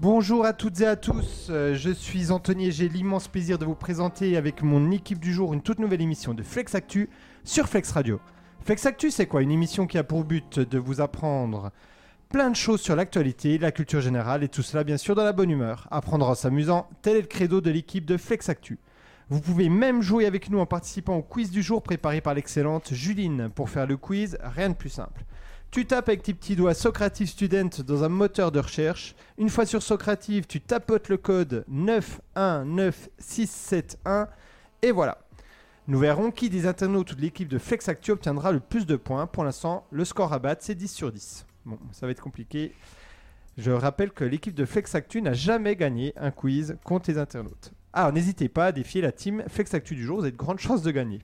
Bonjour à toutes et à tous, euh, je suis Anthony et j'ai l'immense plaisir de vous présenter avec mon équipe du jour une toute nouvelle émission de Flex Actu sur Flex Radio. Flex Actu, c'est quoi Une émission qui a pour but de vous apprendre plein de choses sur l'actualité, la culture générale et tout cela bien sûr dans la bonne humeur. Apprendre en s'amusant, tel est le credo de l'équipe de Flex Actu. Vous pouvez même jouer avec nous en participant au quiz du jour préparé par l'excellente Juline. Pour faire le quiz, rien de plus simple. Tu tapes avec tes petits doigts Socrative Student dans un moteur de recherche. Une fois sur Socrative, tu tapotes le code 919671 et voilà. Nous verrons qui des internautes ou de l'équipe de Flex Actu obtiendra le plus de points. Pour l'instant, le score à battre, c'est 10 sur 10. Bon, ça va être compliqué. Je rappelle que l'équipe de Flex Actu n'a jamais gagné un quiz contre les internautes. Alors n'hésitez pas à défier la team Flex Actu du jour, vous avez de grandes chances de gagner.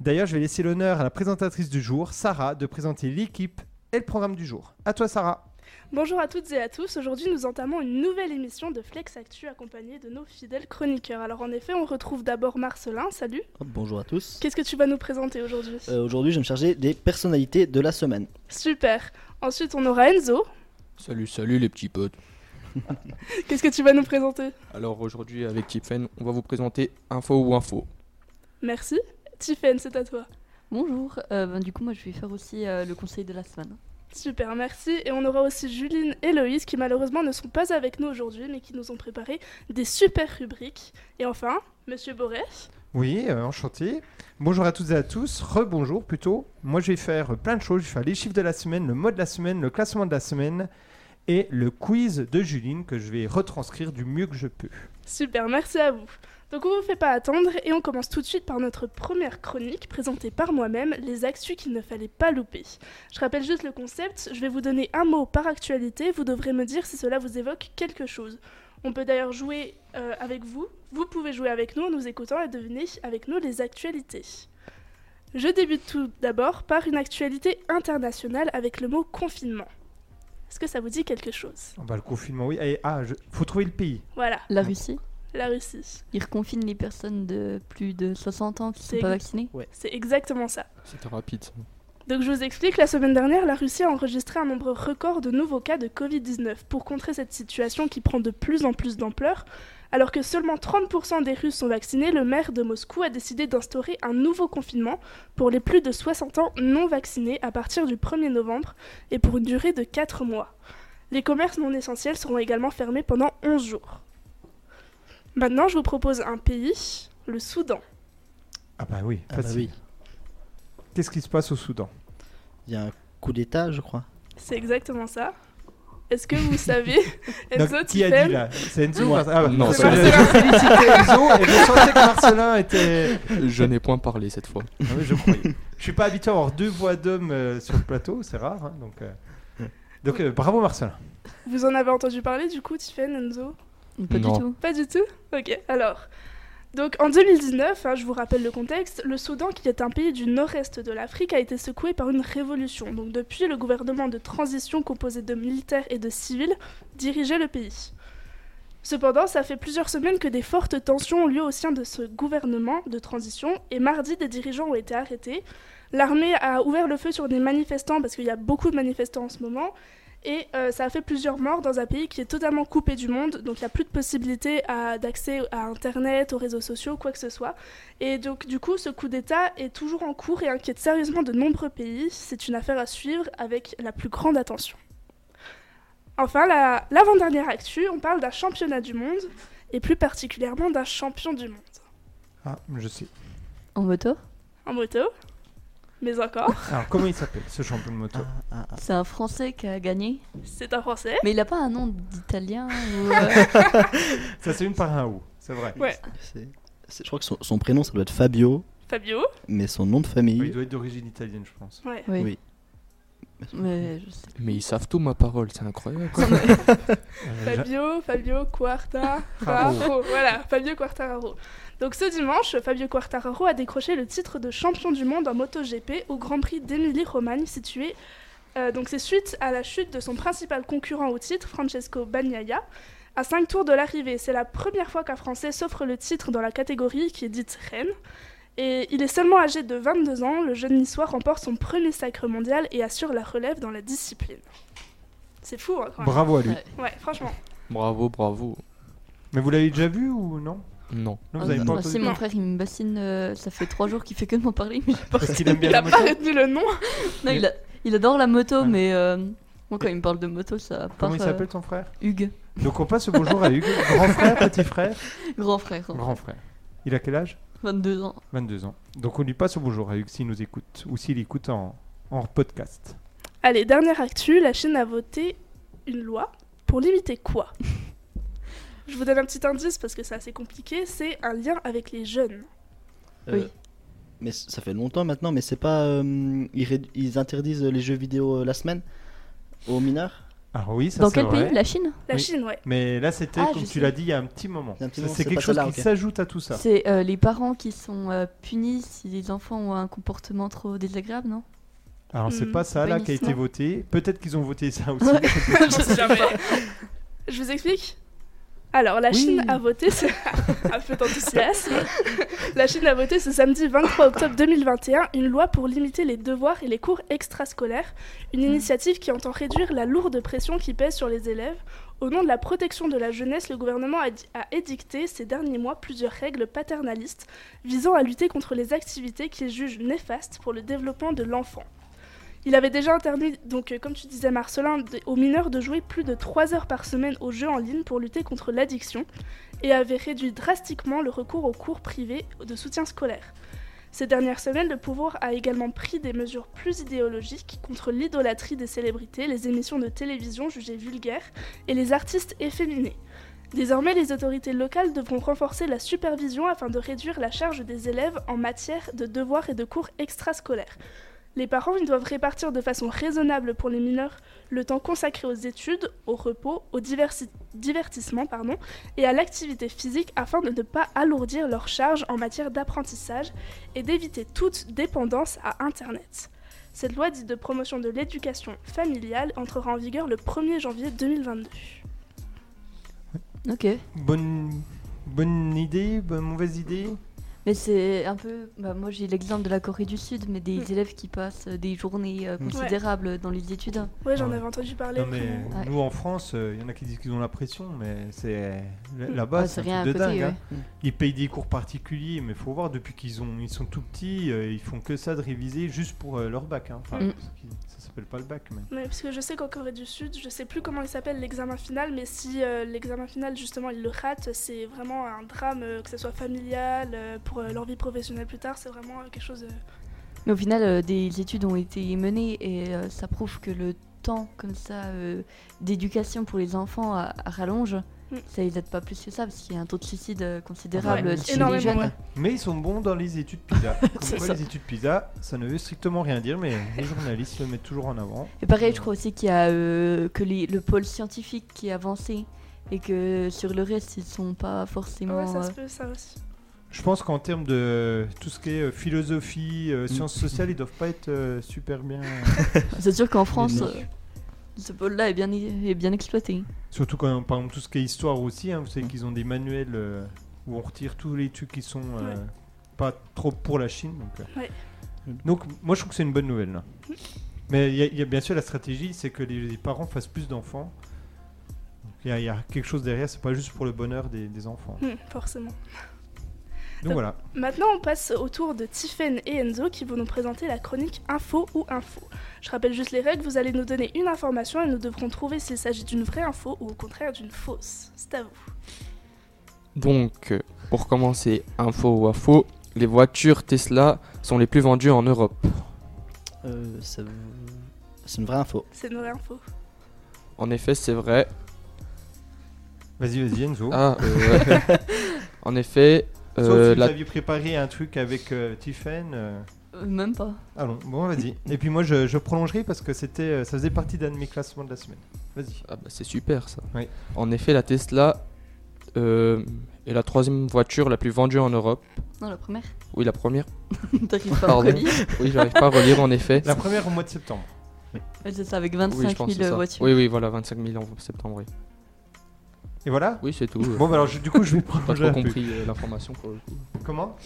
D'ailleurs, je vais laisser l'honneur à la présentatrice du jour, Sarah, de présenter l'équipe et le programme du jour. À toi, Sarah. Bonjour à toutes et à tous. Aujourd'hui, nous entamons une nouvelle émission de Flex Actu accompagnée de nos fidèles chroniqueurs. Alors, en effet, on retrouve d'abord Marcelin. Salut. Hop, Bonjour à tous. Qu'est-ce que tu vas nous présenter aujourd'hui Euh, Aujourd'hui, je vais me charger des personnalités de la semaine. Super. Ensuite, on aura Enzo. Salut, salut les petits potes. Qu'est-ce que tu vas nous présenter Alors aujourd'hui avec Tiffen, on va vous présenter info ou info. Merci. Tiffen, c'est à toi. Bonjour, euh, ben, du coup moi je vais faire aussi euh, le conseil de la semaine. Super, merci. Et on aura aussi Juline et Loïse qui malheureusement ne sont pas avec nous aujourd'hui mais qui nous ont préparé des super rubriques. Et enfin, Monsieur Boré. Oui, euh, enchanté. Bonjour à toutes et à tous, rebonjour plutôt. Moi je vais faire euh, plein de choses, je vais faire les chiffres de la semaine, le mot de la semaine, le classement de la semaine et le quiz de Juline que je vais retranscrire du mieux que je peux. Super, merci à vous. Donc on vous fait pas attendre et on commence tout de suite par notre première chronique présentée par moi-même, les actus qu'il ne fallait pas louper. Je rappelle juste le concept, je vais vous donner un mot par actualité, vous devrez me dire si cela vous évoque quelque chose. On peut d'ailleurs jouer euh, avec vous, vous pouvez jouer avec nous en nous écoutant et deviner avec nous les actualités. Je débute tout d'abord par une actualité internationale avec le mot confinement. Est-ce que ça vous dit quelque chose Oh, bah, le confinement, oui. Et, ah, je- faut trouver le pays. Voilà, La Russie, la Russie. ils reconfinent les personnes de plus de 60 ans qui C'est sont pas vaccinées. C'est exactement ça. C'était rapide. Donc je vous explique, la semaine dernière, la Russie a enregistré un nombre record de nouveaux cas de Covid-19 pour contrer cette situation qui prend de plus en plus d'ampleur. Alors que seulement 30% des Russes sont vaccinés, le maire de Moscou a décidé d'instaurer un nouveau confinement pour les plus de 60 ans non vaccinés à partir du 1er novembre et pour une durée de 4 mois. Les commerces non essentiels seront également fermés pendant 11 jours. Maintenant, je vous propose un pays, le Soudan. Ah bah oui, Ah bah facile. oui. Qu'est-ce qui se passe au Soudan Il y a un coup d'État, je crois. C'est exactement ça. Est-ce que vous savez Donc, Enzo, Qui a Tiffen dit là C'est Enzo Moi. Mar- ah, bah, Non, parce c'est que je, Marcelin. je félicitais Enzo et je sentais que Marcelin était... Je n'ai point parlé cette fois. Ah oui, je croyais. Je suis pas habitué à avoir deux voix d'hommes euh, sur le plateau, c'est rare. hein, donc euh. donc euh, bravo Marcelin. Vous en avez entendu parler du coup, Tiffen, Enzo Pas Non. du tout. Pas du tout Ok, alors. Donc en 2019, hein, je vous rappelle le contexte, le Soudan, qui est un pays du nord-est de l'Afrique, a été secoué par une révolution. Donc depuis, le gouvernement de transition composé de militaires et de civils dirigeait le pays. Cependant, ça fait plusieurs semaines que des fortes tensions ont lieu au sein de ce gouvernement de transition et mardi, des dirigeants ont été arrêtés. L'armée a ouvert le feu sur des manifestants parce qu'il y a beaucoup de manifestants en ce moment et euh, ça a fait plusieurs morts dans un pays qui est totalement coupé du monde, donc il n'y a plus de possibilité à- d'accès à Internet, aux réseaux sociaux, quoi que ce soit. Et donc du coup, ce coup d'État est toujours en cours et inquiète sérieusement de nombreux pays. C'est une affaire à suivre avec la plus grande attention. Enfin, la- l'avant-dernière actu, on parle d'un championnat du monde, et plus particulièrement d'un champion du monde. Ah, je sais. En moto, En moto, mais encore, Alors, comment il s'appelle ce champion de moto Ah, ah, ah. c'est un Français qui a gagné, c'est un Français. mais il a pas un nom d'Italien ou... euh, Ça, c'est une par un ou, c'est vrai. Ouais. C'est- c'est- je crois que son, son prénom, ça doit être Fabio, Fabio, mais son nom de Oui, il famille. doit être d'origine italienne, je pense. ouais. Oui. Oui. Mais je sais. Mais ils savent tout ma parole, c'est incroyable. Euh, ah, oh. Fabio, Fabio Quartararo. Raro. voilà, Fabio Quartararo. Donc ce dimanche, Fabio Quartararo a décroché le titre de champion du monde en MotoGP au Grand Prix d'Émilie-Romagne situé. euh, donc c'est suite à la chute de son principal concurrent au titre, Francesco Bagnaia, à 5 tours de l'arrivée. C'est la première fois qu'un Français s'offre le titre dans la catégorie qui est dite reine. Et il est seulement âgé de 22 ans, le jeune niçois remporte son premier sacre mondial et assure la relève dans la discipline. C'est fou, hein, quand même. Bravo à lui. Ouais. Ouais, franchement. Bravo, bravo. Mais vous l'avez déjà vu ou non Non. Non, Ah, vous avez non, pas bah, entendu si, mon frère, il me bassine. euh, ça fait trois jours qu'il fait que de m'en parler. mais j'ai pas- Parce qu'il aime bien Il la a moto. pas retenu le nom. Non, il, a- il adore la moto, Ouais. mais euh, moi, quand il me parle de moto, ça part. Comment il euh, s'appelle ton frère Hugues, Donc on passe le bonjour à Hugues. Grand frère, petit frère grand frère, hein, Grand frère. Il a quel âge 22 ans. 22 ans. Donc on lui passe le bonjour à Hugues s'il nous écoute ou s'il écoute en, en podcast. Allez, dernière actu, la Chine a voté une loi pour limiter quoi Je vous donne un petit indice parce que c'est assez compliqué, c'est un lien avec les jeunes. Euh, Oui. Mais c- ça fait longtemps maintenant, mais c'est pas. euh, ils, ré- ils interdisent les jeux vidéo euh, la semaine aux mineurs Ah oui, ça Dans c'est quel vrai. pays La Chine La Oui. Chine, ouais. Mais là c'était, Ah, comme je tu sais. l'as dit, il y a un petit moment. Il y a un petit Ça, moment, c'est c'est quelque pas chose celle-là, qui ok. s'ajoute à tout ça. C'est euh, les parents qui sont euh, punis si les enfants ont un comportement trop désagréable, non Alors c'est Hmm, pas ça c'est là pas qui a été uniquement. voté. Peut-être qu'ils ont voté ça aussi. Ouais. Je sais pas. Je vous explique alors, la Oui. Chine a voté, Ah, c'est un peu d'enthousiasme. La Chine a voté ce samedi 23 octobre 2021 une loi pour limiter les devoirs et les cours extrascolaires, une initiative qui entend réduire la lourde pression qui pèse sur les élèves. Au nom de la protection de la jeunesse, le gouvernement a, di- a édicté ces derniers mois plusieurs règles paternalistes visant à lutter contre les activités qu'il juge néfastes pour le développement de l'enfant. Il avait déjà interdit, donc euh, comme tu disais Marcelin, de- aux mineurs de jouer plus de 3 heures par semaine aux jeux en ligne pour lutter contre l'addiction et avait réduit drastiquement le recours aux cours privés de soutien scolaire. Ces dernières semaines, le pouvoir a également pris des mesures plus idéologiques contre l'idolâtrie des célébrités, les émissions de télévision jugées vulgaires et les artistes efféminés. Désormais, les autorités locales devront renforcer la supervision afin de réduire la charge des élèves en matière de devoirs et de cours extrascolaires. Les parents ils doivent répartir de façon raisonnable pour les mineurs le temps consacré aux études, au repos, au diversi- divertissement pardon, et à l'activité physique afin de ne pas alourdir leurs charges en matière d'apprentissage et d'éviter toute dépendance à Internet. Cette loi dite de promotion de l'éducation familiale entrera en vigueur le 1er janvier 2022. Ok. Bonne, bonne idée, bonne, mauvaise idée. Mais c'est un peu. Bah, moi, j'ai l'exemple de la Corée du Sud, mais des Mm. élèves qui passent euh, des journées euh, Mm. considérables dans les études. Ouais, j'en Ah Ouais. avais entendu parler. Non mais vraiment. Ouais. nous en France, il y en a qui disent qu'ils ont la pression, mais c'est là- Mm. Ouais, là-bas c'est rien un à truc de côté, dingue. ouais. Mm. hein. Ils payent des cours particuliers, mais faut voir depuis qu'ils ont, ils sont tout petits, euh, ils font que ça de réviser juste pour euh, leur bac. hein. Enfin, Mm. ce qui- ça s'appelle pas le bac, mais Ouais, parce que je sais qu'en Corée du Sud, je sais plus comment il s'appelle l'examen final, mais si euh, l'examen final justement il le rate, c'est vraiment un drame, euh, que ce soit familial, euh, pour euh, leur vie professionnelle plus tard, c'est vraiment euh, quelque chose. euh, Mais au final, euh, des études ont été menées et euh, ça prouve que le temps comme ça euh, d'éducation pour les enfants à, à rallonge, Mm. ça les aide pas plus que ça parce qu'il y a un taux de suicide euh, considérable Ouais, chez les énormément, jeunes. ouais. mais ils sont bons dans les études PISA. Comme C'est quoi, ça. les études PISA, ça ne veut strictement rien dire, mais les journalistes le mettent toujours en avant. Et pareil, je crois aussi qu'il y a euh, que les- le pôle scientifique qui est avancé et que sur le reste, ils sont pas forcément. Ouais, ça euh, se peut, ça aussi. Je pense qu'en termes de tout ce qui est euh, philosophie, euh, sciences sociales, ils doivent pas être euh, super bien. C'est sûr qu'en France, non. euh, ce pôle-là est bien, est bien exploité. Surtout quand, par exemple, tout ce qui est histoire aussi, hein, vous savez qu'ils ont des manuels euh, où on retire tous les trucs qui sont euh, Ouais. pas trop pour la Chine. Donc, euh. Ouais. Mm. donc, moi, je trouve que c'est une bonne nouvelle. là. Mais il y, a- il y a bien sûr la stratégie, c'est que les, les parents fassent plus d'enfants. Donc, Il y, a- il y a quelque chose derrière, c'est pas juste pour le bonheur des, des enfants. Hmm, forcément. Donc voilà. Maintenant, on passe au tour de Tiffen et Enzo qui vont nous présenter la chronique info ou info. Je rappelle juste les règles, vous allez nous donner une information et nous devrons trouver s'il s'agit d'une vraie info ou au contraire d'une fausse. C'est à vous. Donc, euh, pour commencer, info ou info, les voitures Tesla sont les plus vendues en Europe. Euh, ça- C'est une vraie info. C'est une vraie info. En effet, c'est vrai. Vas-y, vas-y, Enzo. Ah, euh, en effet, Sauf euh, si la- vous aviez préparé un truc avec euh, Tiffen. euh, Euh, même pas. Allons, Ah bon, vas-y. Et puis moi, je, je prolongerai parce que c'était, euh, ça faisait partie d'un de mes classements de la semaine. Vas-y. Ah bah, c'est super ça. Oui. En effet, la Tesla euh, est la troisième voiture la plus vendue en Europe. Non, la première. Oui, la première. T'arrives pas Pardon. à relire. Oui, j'arrive pas à relire en effet. La première au mois de septembre. Ouais, C'est ça, avec Oui, 25 je pense 000 que c'est ça. voitures. Oui, oui, voilà, 25 000 en septembre. Oui, Et voilà oui c'est tout. euh, Bon, bah alors, je- du coup, je vais Pas prolonger trop un peu. compris euh, l'information pour le coup. Comment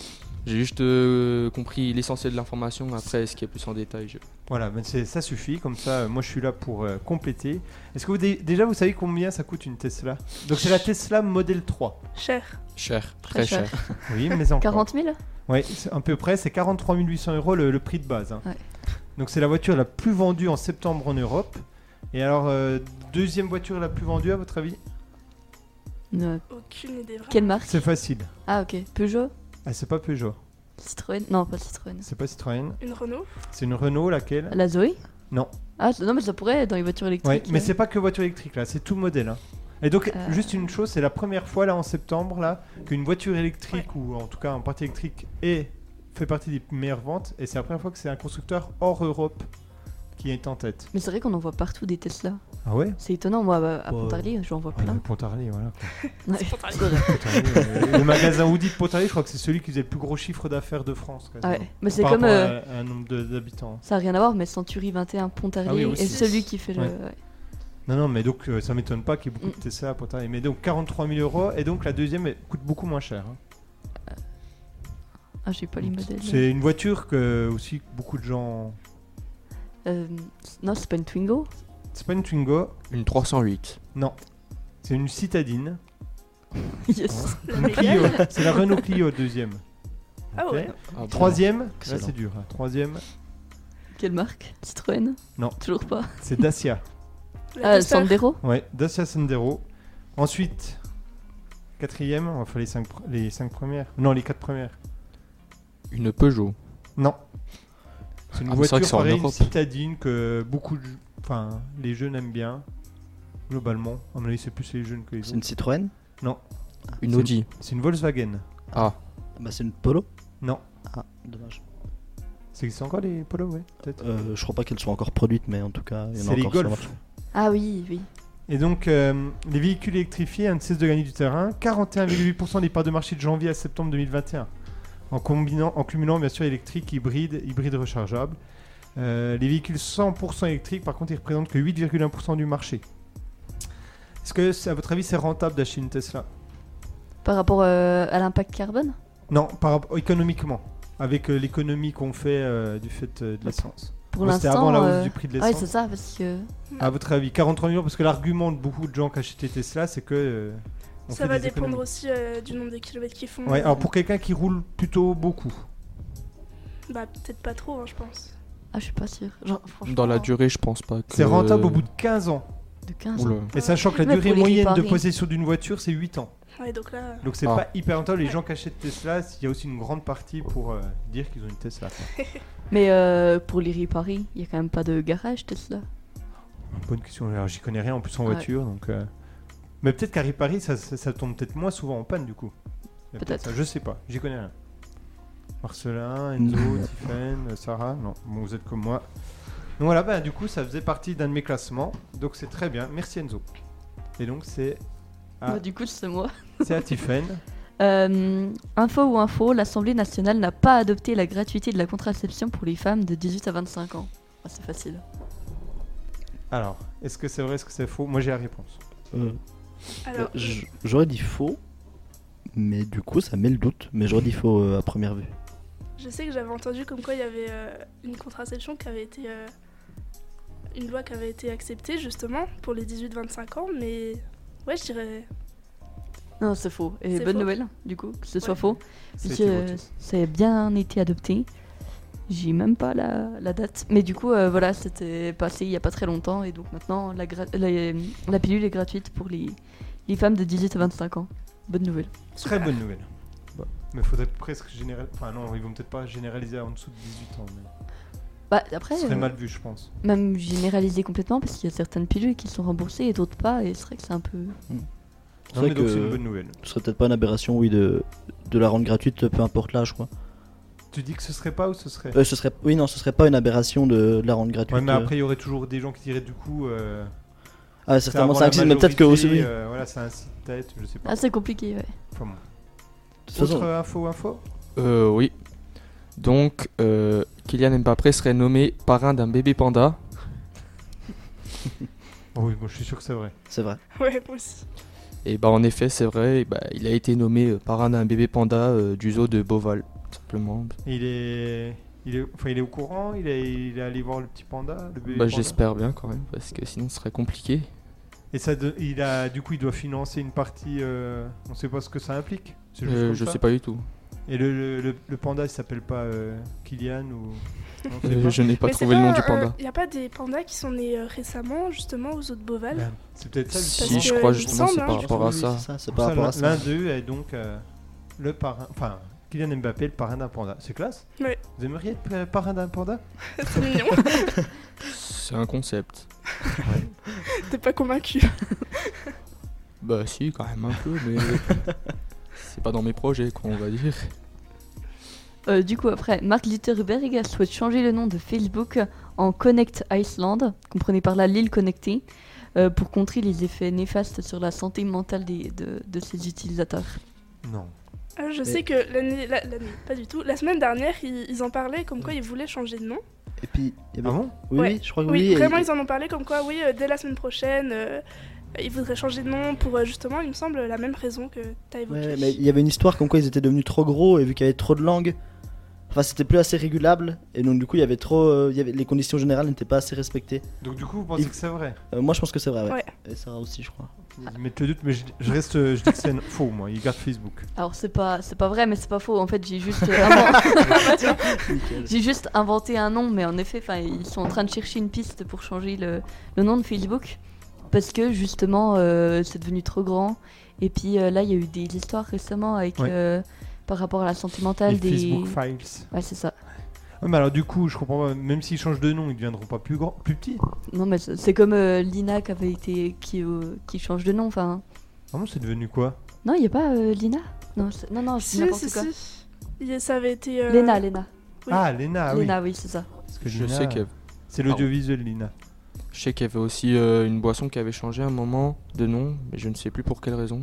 J'ai juste euh, compris l'essentiel de l'information. Après, ce qui est plus en détail, je... Voilà, ben c'est- ça suffit, comme ça, euh, moi je suis là pour euh, compléter. Est-ce que vous, dé- déjà vous savez combien ça coûte une Tesla Donc c'est la Tesla Model 3. Cher. cher, Très très, cher. cher. Oui, mais encore. 40 000 Oui, à peu près, c'est 43 800 euros le, le prix de base. hein. Ouais. Donc c'est la voiture la plus vendue en septembre en Europe. Et alors, euh, deuxième voiture la plus vendue à votre avis Non. Aucune idée. Vraiment. Quelle marque C'est facile. Ah ok, Peugeot Ah, c'est pas Peugeot, Citroën Non, pas Citroën. c'est pas Citroën. Une Renault C'est une Renault, laquelle La Zoé Non. Ah ça- non, mais ça pourrait être dans les voitures Ouais, électriques. mais euh. c'est pas que voiture électrique là, c'est tout modèle. hein. Et donc, Euh. juste une chose, c'est la première fois là en septembre là qu'une voiture électrique ou en tout cas un partie électrique est fait partie des meilleures ventes. Et c'est la première fois que c'est un constructeur hors Europe qui est en tête. Mais c'est vrai qu'on en voit partout des Tesla. Ah ouais C'est étonnant, moi à- à Ouais. Pontarlier, j'en vois Ouais, mais plein. Ah, Pontarlier, voilà. Ouais. Pontarlier, euh, le magasin Audi de Pontarlier, je crois que c'est celui qui faisait le plus gros chiffre d'affaires de France. quasiment. Ouais, mais c'est Par comme. rapport euh, à- à un nombre de- d'habitants. Ça n'a rien à voir, mais Century 21 Pontarlier Ah oui, aussi. est celui qui fait le. Ouais. ouais. Non, non, mais donc euh, ça m'étonne pas qu'il y ait Mm. beaucoup de Tesla à Pontarlier. Mais donc 43 000 euros, et donc la deuxième elle coûte beaucoup moins cher. hein. Ah, j'ai pas les modèles. C'est une voiture que aussi que beaucoup de gens. Euh, non, c'est pas une Twingo. C'est pas une Twingo, Une 308. non. C'est une citadine. yes. La Une Mégane Clio. C'est la Renault Clio deuxième. Ah Ok. ouais. Ah bon Troisième, là Excellent. c'est dur. hein. Troisième, Quelle marque Citroën Non. Toujours pas. c'est Dacia. La Ah, Duster Sandero Ouais, Dacia Sandero. Ensuite, quatrième, enfin les cinq, pr- les cinq premières. Non, les quatre premières. Une Peugeot. Non. C'est une Ah, mais voiture c'est vrai que c'est en pareil, une Europe. citadine que beaucoup de. Enfin, les jeunes aiment bien. Globalement, à mon avis, c'est plus les jeunes que les C'est autres. une Citroën Ah, Une C'est- Audi. C'est une Volkswagen. Ah, Bah, c'est une Polo Non. Ah, dommage. C'est c'est encore les polos, ouais, peut-être. Euh, je crois pas qu'elles soient encore produites, mais en tout cas, il y en a c'est les encore sur le Golf. marché. Ah oui, oui. Et donc, euh, les véhicules électrifiés hein, ne cessent de gagner du terrain. 41,8% des parts de marché de janvier à septembre 2021. En, combinant, en cumulant, bien sûr, électrique, hybride, hybride rechargeable. Euh, les véhicules 100% électriques, par contre, ils représentent que 8,1% du marché. Est-ce que, c'est- à votre avis, c'est rentable d'acheter une Tesla Par rapport euh, à l'impact carbone Non, par, rapport- économiquement. Avec euh, l'économie qu'on fait euh, du fait euh, de l'essence. Pour Bon, l'instant. C'était avant la hausse euh, du prix de Ouais, l'essence. c'est ça, parce que. À votre avis, 43 millions Parce que l'argument de beaucoup de gens qui achetaient Tesla, c'est que. euh, on Ça fait va des dépendre économies. aussi euh, du nombre de kilomètres qu'ils font. Ouais, alors pour quelqu'un qui roule plutôt beaucoup. Bah, peut-être pas trop, hein, je pense. Ah, je suis pas sûre. Genre, franchement. dans la durée, je pense pas que. C'est rentable au bout de 15 ans. De 15 ans. Oula. Et sachant que la Ouais, durée pour les moyenne de réparer. possession d'une voiture, c'est 8 ans. Ouais, donc là. Donc c'est Ah. pas hyper rentable. Les gens qui achètent Tesla, il y a aussi une grande partie pour euh, dire qu'ils ont une Tesla. Mais euh, pour les réparer, il y a quand même pas de garage Tesla. Bonne question. Alors j'y connais rien en plus en Ouais. voiture. donc. euh, Mais peut-être qu'à Paris, ça, ça- ça tombe peut-être moins souvent en panne du coup. Il y a Peut-être. ça, Je sais pas. J'y connais rien. Marcelin, Mm. Enzo, Tiffen, Sarah. Non, bon, vous êtes comme moi. Donc voilà, bah, du coup, ça faisait partie d'un de mes classements. Donc c'est très bien. Merci Enzo. Et donc c'est Ah. Bah, du coup, c'est moi. c'est à Tiffen. Euh, info ou info, l'Assemblée nationale n'a pas adopté la gratuité de la contraception pour les femmes de 18 à 25 ans. Ah, c'est facile. Alors, est-ce que c'est vrai, est-ce que c'est faux Moi j'ai la réponse. Euh, Alors, j- j'aurais dit faux, mais du coup, ça met le doute. Mais j'aurais dit faux euh, à première vue. je sais que j'avais entendu comme quoi il y avait euh, une contraception qui avait été. euh, une loi qui avait été acceptée justement pour les 18-25 ans, mais. Ouais, je dirais. Non, c'est faux. Et C'est bonne faux. nouvelle, du coup, que ce soit Ouais. faux. C'est Puisque, euh, ça a bien été adopté. J'ai même pas la, la date. Mais du coup, euh, voilà, c'était passé il y a pas très longtemps. Et donc maintenant, la, gra- la, la pilule est gratuite pour les, les femmes de 18 à 25 ans. Bonne nouvelle. Très bonne nouvelle. Mais faudrait presque généraliser. Enfin non, ils vont peut-être pas généraliser en dessous de 18 ans. Mais... Bah, après, Ce serait euh, mal vu, je pense. même généraliser complètement, parce qu'il y a certaines pilules qui sont remboursées et d'autres pas. Et c'est vrai que c'est un peu. Non, vrai mais donc que- c'est une bonne nouvelle. Ce serait peut-être pas une aberration, oui, de, de la rendre gratuite, peu importe l'âge, quoi. Tu dis que ce serait pas ou ce serait Euh, ce serait, oui, non, ce serait pas une aberration de, de la rendre gratuite. Ouais, mais euh. après, il y aurait toujours des gens qui diraient du coup. euh, Ah, c'est certainement, avant ça la existe, mais peut-être que majorité, aussi, oui. euh, voilà, c'est un site peut-être, je sais pas. Ah, c'est compliqué, ouais. Enfin bon. De toute Autre façon, info, info Euh, oui. Donc, euh, Kylian Mbappé serait nommé parrain d'un bébé panda. Oh Oui, moi je suis sûr que c'est vrai. c'est vrai. Ouais, moi aussi. Et bah, en effet, c'est vrai, et bah, il a été nommé euh, parrain d'un bébé panda euh, du zoo de Beauval. tout simplement. Il est. Il est, enfin, il est au courant, il est, il est allé voir le petit panda, le bébé Bah, panda. j'espère bien quand même, parce que sinon ce serait compliqué. Et ça, de- il a, du coup, il doit financer une partie. euh, on sait pas ce que ça implique. C'est juste Euh, comme je ça. sais pas du tout. Et le, le, le- le panda, il s'appelle pas euh, Kylian ou. Non, on sait Euh, pas. je n'ai pas trouvé le nom du panda. Il n'y a pas des pandas qui sont nés euh, récemment, justement, aux eaux de Beauval Ben, C'est peut-être ça. Si, justement. Parce je que, crois il me justement c'est semble, par hein, rapport à Oui, ça. c'est C'est Pour par ça, rapport à l'un ça. d'eux est donc euh, le parrain. Enfin, Kylian Mbappé, le parrain d'un panda. C'est classe Ouais. Vous aimeriez être euh, parrain d'un panda C'est mignon, C'est un concept. t'es pas convaincu. Bah si, quand même un peu, mais c'est pas dans mes projets, quoi, on va dire. Euh, du coup, après, Mark Litterberg souhaite changer le nom de Facebook en Connect Iceland, comprenez par là l'île connectée, euh, pour contrer les effets néfastes sur la santé mentale des- de, de ses utilisateurs. Non. Ah, je sais que l'année, la- l'année, pas du tout, la semaine dernière, ils, ils en parlaient comme quoi ils voulaient changer de nom. Et puis, eh ben, Ah bon oui, Ouais. oui, je crois que Oui, oui. et- vraiment, ils en ont parlé comme quoi, oui, euh, dès la semaine prochaine, euh, ils voudraient changer de nom pour euh, justement, il me semble, la même raison que t'as évoquée. Ouais, mais il y avait une histoire comme quoi ils étaient devenus trop gros et vu qu'il y avait trop de langues, enfin c'était plus assez régulable et donc du coup il y avait trop, euh, il y avait, les conditions générales n'étaient pas assez respectées. Donc, du coup, vous pensez Il- que c'est vrai Euh, moi je pense que c'est vrai. Ouais. Ouais. Et Sarah aussi je crois. Ah. Ils mettent le doute, mais je, je reste. euh, Je dis que c'est un- faux, moi. Ils gardent Facebook. Alors, c'est pas, c'est pas vrai, mais c'est pas faux. En fait, j'ai juste, euh, inven- Nickel. j'ai juste inventé un nom, mais en effet, 'fin, ils sont en train de chercher une piste pour changer le, le nom de Facebook, parce que justement, euh, c'est devenu trop grand. Et puis euh, là, il y a eu des histoires récemment avec, Ouais. euh, par rapport à la santé Les mentale des. Facebook Files. Ouais, c'est ça. Ouais, mais alors, du coup, je comprends pas. Même s'ils changent de nom, ils deviendront pas plus, grands, plus petits. Non, mais c'est c'est comme euh, Lina qui avait été. qui, euh, qui change de nom, enfin. Vraiment, Ah c'est devenu quoi Non, il n'y a pas euh, Lina Non, c'est- non, non, je dis Si, n'importe si, quoi. si. Il- Ça avait été. euh, Lena, Lena. Oui. Ah, Lena, ah oui. Lena, oui, c'est ça. Parce que Je Lena, sais qu'il y, a- C'est l'audiovisuel, Lena. je sais qu'il y avait aussi euh, une boisson qui avait changé à un moment de nom, mais je ne sais plus pour quelle raison.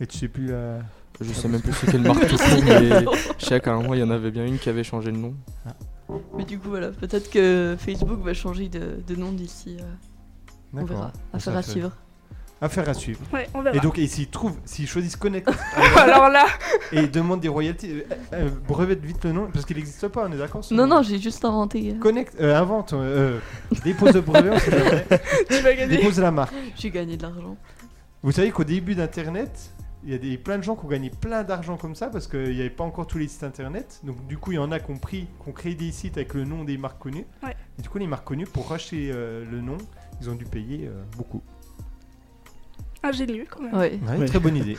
Et tu sais plus euh, la. Je sais même plus Ah bah c'est quelle marque tout court, mais je sais qu'à un moment il y en avait bien une qui avait changé le nom. Mais du coup, voilà, peut-être que Facebook va changer de, de nom d'ici. euh, on verra. Affaire à Ça, suivre. Affaire à suivre. Ouais, on verra. Et donc, et s'ils trouvent, s'ils choisissent Connect Alors là, et ils demandent des royalties, euh, euh, brevette vite le nom, parce qu'il n'existe pas, on est d'accord sur- Non, non, j'ai juste inventé. euh, Connect, euh, invente, euh, euh, dépose le brevet, on sait jamais. tu vas gagner. dépose la marque. J'ai gagné de l'argent. Vous savez qu'au début d'Internet, il y a des, plein de gens qui ont gagné plein d'argent comme ça, parce qu'il n'y avait pas encore tous les sites Internet. Donc, du coup, il y en a qui ont pris, qui ont créé des sites avec le nom des marques connues. Ouais. Et du coup, les marques connues, pour racheter euh, le nom, ils ont dû payer euh, beaucoup. Ingénieux ah, quand même. Ouais. Ouais, Ouais. Très bonne idée.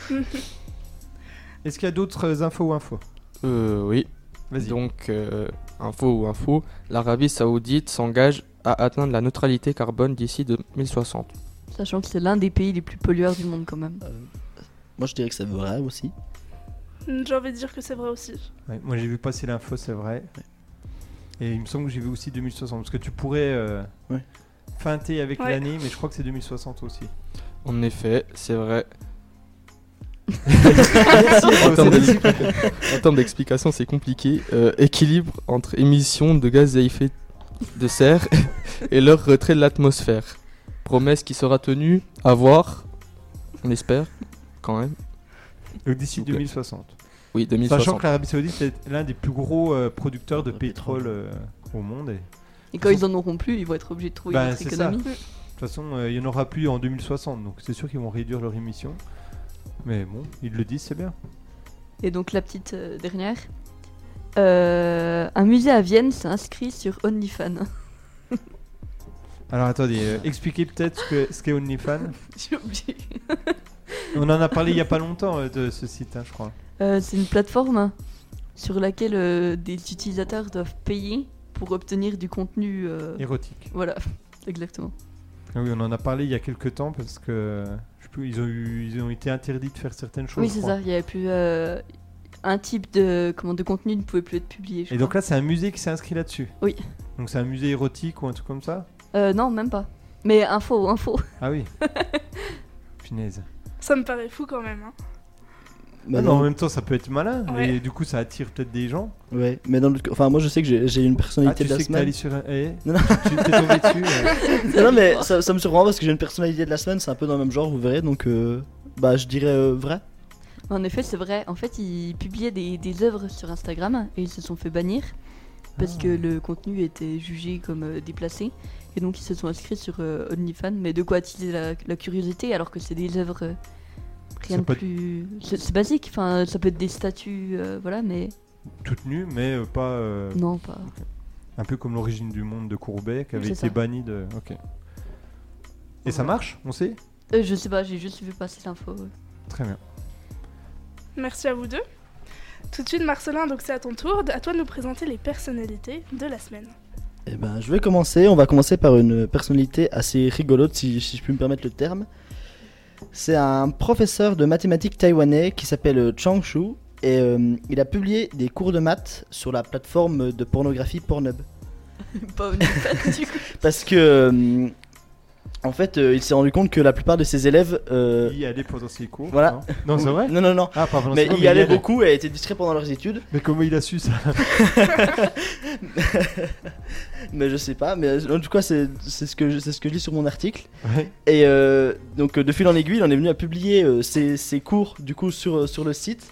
Est-ce qu'il y a d'autres infos ou infos Euh, oui. Vas-y. Donc, euh, info ou info, l'Arabie Saoudite s'engage à atteindre la neutralité carbone d'ici 2060. Sachant que c'est l'un des pays les plus pollueurs du monde, quand même. Euh, moi je dirais que c'est vrai aussi. J'ai envie de dire que c'est vrai aussi. Ouais, moi j'ai vu passer l'info, c'est vrai. Et il me semble que j'ai vu aussi 2060, parce que tu pourrais euh, Ouais. feinter avec Ouais. l'année, mais je crois que c'est 2060 aussi. En effet, c'est vrai. C'est En termes dit. d'explica- en termes d'explication, c'est compliqué. Euh, équilibre entre émissions de gaz à effet de serre et leur retrait de l'atmosphère. Promesse qui sera tenue, à voir, on espère, quand même. Donc, D'ici S'il vous plaît. 2060. Oui, Sachant 2060. que l'Arabie Saoudite est l'un des plus gros euh, producteurs de De pétrole. pétrole euh, au monde. Et... De Et quand ils en auront plus, ils vont être obligés de trouver Bah, une autre c'est ça. économie. toute façon, euh, il n'y en aura plus en 2060, donc c'est sûr qu'ils vont réduire leur émission. Mais bon, ils le disent, c'est bien. Et donc, la petite euh, dernière. Euh, un musée à Vienne s'est inscrit sur OnlyFans. Alors attendez, euh, expliquez peut-être ce que- ce qu'est OnlyFans. J'ai oublié. On en a parlé il n'y a pas longtemps euh, de ce site, hein, je crois. Euh, c'est une plateforme sur laquelle euh, des utilisateurs doivent payer pour obtenir du contenu. euh, Érotique. Voilà, exactement. Ah Oui, on en a parlé il y a quelques temps parce que je sais plus, ils ont, eu- ils ont été interdits de faire certaines choses. oui, je c'est crois. ça. Il y avait plus euh, un type de comment de contenu ne pouvait plus être publié. je Et crois. donc là, c'est un musée qui s'est inscrit là-dessus. Oui. Donc c'est un musée érotique ou un truc comme ça Euh, non, même pas. Mais info, info. Ah oui. Punaise. Ça me paraît fou quand même. hein. Bah Ah non, en non. même temps, ça peut être malin. Ouais. Et du coup, ça attire peut-être des gens. Ouais, mais dans le... enfin moi je sais que j'ai j'ai une Ah, tu personnalité de la sais que t'es semaine. allé sur un. Eh, Non, non. tu t'es tombé dessus. euh. Non, non, mais ça, ça me surprend parce que j'ai une personnalité de la semaine, c'est un peu dans le même genre, vous verrez donc euh, bah je dirais euh, vrai. En effet, c'est vrai. En fait, ils publiaient des, des œuvres sur Instagram et ils se sont fait bannir parce que Ah. le contenu était jugé comme euh, déplacé. Et donc, ils se sont inscrits sur euh, OnlyFans. Mais de quoi attiser la, la curiosité alors que c'est des œuvres. euh, Ça rien de peut être- plus. C'est c'est basique. Enfin, ça peut être des statues, euh, voilà, mais Toute nue, mais euh, pas. euh, non, pas. Un peu comme l'origine du monde de Courbet qui Oui, avait c'est été ça. banni de. Ok. Et ça Voilà. marche On sait Euh, je sais pas, j'ai juste vu passer l'info. ouais. Très bien. Merci à vous deux. Tout de suite, Marcelin, donc c'est à ton tour. À toi de nous présenter les personnalités de la semaine. Eh ben, je vais commencer. On va commencer par une personnalité assez rigolote, si, si je puis me permettre le terme. C'est un professeur de mathématiques taïwanais qui s'appelle euh, Chang Shu et euh, il a publié des cours de maths sur la plateforme de pornographie Pornhub. pas OnlyFans, du coup. Parce que, euh, en fait, euh, il s'est rendu compte que la plupart de ses élèves. euh, Il y allait pendant ses cours. Voilà. Non, Non, c'est vrai Non, non, non. Ah, pas pendant Mais ses il cours, y allait beaucoup et était distrait pendant leurs études. Mais comment il a su ça Mais je sais pas. Mais euh, en tout cas, c'est c'est ce, que je- c'est ce que je lis sur mon article. Ouais. Et euh, donc euh, de fil en aiguille, on est venu à publier euh, ses, ses cours du coup sur, euh, sur le site.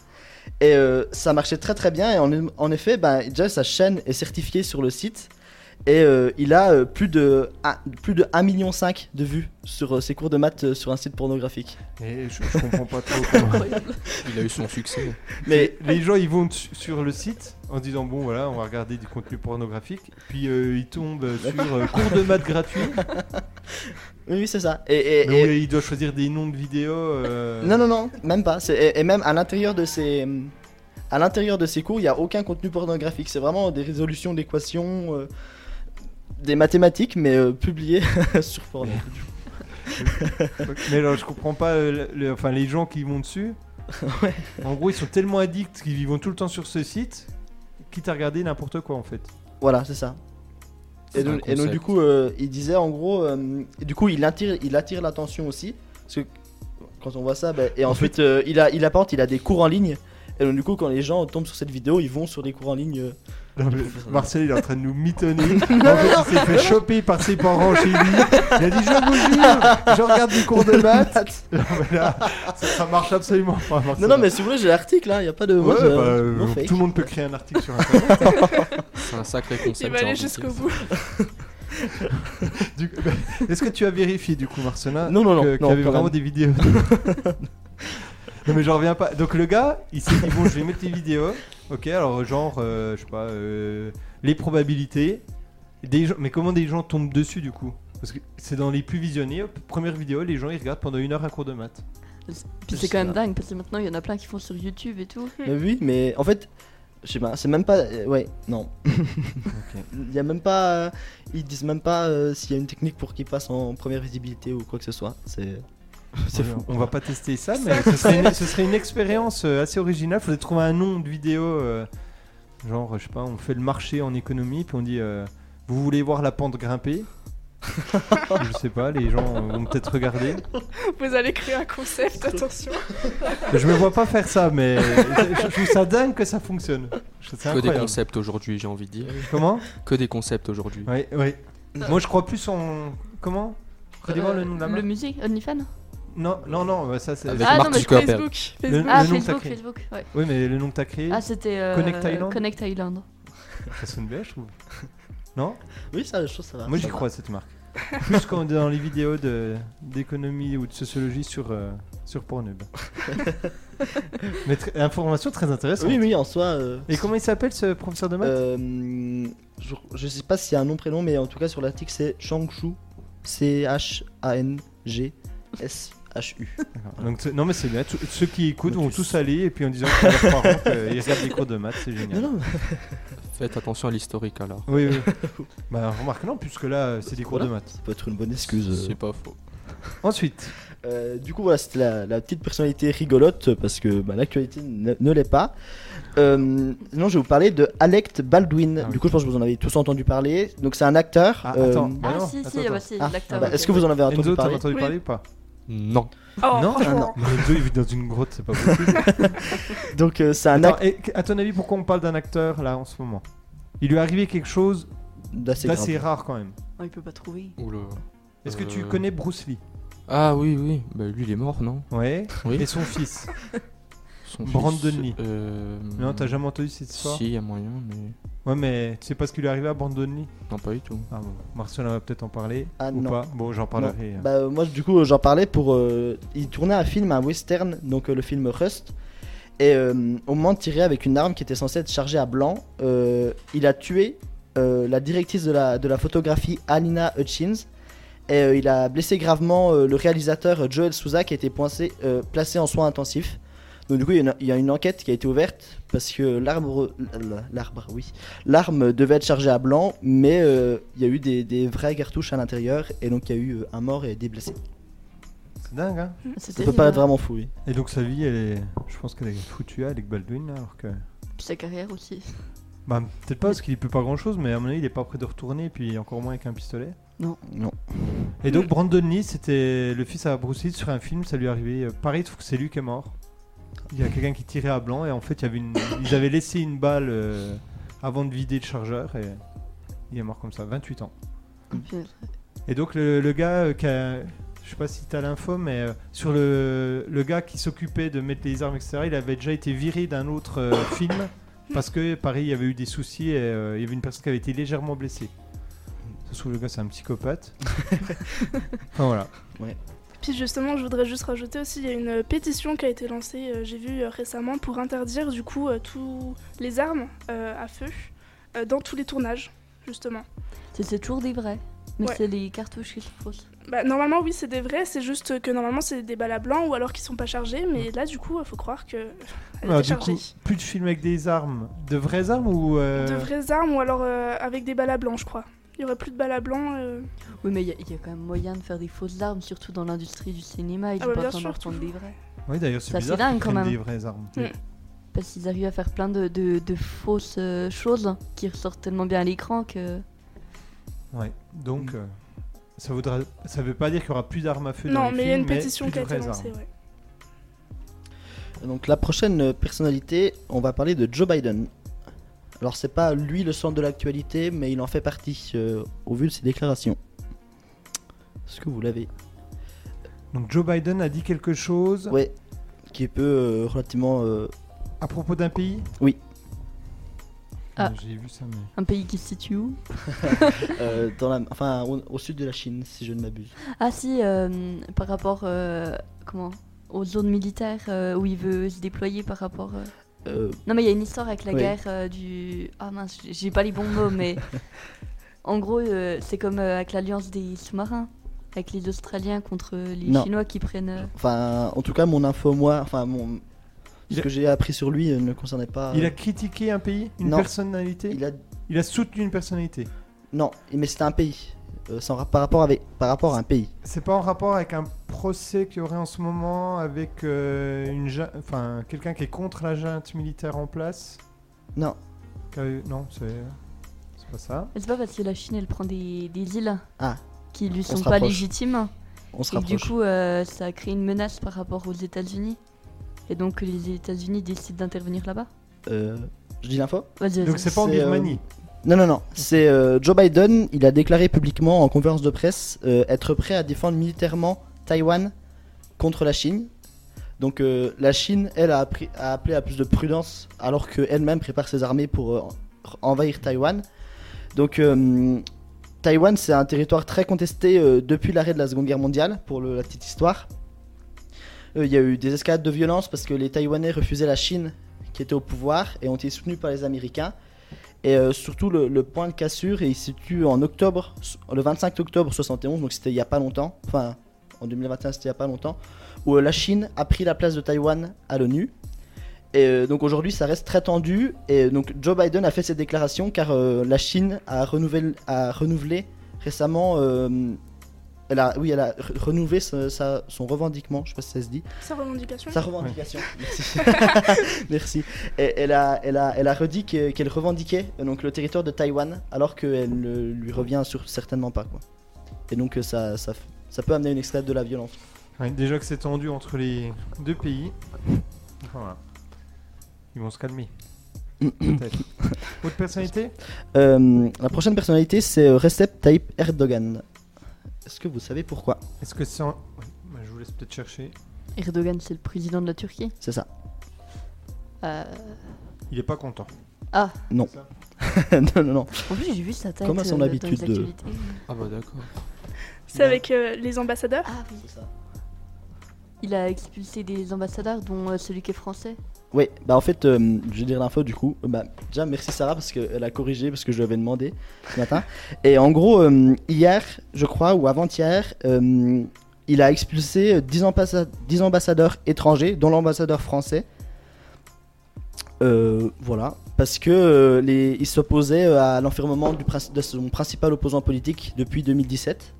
Et euh, ça marchait très très bien. Et en, en effet, bah, déjà sa chaîne est certifiée sur le site. Et euh, il a euh, plus de, un- plus de 1,5 million de vues sur euh, ses cours de maths euh, sur un site pornographique. Et je, je comprends pas trop. comment- Il a eu son succès. Mais Les gens ils vont su- sur le site en se disant bon voilà on va regarder du contenu pornographique puis euh, ils tombent sur euh, cours de maths gratuits oui, oui, c'est ça. Et, et- mais et- où il doit euh, choisir des noms de vidéos euh, Non, non, non, même pas. C'est- Et, et même à l'intérieur de ces. À l'intérieur de ces cours, il n'y a aucun contenu pornographique. C'est vraiment des résolutions d'équations, euh, des mathématiques, mais euh, publiées sur Pornhub. mais alors je comprends pas euh, le- le- enfin les gens qui vont dessus Ouais. en gros ils sont tellement addicts qu'ils vont tout le temps sur ce site quitte à regarder n'importe quoi en fait Voilà, c'est ça. C'est Et donc, un et donc, concept. du coup, euh, il disait en gros, euh, du coup, il attire, il attire l'attention aussi, parce que quand on voit ça, bah, et En ensuite, euh, il a, il apporte, il a des cours en ligne. Et donc, du coup, quand les gens tombent sur cette vidéo, ils vont sur des cours en ligne. euh. Non, mais Marcel il est en train de nous mitonner. en fait, il s'est fait choper par ses parents chez lui. Il a dit je vous jure, je regarde des cours de maths. Non, mais là, ça, ça marche absolument pas. Marcel. Non, non, mais si vous voulez, j'ai l'article, hein, il n'y a pas de. Ouais, moi, je- bah, euh, non fake. tout le monde peut créer un article sur internet. C'est un sacré concept. Il va j'ai aller envie de jusqu'au dire. bout. Du coup, bah, Est-ce que tu as vérifié du coup, Marcelin Non, non, non, que- non, Qu'il y avait quand vraiment même. des vidéos. non, mais j'en reviens pas. Donc le gars, il s'est dit bon, je vais mettre les vidéos. Ok, alors genre, euh, je sais pas, euh, les probabilités. Des gens- Mais comment des gens tombent dessus du coup Parce que c'est dans les plus visionnés. hop, Première vidéo, les gens ils regardent pendant une heure un cours de maths. Puis c'est quand même dingue parce que maintenant il y en a plein qui font sur YouTube et tout. Mais oui, mais en fait, je sais pas, c'est même pas. euh, ouais, non. Il y a même pas. euh, ils disent même pas euh, s'il y a une technique pour qu'ils passent en première visibilité ou quoi que ce soit. C'est. C'est Ouais, fou. On va pas tester ça, mais ce serait une, ce serait une expérience euh, assez originale. Faudrait trouver un nom de vidéo. euh, genre, je sais pas, on fait le marché en économie, puis on dit euh, Vous voulez voir la pente grimper Je sais pas, les gens euh, vont peut-être regarder. Vous allez créer un concept, attention. Je me vois pas faire ça, mais je, je trouve ça dingue que ça fonctionne. Je- C'est Que des incroyable. concepts aujourd'hui, j'ai envie de dire. Comment Que des concepts aujourd'hui. Ouais, ouais. Moi, je crois plus en. Comment Redis-moi le nom de la marque. Euh, musée, OnlyFans Non, non, non, bah, ça c'est. Avec Ah, non, Mark mais Zuckerberg. Facebook. Le- Facebook. Ah, nom que t'as Facebook, créé. Facebook, ouais. Oui, mais le nom que t'as créé, Ah, c'était. euh, Connect Thailand Connect Thailand. ça sonne bien, je trouve. Non Oui, ça, je trouve ça va. Moi ça j'y va. crois à cette marque. Plus quand on est dans les vidéos de- d'économie ou de sociologie sur, euh, sur Pornhub. Mais tr- information très intéressante. Oui, oui, en soi. euh, Et comment il s'appelle ce professeur de maths euh, je, je sais pas s'il y a un nom prénom, mais en tout cas sur l'article c'est Chang Shu. C H A N G S H U. D'accord. Donc, t- Non mais c'est bien, Tous- ceux qui écoutent Mais vont tu tous sais. aller et puis en disant que leurs parents euh, ils regardent des cours de maths, c'est génial. Non, non. Faites attention à l'historique alors. Oui, oui. bah remarque non, puisque là euh, c'est des cours de maths. Ça peut être une bonne excuse. C'est pas faux. Ensuite, Euh, du coup, voilà, c'était la, la petite personnalité rigolote parce que bah, l'actualité ne, ne l'est pas. Euh, sinon, je vais vous parler de Alect Baldwin. Ah oui. Du coup, je pense que vous en avez tous entendu parler. Donc, c'est un acteur. ah, euh, attends, Ah, bah non, si, si, attends, ah, bah, attends. si, Ah, l'acteur. bah, ok. est-ce que vous en avez entendu Enzo, t'en as parler entendu Oui. parler ou pas Non. Oh, Non, franchement. non. Mais Enzo il vit dans une grotte, c'est pas possible. Donc, euh, c'est un Attends, acteur et à ton avis, pourquoi on parle d'un acteur là en ce moment Il lui est arrivé quelque chose d'assez Ça, c'est grave. rare quand même. Oh, il peut pas trouver. Oula. Est-ce que tu Euh. connais Bruce Lee Ah oui, oui. Bah, lui, il est mort, non Ouais. Oui. Et son fils. son Brandon fils. Lee. euh, Non, t'as jamais entendu cette histoire Si, il y a moyen, mais. Ouais, mais tu sais pas ce qui lui est arrivé à Brandon Lee Non, pas du tout. Ah bon, Marcel va peut-être en parler. Ah, ou non. pas Bon, j'en parlerai. hein. Bah, euh, moi, du coup, euh, j'en parlais pour. euh, il tournait un film, un western, donc euh, le film Rust. Et euh, au moment de tirer avec une arme qui était censée être chargée à blanc, euh, il a tué euh, la directrice de la, de la photographie, Alina Hutchins. Et euh, il a blessé gravement euh, le réalisateur euh, Joel Souza qui a été poincé- euh, placé en soins intensifs. Donc, du coup, il y, a une- il y a une enquête qui a été ouverte parce que l'arbre. euh, L'arbre, oui. L'arme devait être chargée à blanc, mais euh, il y a eu des, des vraies cartouches à l'intérieur, et donc il y a eu euh, un mort et des blessés. C'est dingue, hein Ça C'était peut paraître vraiment fou, oui. Et donc sa vie, elle est. Je pense qu'elle est foutue, Alec Baldwin, là, alors que. Puis sa carrière aussi. Bah, peut-être pas parce qu'il peut pas grand chose, mais à mon avis, il est pas prêt de retourner, puis encore moins avec un pistolet. Non. Et donc, Brandon Lee, c'était le fils à Bruce Lee sur un film, ça lui est arrivé. euh, Pareil, trouve que c'est lui qui est mort. Il y a quelqu'un qui tirait à blanc, et en fait, il y avait une... ils avaient laissé une balle euh, avant de vider le chargeur, et il est mort comme ça, 28 ans. Mmh. euh, Et donc le, le gars euh, qui a... Je sais pas si t'as l'info, mais euh, sur le, le gars qui s'occupait de mettre les armes, etc., il avait déjà été viré d'un autre euh, film parce que, pareil, il y avait eu des soucis et euh, il y avait une personne qui avait été légèrement blessée. Ça se trouve, le gars, c'est un psychopathe. enfin, voilà. Puis justement, je voudrais juste rajouter aussi, il y a une pétition qui a été lancée, euh, j'ai vu euh, récemment, pour interdire du coup toutes les armes euh, à feu euh, dans tous les tournages, justement. C'est- C'est toujours des vrais. Mais Ouais. c'est les cartouches qui se faussent. Bah, normalement, oui, c'est des vrais, c'est juste que normalement, c'est des balles à blanc ou alors qui sont pas chargés, mais là, du coup, il faut croire que. euh, Elle Ah, était Mm. du chargée. coup, plus de films avec des armes. De vraies armes ou. euh, De vraies armes ou alors euh, avec des balles à blanc, je crois. Il y aurait plus de balles à blanc. euh, Oui, mais il y, a- il y a quand même moyen de faire des fausses armes, surtout dans l'industrie du cinéma. Ils Ah ont bah, pas bien besoin d'en sûr, prendre des toujours. vrais. Oui, d'ailleurs, c'est Ça, c'est bizarre. dingue, qu'ils quand prennent même. Des vraies armes. Mm. Parce qu'ils arrivent à faire plein de, de- de fausses euh, choses qui ressortent tellement bien à l'écran que. Ouais. Donc, euh, ça voudra... ça veut pas dire qu'il y aura plus d'armes à feu dans Non, les mais il y a films, une pétition plus qui a de été vraies lancée, armes. ouais. Donc la prochaine euh, personnalité, on va parler de Joe Biden. Alors c'est pas lui le centre de l'actualité, mais il en fait partie euh, au vu de ses déclarations. Est-ce que vous l'avez Donc Joe Biden a dit quelque chose Ouais. Qui est peu euh, relativement. euh, à propos d'un pays Oui. Ah. J'ai vu ça, mais... Un pays qui se situe où euh, dans la, enfin, au, au sud de la Chine, si je ne m'abuse. Ah si, euh, par rapport euh, comment aux zones militaires euh, où il veut se déployer par rapport. euh. Euh, Non mais il y a une histoire avec la Oui. guerre euh, du. Ah mince, j'ai- j'ai pas les bons mots, mais en gros euh, c'est comme euh, avec l'alliance des sous-marins, avec les Australiens contre les Non. Chinois qui prennent. euh, enfin, en tout cas, mon info, moi, enfin, mon, Il ce a- que j'ai appris sur lui euh, ne concernait Ah. pas. Il euh, a critiqué un pays Une Non. personnalité il a... il a soutenu une personnalité. Non, mais c'était un pays. Euh, sans rap- par, rapport avec, par rapport à un pays. C'est pas en rapport avec un procès qu'il y aurait en ce moment avec euh, une ja- enfin, quelqu'un qui est contre la junte militaire en place Non. Qui a eu- Non, c'est... c'est pas ça. C'est pas parce que la Chine elle prend des, des îles Ah. qui lui se sont pas rapproche. légitimes. On se Et que du rapproche. coup, euh, ça crée une menace par rapport aux États-Unis. Et donc, les États-Unis décident d'intervenir là-bas. Euh, je dis l'info Vas-y, Donc vas-y. c'est pas en C'est, euh, Birmanie. Non, non, non. C'est euh, Joe Biden. Il a déclaré publiquement en conférence de presse euh, être prêt à défendre militairement Taïwan contre la Chine. Donc euh, la Chine, elle, a, appris- a appelé à plus de prudence alors qu'elle-même prépare ses armées pour euh, envahir Taïwan. Donc euh, Taïwan, c'est un territoire très contesté euh, depuis l'arrêt de la Seconde Guerre mondiale, pour le- la petite histoire. Euh, Il y a eu des escalades de violence parce que les Taïwanais refusaient la Chine qui était au pouvoir et ont été soutenus par les Américains. Et euh, surtout, le, le point de cassure, et il se situe en octobre, le 25 octobre 71, donc c'était il y a pas longtemps, enfin en 2021, c'était il y a pas longtemps, où euh, la Chine a pris la place de Taïwan à l'ONU. Et euh, donc aujourd'hui, ça reste très tendu. Et euh, donc Joe Biden a fait cette déclaration car euh, la Chine a, renouvelé- a renouvelé récemment. euh, elle a, oui, elle a re- renouvelé ce- sa- son revendiquement, je sais pas si ça se dit, Sa revendication sa revendication. Merci. Merci. Et elle a, elle a, elle a redit que- qu'elle revendiquait euh, donc le territoire de Taïwan, alors qu'elle ne lui revient sur, certainement pas quoi. Et donc euh, ça, ça, f- ça peut amener une escalade de la violence. Ouais, déjà que c'est tendu entre les deux pays. Enfin, voilà. Ils vont se calmer. Peut-être. Autre personnalité Euh, la prochaine personnalité c'est euh, Recep Tayyip Erdogan. Est-ce que vous savez pourquoi Est-ce que c'est en... ouais, bah, Je vous laisse peut-être chercher. Erdogan, c'est le président de la Turquie. C'est ça. Euh, Il est pas content. Ah, non, non, non. en plus j'ai vu sa tête. Comme à son euh, dans les habitude de- actualités. Ah bah d'accord. C'est avec euh, les ambassadeurs. Ah oui. Il a expulsé des ambassadeurs, dont euh, celui qui est français. Oui, bah en fait, euh, je vais dire l'info du coup. Euh, Bah, déjà, merci Sarah parce qu'elle a corrigé, parce que je lui avais demandé ce matin. Et en gros, euh, hier, je crois, ou avant-hier, euh, il a expulsé euh, 10, ambassa- 10 ambassadeurs étrangers, dont l'ambassadeur français. Euh, voilà, parce que euh, les, il s'opposait euh, à l'enfermement du princi- de son principal opposant politique depuis 2017.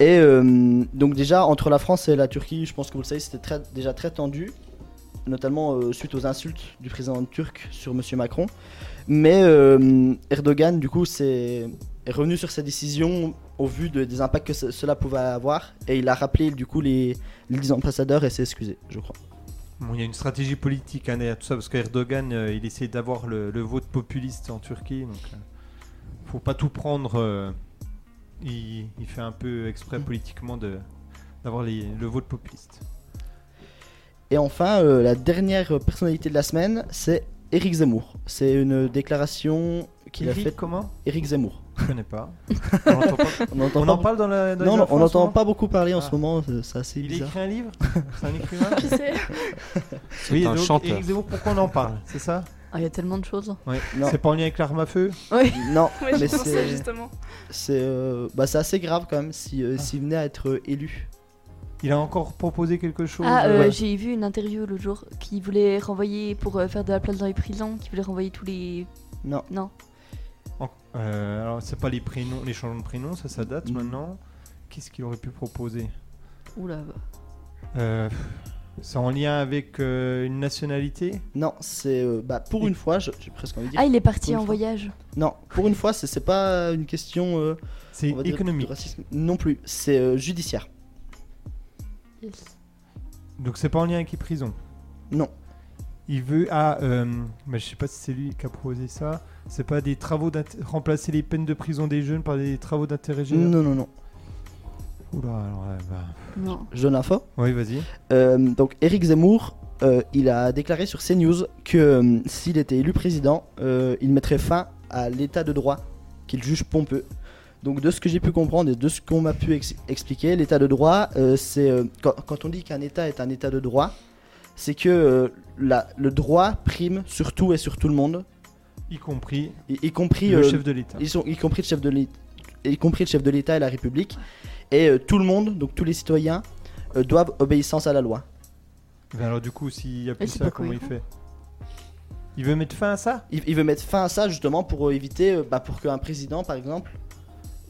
Et euh, donc déjà entre la France et la Turquie, je pense que vous le savez, c'était très- déjà très tendu notamment euh, suite aux insultes du président turc sur Monsieur Macron. Mais euh, Erdogan, du coup, s'est- est revenu sur sa décision au vu de- des impacts que ce- cela pouvait avoir. Et il a rappelé, du coup, les, les 10 ambassadeurs et s'est excusé, je crois. Bon, il y a une stratégie politique hein, derrière tout ça, parce qu'Erdogan, euh, il essaie d'avoir le, le vote populiste en Turquie, donc euh, faut pas tout prendre. euh, il, il fait un peu exprès Mm. politiquement de d'avoir les- le vote populiste. Et enfin, euh, la dernière personnalité de la semaine, c'est Éric Zemmour. C'est une déclaration qu'il a Eric, faite. comment Éric Zemmour. Je connais pas. On, l'entend pas. On entend On pas en parle dans la. dans Non, les non, infos on en ce n'entend moment pas beaucoup parler en Ah. ce moment, c'est- c'est assez Il a bizarre. écrit un livre C'est un écrivain Qui c'est C'est Oui, un donc, chanteur. Éric Zemmour, pourquoi on en parle C'est ça Ah, il y a tellement de choses. Ouais. Non. C'est pas en lien avec l'arme à feu Non, Ouais, mais je pensais c'est justement. c'est, euh, bah, c'est assez grave quand même si, euh, Ah. s'il venait à être euh, élu. Il a encore proposé quelque chose Ah, euh, Ouais. j'ai vu une interview l'autre jour qui voulait renvoyer pour euh, faire de la place dans les prisons, qui voulait renvoyer tous les. Non. Non. En- euh, alors, c'est pas les prénoms, les changements de prénoms, ça, ça date Mm. maintenant. Qu'est-ce qu'il aurait pu proposer Oula. bah. Euh, C'est en lien avec euh, une nationalité Non, c'est euh, bah, pour une fois, je- j'ai presque envie de dire. Ah, il est parti Une en fois. voyage. Non, pour une fois, c'est- c'est pas une question euh, C'est on va dire, de économique. racisme. Non plus, c'est euh, judiciaire. Yes. Donc c'est pas en lien avec les prisons. Non. Il veut ah euh, mais je sais pas si c'est lui qui a proposé ça. C'est pas des travaux d'int- remplacer les peines de prison des jeunes par des travaux d'intérêt général. Non, non, non. Oula alors là, bah. Non. Je donne l'info. Oui vas-y. Euh, donc Éric Zemmour, euh, il a déclaré sur CNews que euh, s'il était élu président, euh, il mettrait fin à l'état de droit qu'il juge pompeux. Donc de ce que j'ai pu comprendre et de ce qu'on m'a pu ex- expliquer, l'état de droit, euh, c'est euh, quand, quand on dit qu'un état est un état de droit, c'est que euh, la- le droit prime sur tout et sur tout le monde, Y compris y, y compris le euh, chef de l'État. ils sont, y compris le chef de l'État, y compris le chef de l'État et la République, et euh, tout le monde, donc tous les citoyens, euh, doivent obéissance à la loi. Mais Ben alors du coup s'il y a plus c'est ça pas comment il cohérent. fait Il veut mettre fin à ça Il, il veut mettre fin à ça justement pour euh, éviter, euh, bah, pour qu'un président par exemple,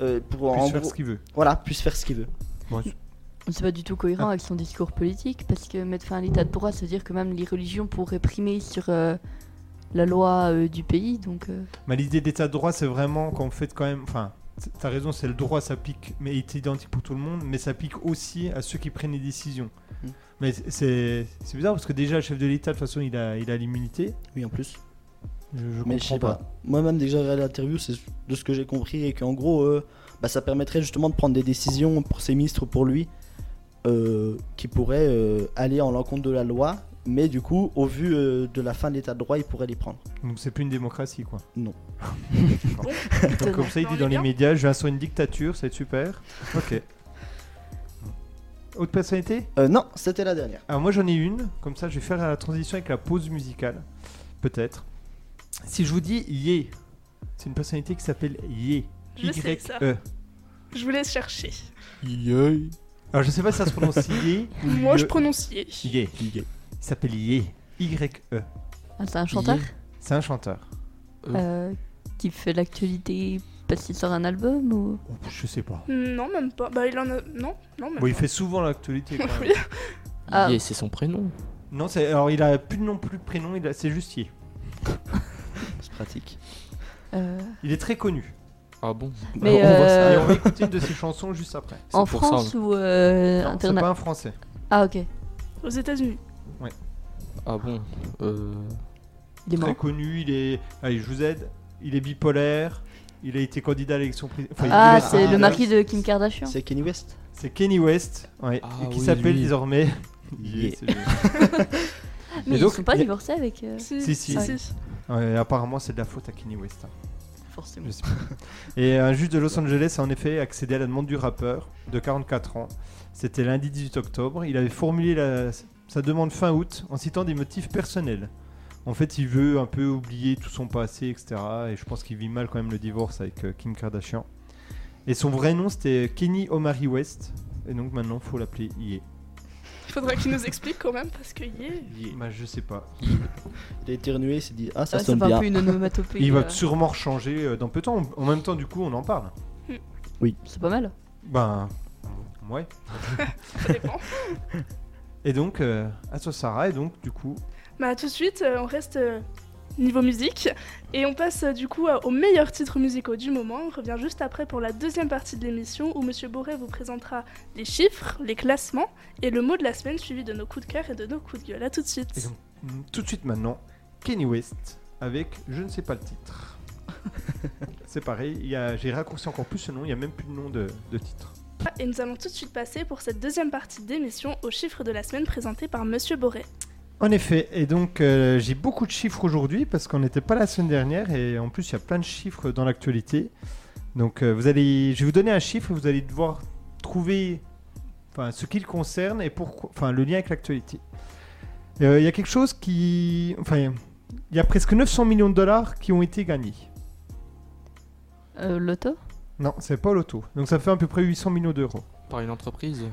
euh, pour Il en puisse faire gros- ce qu'il veut. voilà, puisse faire ce qu'il veut. Bon, C'est pas du tout Ah. cohérent avec son discours politique, parce que mettre fin à l'état de droit, ça veut dire que même les religions pourraient primer sur euh, la loi euh, du pays, donc. euh, Mais l'idée d'état de droit, c'est vraiment qu'en fait, quand même. Enfin, t- t'as raison, c'est le droit s'applique, mais est identique pour tout le monde, mais s'applique aussi à ceux qui prennent les décisions. Mm. Mais c- c'est c'est bizarre parce que déjà, le chef de l'État, de toute façon, il a il a l'immunité. Oui en plus. Je, je Mais comprends je sais pas. pas. Moi-même déjà regardé l'interview, c'est de ce que j'ai compris et qu'en gros, euh, bah, ça permettrait justement de prendre des décisions pour ses ministres, pour lui, euh, qui pourraient euh, aller en l'encontre de la loi, mais du coup, au vu euh, de la fin de l'état de droit, il pourrait les prendre. Donc, c'est plus une démocratie, quoi. Non. D'accord. Donc, comme ça, il Mais on dit est dans les bien. médias, je vais instaurer une dictature, c'est super. Ok. Autre personnalité Euh, non, c'était la dernière. Alors moi j'en ai une, comme ça je vais faire la transition avec la pause musicale, peut-être. Si je vous dis Yé, c'est une personnalité qui s'appelle E. Yé. Je sais ça. Y-E. Je vous laisse chercher. Yay. Alors je sais pas si ça se prononce Yé ou E. Moi, je Ye. prononce Yé. Yé. Il s'appelle Yé. Y-E. E. Ah, c'est un chanteur C'est un chanteur. euh, qui fait l'actualité parce qu'il sort un album ou. Oh, je sais pas. Non, même pas. Bah, il en a. Non, non, même Bon, il pas. fait souvent l'actualité quand même. Oui. Ah. Yay, c'est son prénom. Non, c'est- alors il a plus de nom, plus de prénom, il a- c'est juste Yé. C'est pratique. euh, Il est très connu. Ah bon Mais Bah, On voit euh, Et Bah, on va écouter une de ses chansons juste après. C'est en pour ça, France ou euh, Non, C'est interna- pas un français. Ah, ok. Aux États-Unis. Ah bon euh, Il est mort. très connu, il est. Allez, je vous aide. Il est bipolaire. Il a été candidat à l'élection présidentielle. Ah, Ah, c'est ah, le mari de Kim Kardashian. oh, C'est Kenny West C'est Kenny West, ouais, Ah et qui oui, s'appelle lui. désormais. Yeah. Yeah, c'est lui. Mais Et donc, ils sont pas il y a- divorcés avec. euh, Si, Si, si. Ouais. Ouais, apparemment, c'est de la faute à Kanye West. hein. forcément. Je sais pas. Et un juge de Los Angeles a en effet accédé à la demande du rappeur de 44 ans. C'était lundi 18 octobre. Il avait formulé la- sa demande fin août en citant des motifs personnels. En fait, il veut un peu oublier tout son passé, etc. Et je pense qu'il vit mal quand même le divorce avec euh, Kim Kardashian. Et son vrai nom, c'était Kenny Omari West. Et donc maintenant, faut l'appeler Ye. Faudra qu'il nous explique quand même parce que yeah. Bah, je sais pas. Il a éternué, il s'est dit Ah, ça Ouais, ça sonne fait un bien. peu une onomatopée. Il va euh, sûrement rechanger euh, dans peu de temps. En même temps, du coup, on en parle. C'est pas mal. Ben, ouais. Ça dépend. Et donc, euh, à toi, Sarah. Et donc, du coup, bah tout de suite, euh, on reste euh, niveau musique et on passe euh, du coup euh, aux meilleurs titres musicaux du moment. On revient juste après pour la deuxième partie de l'émission où Monsieur Boré vous présentera les chiffres, les classements et le mot de la semaine suivi de nos coups de cœur et de nos coups de gueule. À tout de Et suite. donc- Mm, Tout de suite maintenant, Kenny West avec je ne sais pas le titre. C'est pareil, il y a- j'ai raccourci encore plus ce nom, il n'y a même plus de nom de, de titre. Et nous allons tout de suite passer pour cette deuxième partie d'émission aux chiffres de la semaine présentés par Monsieur Boré. En effet, et donc euh, j'ai beaucoup de chiffres aujourd'hui parce qu'on n'était pas la semaine dernière et en plus il y a plein de chiffres dans l'actualité. Donc euh, vous allez, je vais vous donner un chiffre et vous allez devoir trouver enfin, ce qui le concerne et pourquoi, enfin le lien avec l'actualité. Euh, Il y a quelque chose qui, enfin il y a presque 900 millions de dollars qui ont été gagnés. Euh, L'auto Non, c'est pas l'auto. Donc ça fait à peu près 800 millions d'euros Par une entreprise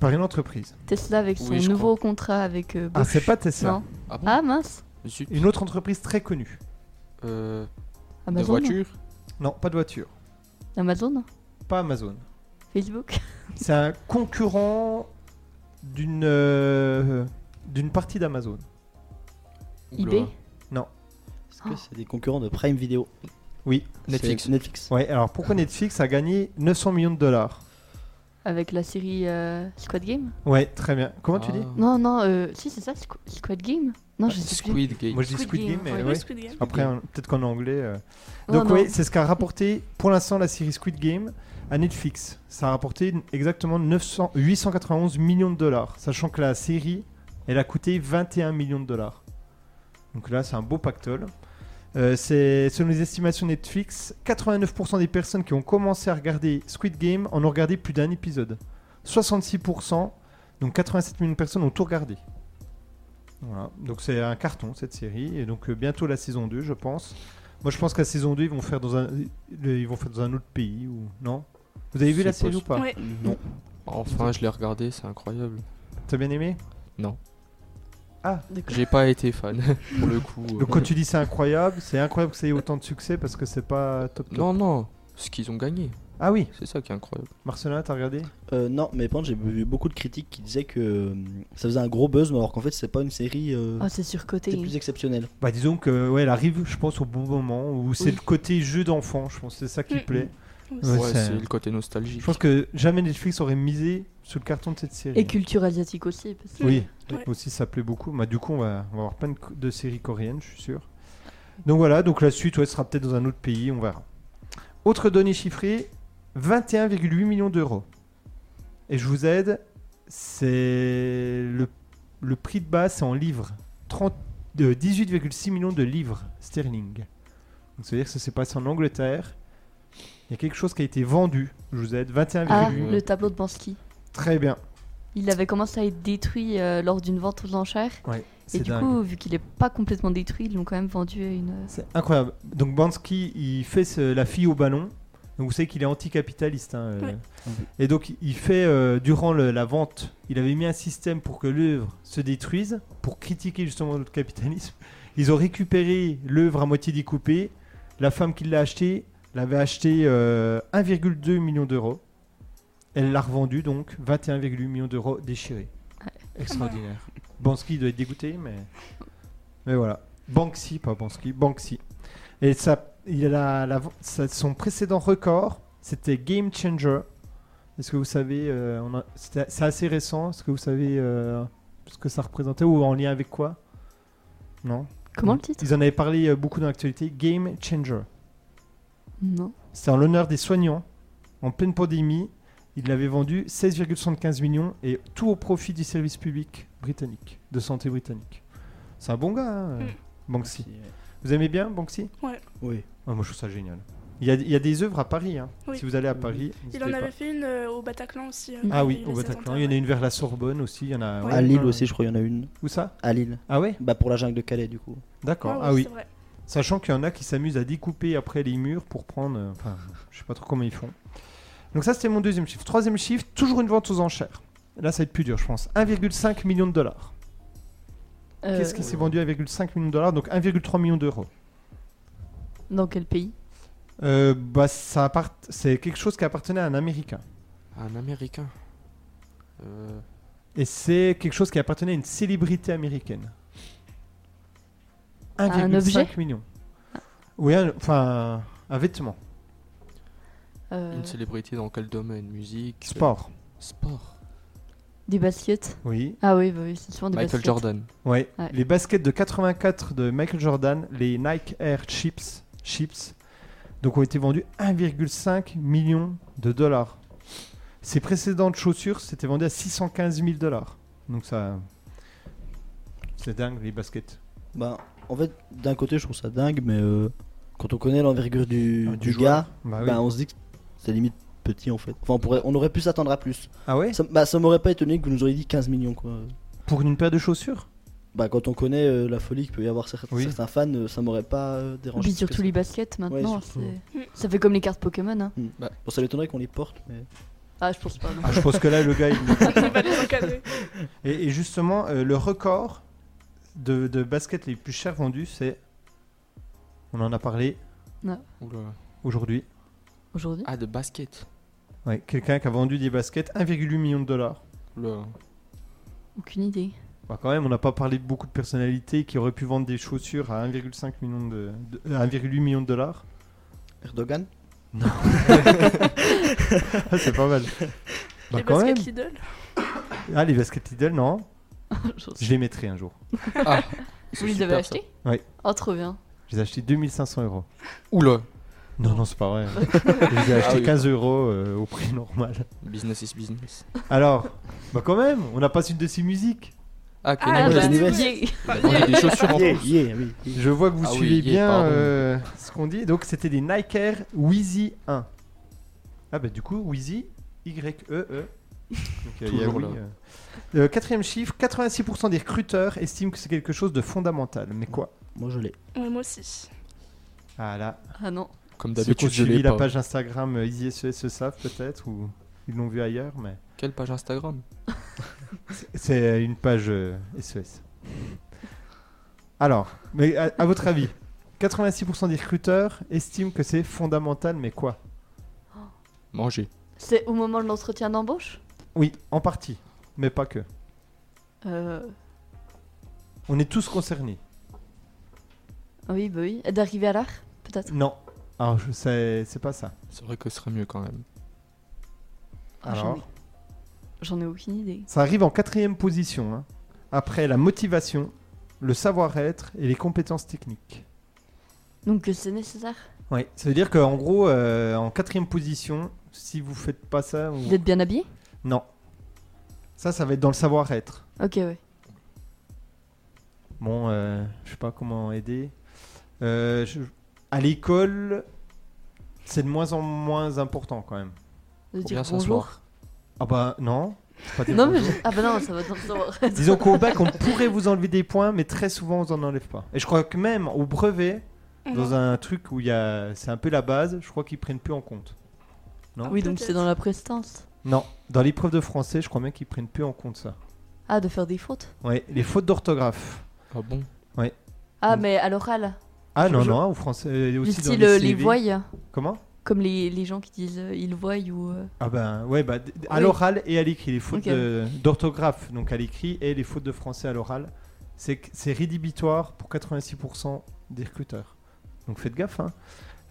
par une entreprise. Tesla avec son Oui, je nouveau contrat avec. euh, Ah, Bush. c'est pas Tesla. Non. Ah bon Ah mince Zut. Une autre entreprise très connue. Euh, de Amazon voiture Non, pas de voiture. Amazon Pas Amazon. Facebook C'est un concurrent d'une euh, d'une partie d'Amazon. Oula. eBay Est-ce que c'est des concurrents de Prime Video Oui. Netflix. C'est Netflix. Ouais, alors pourquoi Netflix a gagné 900 millions de dollars Avec la série euh, Squad Game Ouais, très bien. Comment tu Ah. dis Non, non, euh, si c'est ça, Squ- Squad Game Non, je sais plus. Squid Game. Moi je dis Squid Squid Game, Game, mais ouais. ouais. Oui, Squid Game. Après, en- peut-être qu'en anglais. euh. Non, Donc, non. oui, c'est ce qu'a rapporté pour l'instant la série Squid Game à Netflix. Ça a rapporté n- exactement 900 891 millions de dollars, sachant que la série, elle a coûté 21 millions de dollars. Donc là, c'est un beau pactole. Euh, c'est selon les estimations Netflix, 89% des personnes qui ont commencé à regarder Squid Game en ont regardé plus d'un épisode. 66%, donc 87 millions de personnes ont tout regardé. Voilà, donc c'est un carton cette série et donc euh, bientôt la saison 2 je pense. Moi je pense qu'à saison 2 ils vont faire dans un ils vont faire dans un autre pays ou non Vous avez vu Je la sais série pas. ou pas Ouais. Non. Enfin, je l'ai regardé, c'est incroyable. T'as bien aimé Ah. D'accord. J'ai pas été fan, pour le coup. euh. Donc quand tu dis c'est incroyable, c'est incroyable que ça ait autant de succès parce que c'est pas top top. Non, non, ce qu'ils ont gagné, Ah oui, c'est ça qui est incroyable. Marcelin t'as regardé Euh, non, mais par contre, j'ai vu beaucoup de critiques qui disaient que euh, ça faisait un gros buzz, mais alors qu'en fait, c'est pas une série. euh, Ah, c'est surcoté. c'était plus exceptionnelle. Bah disons que ouais, elle arrive je pense au bon moment où c'est Oui. le côté jeu d'enfant, je pense c'est ça qui Mm. plaît. Ouais, Ouais, c'est- c'est le côté nostalgique. Je pense que jamais Netflix aurait misé sur le carton de cette série. Et culture asiatique aussi. Parce que... Oui, Ouais. aussi ça plaît beaucoup. Bah, du coup, on va, on va avoir plein de, de séries coréennes, je suis sûr. Donc voilà, donc la suite ouais, sera peut-être dans un autre pays, on verra. Autre donnée chiffrée, 21,8 millions d'euros. Et je vous aide, c'est le, le prix de base, c'est en livres. euh, 30 de 18,6 millions de livres sterling. Donc ça veut dire que ça s'est passé en Angleterre. Il y a quelque chose qui a été vendu, je vous aide, 21,8. Ah, vu, euh. le tableau de Bansky. Très bien. Il avait commencé à être détruit euh, lors d'une vente aux enchères. Ouais, Et c'est du dingue. coup, vu qu'il est pas complètement détruit, ils l'ont quand même vendu à une. C'est incroyable. Donc Bansky, il fait ce- la fille au ballon. Donc vous savez qu'il est anticapitaliste. hein, euh. Ouais. Et donc il fait, euh, durant le- la vente, il avait mis un système pour que l'œuvre se détruise, pour critiquer justement notre capitalisme. Ils ont récupéré l'œuvre à moitié découpée. La femme qui l'a achetée l'avait achetée euh, 1,2 million d'euros. Elle l'a revendue donc 21,8 millions d'euros déchirés. Extraordinaire. Bansky doit être dégoûté, mais... Mais voilà. Banksy, pas Bansky, Banksy. Et ça, il a la- la- ça- son précédent record, c'était Game Changer. Est-ce que vous savez, euh, on a- c'était- c'est assez récent, est-ce que vous savez euh, ce que ça représentait ou en lien avec quoi Non Comment le titre Ils en avaient parlé euh, beaucoup dans l'actualité, Game Changer. Non. C'est en l'honneur des soignants. En pleine pandémie, il l'avait vendu 16,75 millions et tout au profit du service public britannique, de santé britannique. C'est un bon gars, hein, Mm. Banksy. Vous aimez bien Banksy Oui. Ah, Moi, je trouve ça génial. Il y a, il y a des œuvres à Paris. hein. Oui. Si vous allez à Oui. Paris, Il n'hésitez en pas. avait fait une euh, au Bataclan aussi. euh, Ah Ah quand oui, eu au les Bataclan. 60, Il y en a ouais. une vers la Sorbonne aussi. Il y en a Ouais. À Lille non. aussi, je crois, il y en a une. Où ça À Lille. Ah ouais Bah pour la jungle de Calais, du coup. D'accord. Ah Ah oui. c'est vrai. Sachant qu'il y en a qui s'amusent à découper après les murs pour prendre. euh, Enfin, je sais pas trop comment ils font. Donc, ça, c'était mon deuxième chiffre. Troisième chiffre, toujours une vente aux enchères. Là, ça va être plus dur, je pense. 1,5 million de dollars. Qu'est-ce qui Euh, s'est vendu à 1,5 million de dollars Donc, 1,3 million d'euros. Dans quel pays Euh, bah, ça appart- C'est quelque chose qui appartenait à un Américain. Un américain. Euh, Et c'est quelque chose qui appartenait à une célébrité américaine. un objet 1,5 million. Oui, un- enfin, un vêtement. Euh, Une célébrité dans quel domaine Musique euh, Sport. Sport. Des baskets Oui. Ah oui, bah oui c'est souvent des Michael baskets. Jordan. Ouais. Ouais. Les baskets de 84 de Michael Jordan, les Nike Air Chips, Chips, donc ont été vendus 1,5 million de dollars. Ses précédentes chaussures s'étaient vendues à 615 000 dollars. Donc ça. C'est dingue les baskets. Bah en fait, d'un côté, je trouve ça dingue, mais euh, quand on connaît l'envergure du, Ah, du du joueur. gars, Bah oui. bah, on se dit que c'est limite petit en fait. Enfin, on, pourrait, on aurait pu s'attendre à plus. Ah ouais Ça, bah, ça m'aurait pas étonné que vous nous auriez dit 15 millions quoi. Pour une paire de chaussures Bah quand on connaît euh, la folie qu'il peut y avoir certains, Oui. certains fans, euh, ça m'aurait pas euh, dérangé. Puis plus que surtout ça. les baskets maintenant. Ouais, surtout. c'est- Ça fait comme les cartes Pokémon. Hein. Bon, ça m'étonnerait qu'on les porte, mais. Ah, je pense pas. non. Ah, je pense que là, le gars. il- On va les encadrer. Et, et justement, euh, le record de, de baskets les plus chères vendues, c'est. On en a parlé Ouh là là. aujourd'hui. Aujourd'hui Ah, de basket. Ouais, Quelqu'un qui a vendu des baskets 1,8 million de dollars. Ouh là là. Aucune idée. Bah, quand même, on n'a pas parlé de beaucoup de personnalités qui auraient pu vendre des chaussures à 1,5 million de, de- euh, 1,8 million de dollars. Erdogan Ah, c'est pas mal. Bah, Les quand même. baskets Lidl. Ah, les baskets Lidl, non. J'en sais- Je les mettrai un jour. Ah, Vous c'est les super, avez ça. achetés Oui. Oh, trop bien. Je les ai achetés 2500 euros. Ouh là. Non, non, c'est pas vrai. Je les ai achetés oui. 15 euros euh, au prix normal. Business is business. Alors, bah quand même, on n'a pas su de ces musiques. Ah, Kanye Ah, bah, West. bah, des vestes. yeah. Il a vendu des chaussures en Yeah, plus. yeah, oui, oui. Je vois que vous Ah oui, suivez yeah, bien pardon. euh, ce qu'on dit. Donc, c'était des Nike Air Wheezy 1. Ah bah du coup, Wheezy, Y-E-E. Donc, euh, il y a Toujours oui, là. euh. Euh, quatrième chiffre, 86% des recruteurs estiment que c'est quelque chose de fondamental. Mais quoi Moi je l'ai. Ouais, moi aussi. Ah là, Ah non. Comme ceux qui ont d'habitude, je suivi l'ai la pas. page Instagram euh, Easy SES se savent peut-être, ou ils l'ont vu ailleurs, mais Quelle page Instagram c'est une page euh, SES. Alors, mais à, à votre avis, 86% des recruteurs estiment que c'est fondamental, mais quoi Manger. C'est au moment de l'entretien d'embauche Oui, en partie, mais pas que. euh... On est tous concernés. Oui, bah oui. D'arriver à l'art, peut-être Non. Alors, je sais, c'est pas ça. C'est vrai que ce serait mieux quand même. Ah, j'en ai- Alors, J'en ai aucune idée. ça arrive en quatrième position, hein, après la motivation, le savoir-être et les compétences techniques. Donc euh, c'est nécessaire Oui, ça veut dire qu'en gros, euh, en quatrième position, si vous faites pas ça, vous- d'être bien habillé non. Ça, ça va être dans le savoir-être. Ok, ouais. Bon, euh, je sais pas comment aider. Euh, je- À l'école, c'est de moins en moins important quand même. De Faut dire bien bonjour. s'asseoir. Ah bah non. c'est pas des Non, mais. bonjours. je- Ah, bah non, ça va dans le savoir. Disons qu'au bac, on pourrait vous enlever des points, mais très souvent, on vous en enlève pas. Et je crois que même au brevet, Mhm. dans un truc où il y a, c'est un peu la base, je crois qu'ils prennent plus en compte. Oui, donc c'est dans la prestance. Non, dans l'épreuve de français, je crois bien qu'ils prennent plus en compte ça. Ah, de faire des fautes Ouais, les fautes d'orthographe. Ah bon Ah, Mm. mais à l'oral. Ah non Je- non, au français euh, Du aussi dans style les euh, les CV. voyes. Comment Comme les, les gens qui disent euh, ils voient ou. euh, Ah ben ouais, bah d- à Ah Oui. l'oral et à l'écrit, les fautes Ok. de- d'orthographe donc à l'écrit et les fautes de français à l'oral, c'est que- c'est rédhibitoire pour 86% des recruteurs. Donc faites gaffe. hein.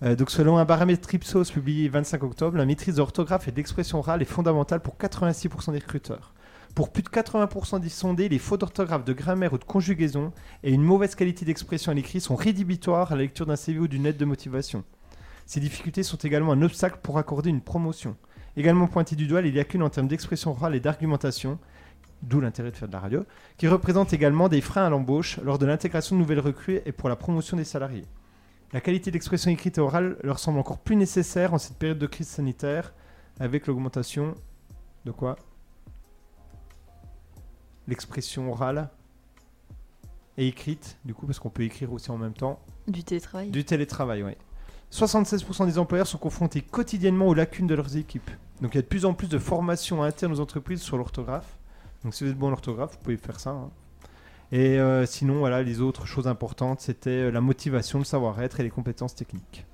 Euh, donc selon un baromètre Ipsos publié le 25 octobre, la maîtrise d'orthographe et d'expression orale est fondamentale pour 86% des recruteurs. Pour plus de 80% des sondés, les fautes d'orthographe, de grammaire ou de conjugaison et une mauvaise qualité d'expression à l'écrit sont rédhibitoires à la lecture d'un CV ou d'une lettre de motivation. Ces difficultés sont également un obstacle pour accorder une promotion. Également pointé du doigt les lacunes en termes d'expression orale et d'argumentation, d'où l'intérêt de faire de la radio, qui représente également des freins à l'embauche lors de l'intégration de nouvelles recrues et pour la promotion des salariés. La qualité d'expression écrite et orale leur semble encore plus nécessaire en cette période de crise sanitaire, avec l'augmentation de quoi L'expression orale et écrite, du coup, parce qu'on peut écrire aussi en même temps, Du télétravail. du télétravail, oui. 76% des employeurs sont confrontés quotidiennement aux lacunes de leurs équipes. Donc il y a de plus en plus de formations internes aux entreprises sur l'orthographe. Donc si vous êtes bon en orthographe, vous pouvez faire ça. hein. Et euh, sinon, voilà, les autres choses importantes, c'était euh, la motivation, le savoir-être et les compétences techniques.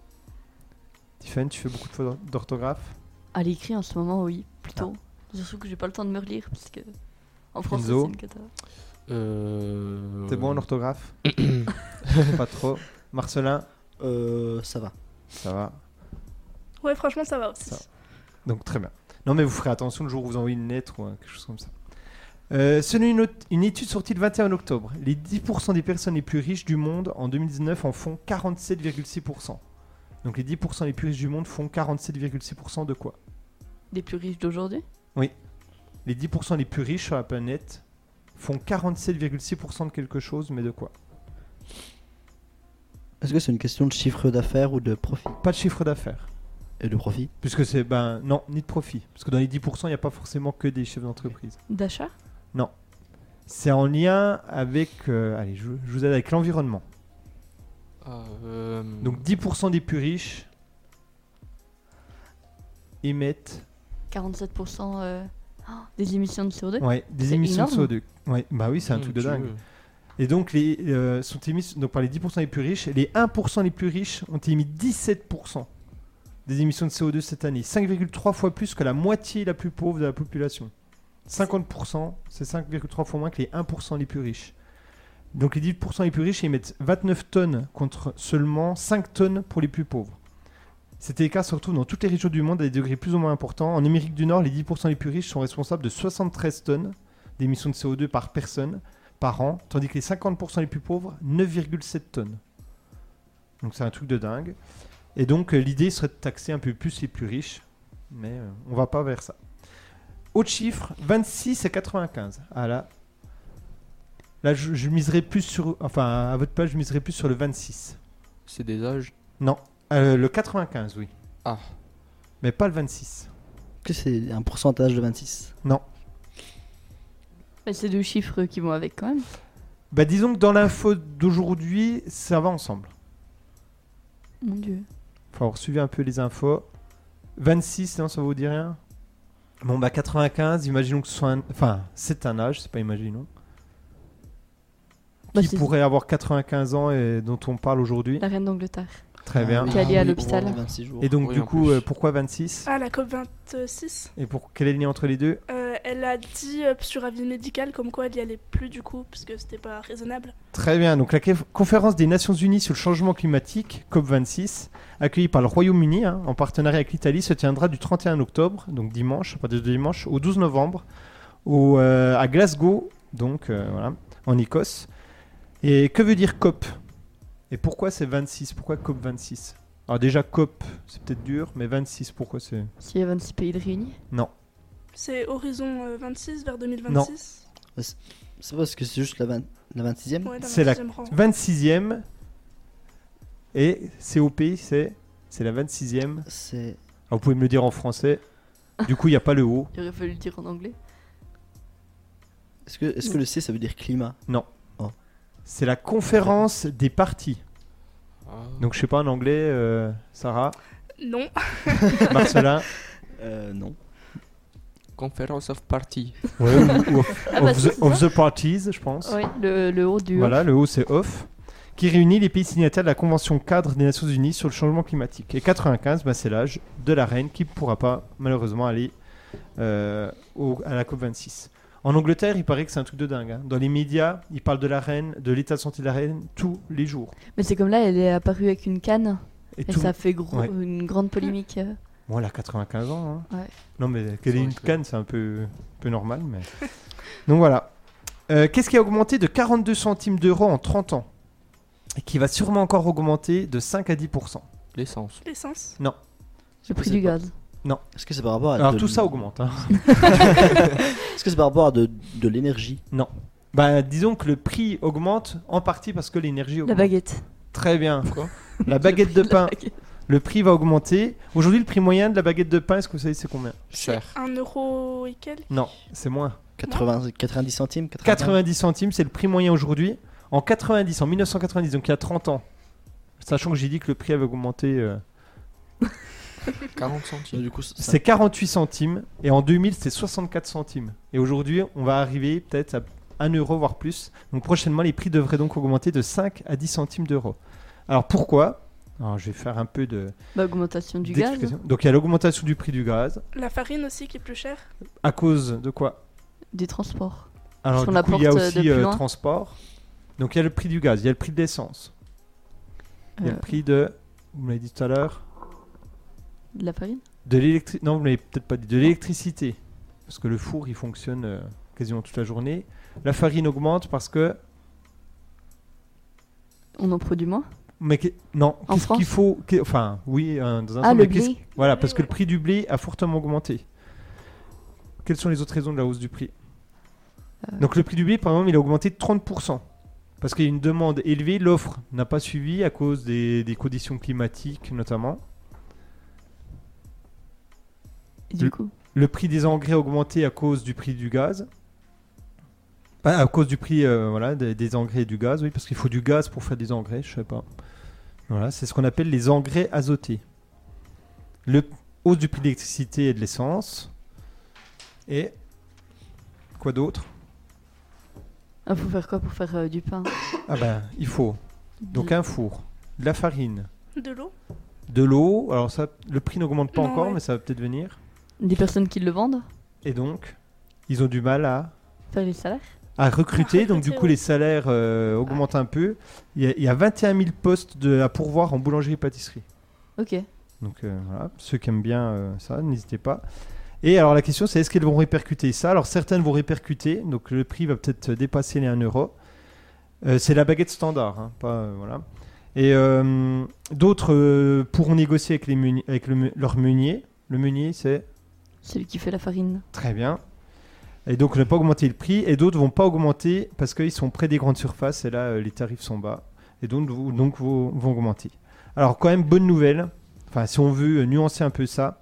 Tiffany, tu fais beaucoup de fautes d'orthographe À l'écrit en ce moment, oui, plutôt. Ah. Surtout que j'ai pas le temps de me relire parce que en français c'est Enzo. une cata. Euh... T'es bon en orthographe Pas trop. Marcelin, Euh, ça va. ça va. Ouais, franchement, ça va aussi. Ça. Donc très bien. Non mais vous ferez attention le jour où vous envoyez une lettre ou euh, quelque chose comme ça. Euh, selon une, autre- une étude sortie le 21 octobre, les 10% des personnes les plus riches du monde en 2019 en font 47,6%. Donc les 10% les plus riches du monde font 47,6% de quoi Des plus riches d'aujourd'hui Les 10% les plus riches sur la planète font 47,6% de quelque chose, mais de quoi Est-ce que c'est une question de chiffre d'affaires ou de profit Pas de chiffre d'affaires. Et de profit Puisque c'est, ben non, ni de profit. Parce que dans les 10%, il n'y a pas forcément que des chefs d'entreprise. D'achat C'est en lien avec, euh, allez, je- je vous aide avec l'environnement. Ah, euh, Donc 10% des plus riches émettent 47% euh, oh, des émissions de CO2 ouais, des C'est émissions énorme. Mmh, de CO2. Ouais, bah oui, c'est un truc de Dieu. dingue. Et donc, les, euh, sont émis donc, par les 10% les plus riches. Et les 1% les plus riches ont émis 17% des émissions de CO2 cette année. 5,3 fois plus que la moitié la plus pauvre de la population. 50%, c'est 5,3 fois moins que les 1% les plus riches. Donc les 10% les plus riches émettent 29 tonnes contre seulement 5 tonnes pour les plus pauvres. Cet écart se retrouve dans toutes les régions du monde à des degrés plus ou moins importants. En Amérique du Nord, les 10% les plus riches sont responsables de 73 tonnes d'émissions de CO2 par personne par an, tandis que les 50% les plus pauvres, 9,7 tonnes. Donc c'est un truc de dingue. Et donc euh, l'idée serait de taxer un peu plus les plus riches, mais euh, on va pas vers ça. Autre chiffre, 26 et 95. Ah là, là je, je miserais plus sur, enfin à votre place, je miserais plus sur le 26. C'est des âges. Non, euh, le 95, oui. Ah. Mais pas le 26. Est-ce que c'est un pourcentage de 26 Mais C'est deux chiffres qui vont avec quand même. Bah disons que dans l'info d'aujourd'hui, ça va ensemble. Mon dieu. Faut avoir suivi un peu les infos. 26, non, ça vous dit rien Bon, bah 95, imaginons que ce soit un... Enfin, c'est un âge, c'est pas imaginons. Bah, qui c'est pourrait avoir 95 ans et dont on parle aujourd'hui. la reine d'Angleterre. Très bien. Ah Qui est allée à l'hôpital. 26 jours. Et donc, Oui, du en coup, plus. euh, pourquoi 26 Ah, la COP26, Et pour quel est le lien entre les deux euh, elle a dit euh, sur avis médical comme quoi elle y allait plus du coup, parce que c'était pas raisonnable. Très bien. Donc, la quef- conférence des Nations Unies sur le changement climatique, COP26, accueillie par le Royaume-Uni, hein, en partenariat avec l'Italie, se tiendra du 31 octobre, donc dimanche, à partir de dimanche, au 12 novembre, au, euh, à Glasgow, donc euh, voilà, en Écosse. Et que veut dire COP Et pourquoi c'est 26 Pourquoi COP 26 Alors déjà COP, c'est peut-être dur, mais 26, pourquoi c'est S'il y a 26 pays de réunis. C'est Horizon euh, 26 vers 2026 C'est parce que c'est juste la, 20 la 26e Ouais, dans C'est la- 26e rang. 26e et COP, c'est c'est la 26e. Alors, C'est. Ah, vous pouvez me le dire en français. Du coup, il n'y a pas le haut. Il aurait fallu le dire en anglais. Est-ce que, est que le C ça veut dire climat C'est la conférence des partis. Ah. Donc je sais pas en anglais, euh, Sarah, Non, Marcelin, Euh, non. Conference of Party. ouais, ou, ou of, Ah bah, of si, the, c'est of the parties, je pense. Oui, le, le haut du haut. Voilà, le haut c'est off, qui réunit les pays signataires de la Convention cadre des Nations Unies sur le changement climatique. Et 95, bah, c'est l'âge de la reine qui ne pourra pas malheureusement aller euh, au- à la COP26. En Angleterre, il paraît que c'est un truc de dingue. hein. Dans les médias, ils parlent de la reine, de l'état de santé de la reine tous les jours. Mais c'est comme là, elle est apparue avec une canne. Et, Et tout- ça a fait gros, Ouais. une grande polémique. euh. Bon, elle a 95 ans. hein. Ouais. Non, mais qu'elle ait vrai une que- canne, c'est un peu, un peu normal. Mais... Donc voilà. Euh, Qu'est-ce qui a augmenté de 42 centimes d'euros en 30 ans Et qui va sûrement encore augmenter de 5 à 10 L'essence. l'essence. Le prix du gaz. Non. Est-ce que c'est par rapport à. Alors Ah, de- tout ça augmente. hein. Est-ce que c'est par rapport à de, de l'énergie Bah, disons que le prix augmente en partie parce que l'énergie La augmente. baguette. Très bien. Quoi la baguette de pain, La baguette. le prix va augmenter. Aujourd'hui, le prix moyen de la baguette de pain, est-ce que vous savez c'est combien Cher. Un euro et quelques Non, c'est moins. 80, 90 centimes 90 centimes, c'est le prix moyen aujourd'hui. En 90, en 1990, donc il y a 30 ans. Sachant que j'ai dit que le prix avait augmenté, euh, 40 Donc, centimes. Du coup, ça- c'est 48 centimes. Et en 2000, c'était 64 centimes. Et aujourd'hui, on va arriver peut-être à 1 euro, voire plus. Donc prochainement, les prix devraient donc augmenter de 5 à 10 centimes d'euros. Alors pourquoi Alors je vais faire un peu de Bah, augmentation du gaz. d'explication. Donc il y a l'augmentation du prix du gaz. La farine aussi qui est plus chère. À cause de quoi Des transports. Alors, qu'on du coup, il y a l'apporte, euh, de aussi plus euh, loin. transport. Donc, il y a le prix du gaz, il y a le prix de l'essence. Il y a Euh. le prix de. Vous m'avez dit tout à l'heure. De la farine De l'électricité. Non, vous m'avez peut-être pas dit. De l'électricité. Parce que le four, il fonctionne euh, quasiment toute la journée. La farine augmente parce que. On en produit moins Mais que- non, En qu'est-ce qu'il France faut qu'est- Enfin, oui, euh, dans un Ah, sens, le mais qu'est-ce- blé. Voilà, blé, parce que ouais. le prix du blé a fortement augmenté. Quelles sont les autres raisons de la hausse du prix Euh. Donc le prix du blé, par exemple, il a augmenté de 30%. Parce qu'il y a une demande élevée, l'offre n'a pas suivi à cause des, des conditions climatiques notamment. Et Du Le- coup, Le prix des engrais a augmenté à cause du prix du gaz. Ah, à cause du prix euh, voilà, des, des engrais et du gaz, oui, parce qu'il faut du gaz pour faire des engrais, je sais pas. Voilà, c'est ce qu'on appelle les engrais azotés. Le hausse du prix de l'électricité et de l'essence. Et quoi d'autre il Ah, faut faire quoi pour faire euh, du pain Ah ben, il faut donc un four, de la farine, De l'eau de l'eau. Alors ça, le prix n'augmente pas Non, encore, ouais. mais ça va peut-être venir. Des personnes qui le vendent Et donc, ils ont du mal à Faire les salaires à recruter, À donc du recruter, coup ouais. les salaires euh, augmentent un peu. Il y, a, il y a 21 000 postes de- à pourvoir en boulangerie-pâtisserie. Ok. Donc euh, voilà, ceux qui aiment bien euh, ça, n'hésitez pas. Et alors la question c'est est-ce qu'elles vont répercuter ça Alors certaines vont répercuter, donc le prix va peut-être dépasser les 1 euro. Euh, c'est la baguette standard, hein, pas euh, voilà. Et euh, d'autres euh, pourront négocier avec, les meuni- avec le meu- leur meunier. Le meunier c'est Celui qui fait la farine. Très bien. Et donc ne pas augmenter le prix. Et d'autres vont pas augmenter parce qu'ils sont près des grandes surfaces et là euh, les tarifs sont bas. Et donc, vous- donc vont, vont augmenter. Alors quand même bonne nouvelle. Enfin si on veut euh, nuancer un peu ça.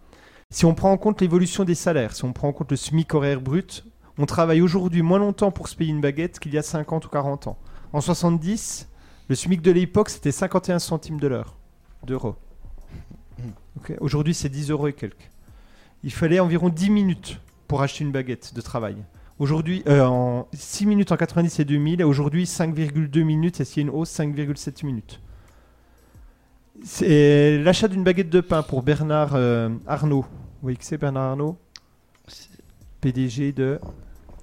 Si on prend en compte l'évolution des salaires, si on prend en compte le SMIC horaire brut, on travaille aujourd'hui moins longtemps pour se payer une baguette qu'il y a 50 ou 40 ans. En 70, le SMIC de l'époque c'était 51 centimes de l'heure, d'euros. Ok, Aujourd'hui c'est 10 euros et quelques. Il fallait environ 10 minutes pour acheter une baguette de travail. Aujourd'hui, euh, en 6 minutes en 90 et 2000, et aujourd'hui 5,2 minutes, et s'il y a une hausse, 5,7 minutes. C'est l'achat d'une baguette de pain pour Bernard euh, Arnault. Vous voyez qui c'est Bernard Arnault C'est- PDG de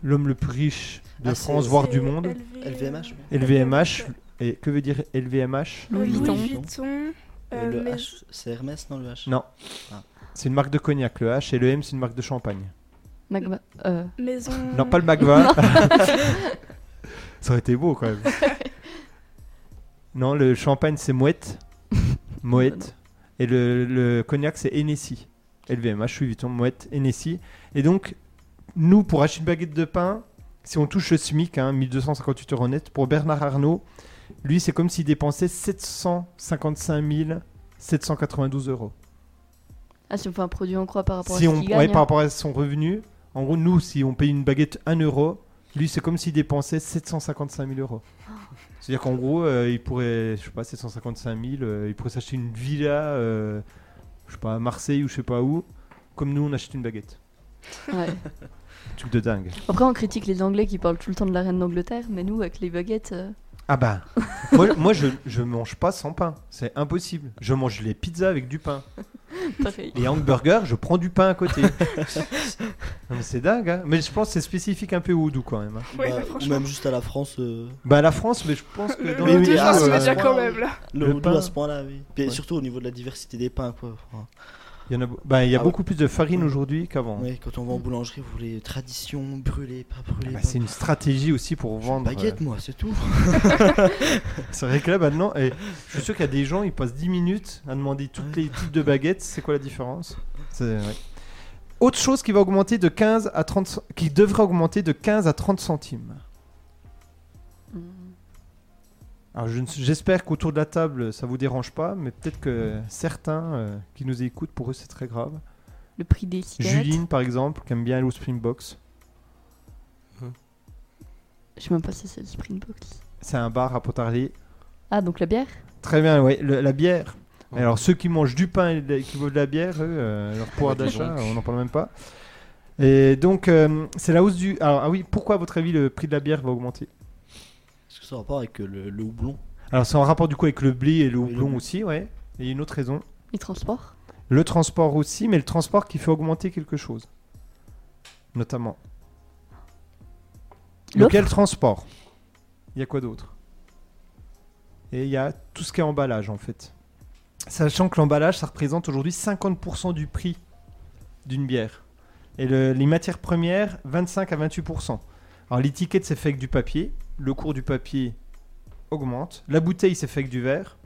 l'homme le plus riche de Ah, c'est- France, voire C'est du monde. LV, LVMH. ouais. LVMH. Et que veut dire LVMH Louis Louis Vuitton. Vuitton. Euh, le mais H, c'est Hermès, non le H Non. Ah. C'est une marque de cognac, le H, et le M, c'est une marque de champagne. Magma. euh, je- Maison. Non, pas le Magva. Ça aurait été beau quand même. non, le champagne c'est Mouette. Mouette. Et le, le cognac c'est Hennessy. LVMH, Louis Vuitton, Mouette, Hennessy. Et donc, nous, pour acheter une baguette de pain, si on touche le SMIC, hein, 1258 euros net, pour Bernard Arnault, lui, c'est comme s'il dépensait 755 792 euros. Ah, si on fait un produit en croix par rapport Si à ce on qu'il ouais, gagne. hein. par rapport à son revenu, en gros, nous, si on paye une baguette 1 euro, lui, c'est comme s'il dépensait 755 000 euros. C'est-à-dire qu'en gros, euh, il pourrait, je sais pas, 755 000, euh, il pourrait s'acheter une villa, euh, je sais pas, à Marseille ou je sais pas où, comme nous, on achète une baguette. hein. Ouais. Truc de dingue. Après, on critique les Anglais qui parlent tout le temps de la reine d'Angleterre, mais nous, avec les baguettes, euh, Ah bah, moi, moi, je, je mange pas sans pain, c'est impossible. Je mange les pizzas avec du pain. pareil. Les hamburgers, je prends du pain à côté. Non, mais c'est dingue, hein. mais je pense que c'est spécifique un peu au Houdou quand même. hein. Ouais, Bah, mais ou franchement. même juste à la France. euh, Bah la France, mais je pense que Le dans euh, Mais le le oui, deux, ah, je ouais. me déjà Ouais. quand même là. le, Le houdou pain. à ce point-là, oui. Et Ouais. surtout au niveau de la diversité des pains, quoi. Enfin, Il y, en a, bah, il y a Ah ouais. beaucoup plus de farine aujourd'hui qu'avant. ouais, quand on va en boulangerie, vous voulez tradition, brûler, pas brûler. Bah, pas- c'est une stratégie aussi pour Je veux une vendre. baguette, moi, c'est tout. euh, C'est vrai que là maintenant, et je suis sûr qu'il y a des gens, ils passent 10 minutes à demander toutes les types de baguettes. C'est quoi la différence C'est- ouais. Autre chose qui va augmenter de 15 à 30 cent- qui devrait augmenter de 15 à 30 centimes. Alors je ne- j'espère qu'autour de la table ça vous dérange pas, mais peut-être que certains euh, qui nous écoutent pour eux c'est très grave. Le prix des cigarettes. Juline par exemple qui aime bien le Springbox, Je sais même pas si c'est le Springbox. c'est un bar à Pontarlier. Ah, donc la bière Très bien, ouais, le- la bière. Ouais. Alors ceux qui mangent du pain et de- qui boivent de la bière, eux, euh, leur pouvoir bah, dis d'achat, donc. on n'en parle même pas. Et donc euh, c'est la hausse du. Alors, ah oui, pourquoi à votre avis le prix de la bière va augmenter Est-ce que ça a rapport avec euh, le, le houblon Alors c'est en rapport du coup avec le blé et le Oui, le houblon blé. aussi, ouais. Et une autre raison. Les transports Le transport aussi, mais le transport qui fait augmenter quelque chose. Notamment. L'offre Lequel transport Il y a quoi d'autre Et il y a tout ce qui est emballage en fait. Sachant que l'emballage, ça représente aujourd'hui 50% du prix d'une bière. Et le- les matières premières, 25 à 28%. Alors l'étiquette, c'est fait avec du papier. Le cours du papier augmente. La bouteille, c'est fait avec du verre.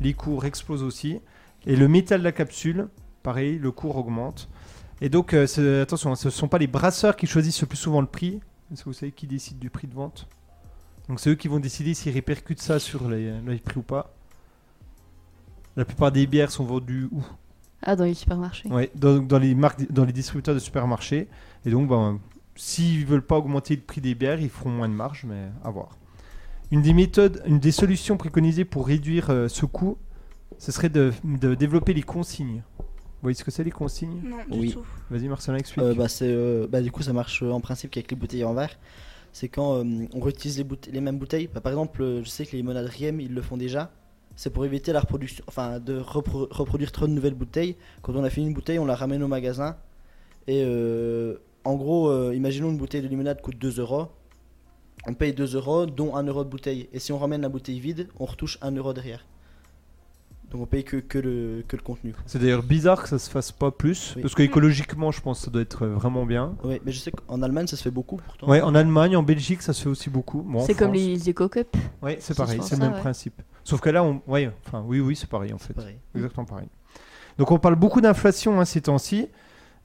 Les cours explosent aussi. Et le métal de la capsule, pareil, le cours augmente. Et donc, euh, ce- attention, hein, ce ne sont pas les brasseurs qui choisissent le plus souvent le prix. Est-ce que vous savez qui décide du prix de vente Donc, c'est eux qui vont décider s'ils répercutent ça sur les, les prix ou pas. La plupart des bières sont vendues où Ah, dans les supermarchés. Ouais, dans, dans les marques, dans les distributeurs de supermarchés. Et donc, ben, s'ils veulent pas augmenter le prix des bières, ils feront moins de marge, mais à voir. Une des méthodes, une des solutions préconisées pour réduire euh, ce coût, ce serait de, de développer les consignes. Vous voyez ce que c'est les consignes Non, du Oui. tout. Vas-y, Marcelin, explique. Euh, bah, c'est, euh, bah, Du coup, ça marche euh, en principe qu'avec les bouteilles en verre. C'est quand euh, on réutilise les, boute- les mêmes bouteilles. Bah, par exemple, euh, je sais que les limonades Riem, ils le font déjà. C'est pour éviter la reproduction, enfin, de repro- reproduire trop de nouvelles bouteilles. Quand on a fini une bouteille, on la ramène au magasin. Et euh, en gros, euh, imaginons une bouteille de limonade coûte 2 euros. On paye 2 euros, dont 1 euro de bouteille. Et si on ramène la bouteille vide, on retouche 1 euro derrière. Donc on paye que, que, le, que le contenu. C'est d'ailleurs bizarre que ça se fasse pas plus, Oui. parce que écologiquement, je pense que ça doit être euh, vraiment bien. Ouais, mais je sais qu'en Allemagne, ça se fait beaucoup pourtant. Ouais, en Allemagne, en Belgique, ça se fait aussi beaucoup. Bon, en c'est comme France- les éco-cups. Ouais, c'est c'est pareil, souvent c'est le ça, même ouais. principe. Sauf que là, on, ouais, enfin, oui, oui, c'est pareil en fait. Pareil. Mm. Exactement pareil. Donc on parle beaucoup d'inflation hein, ces temps-ci.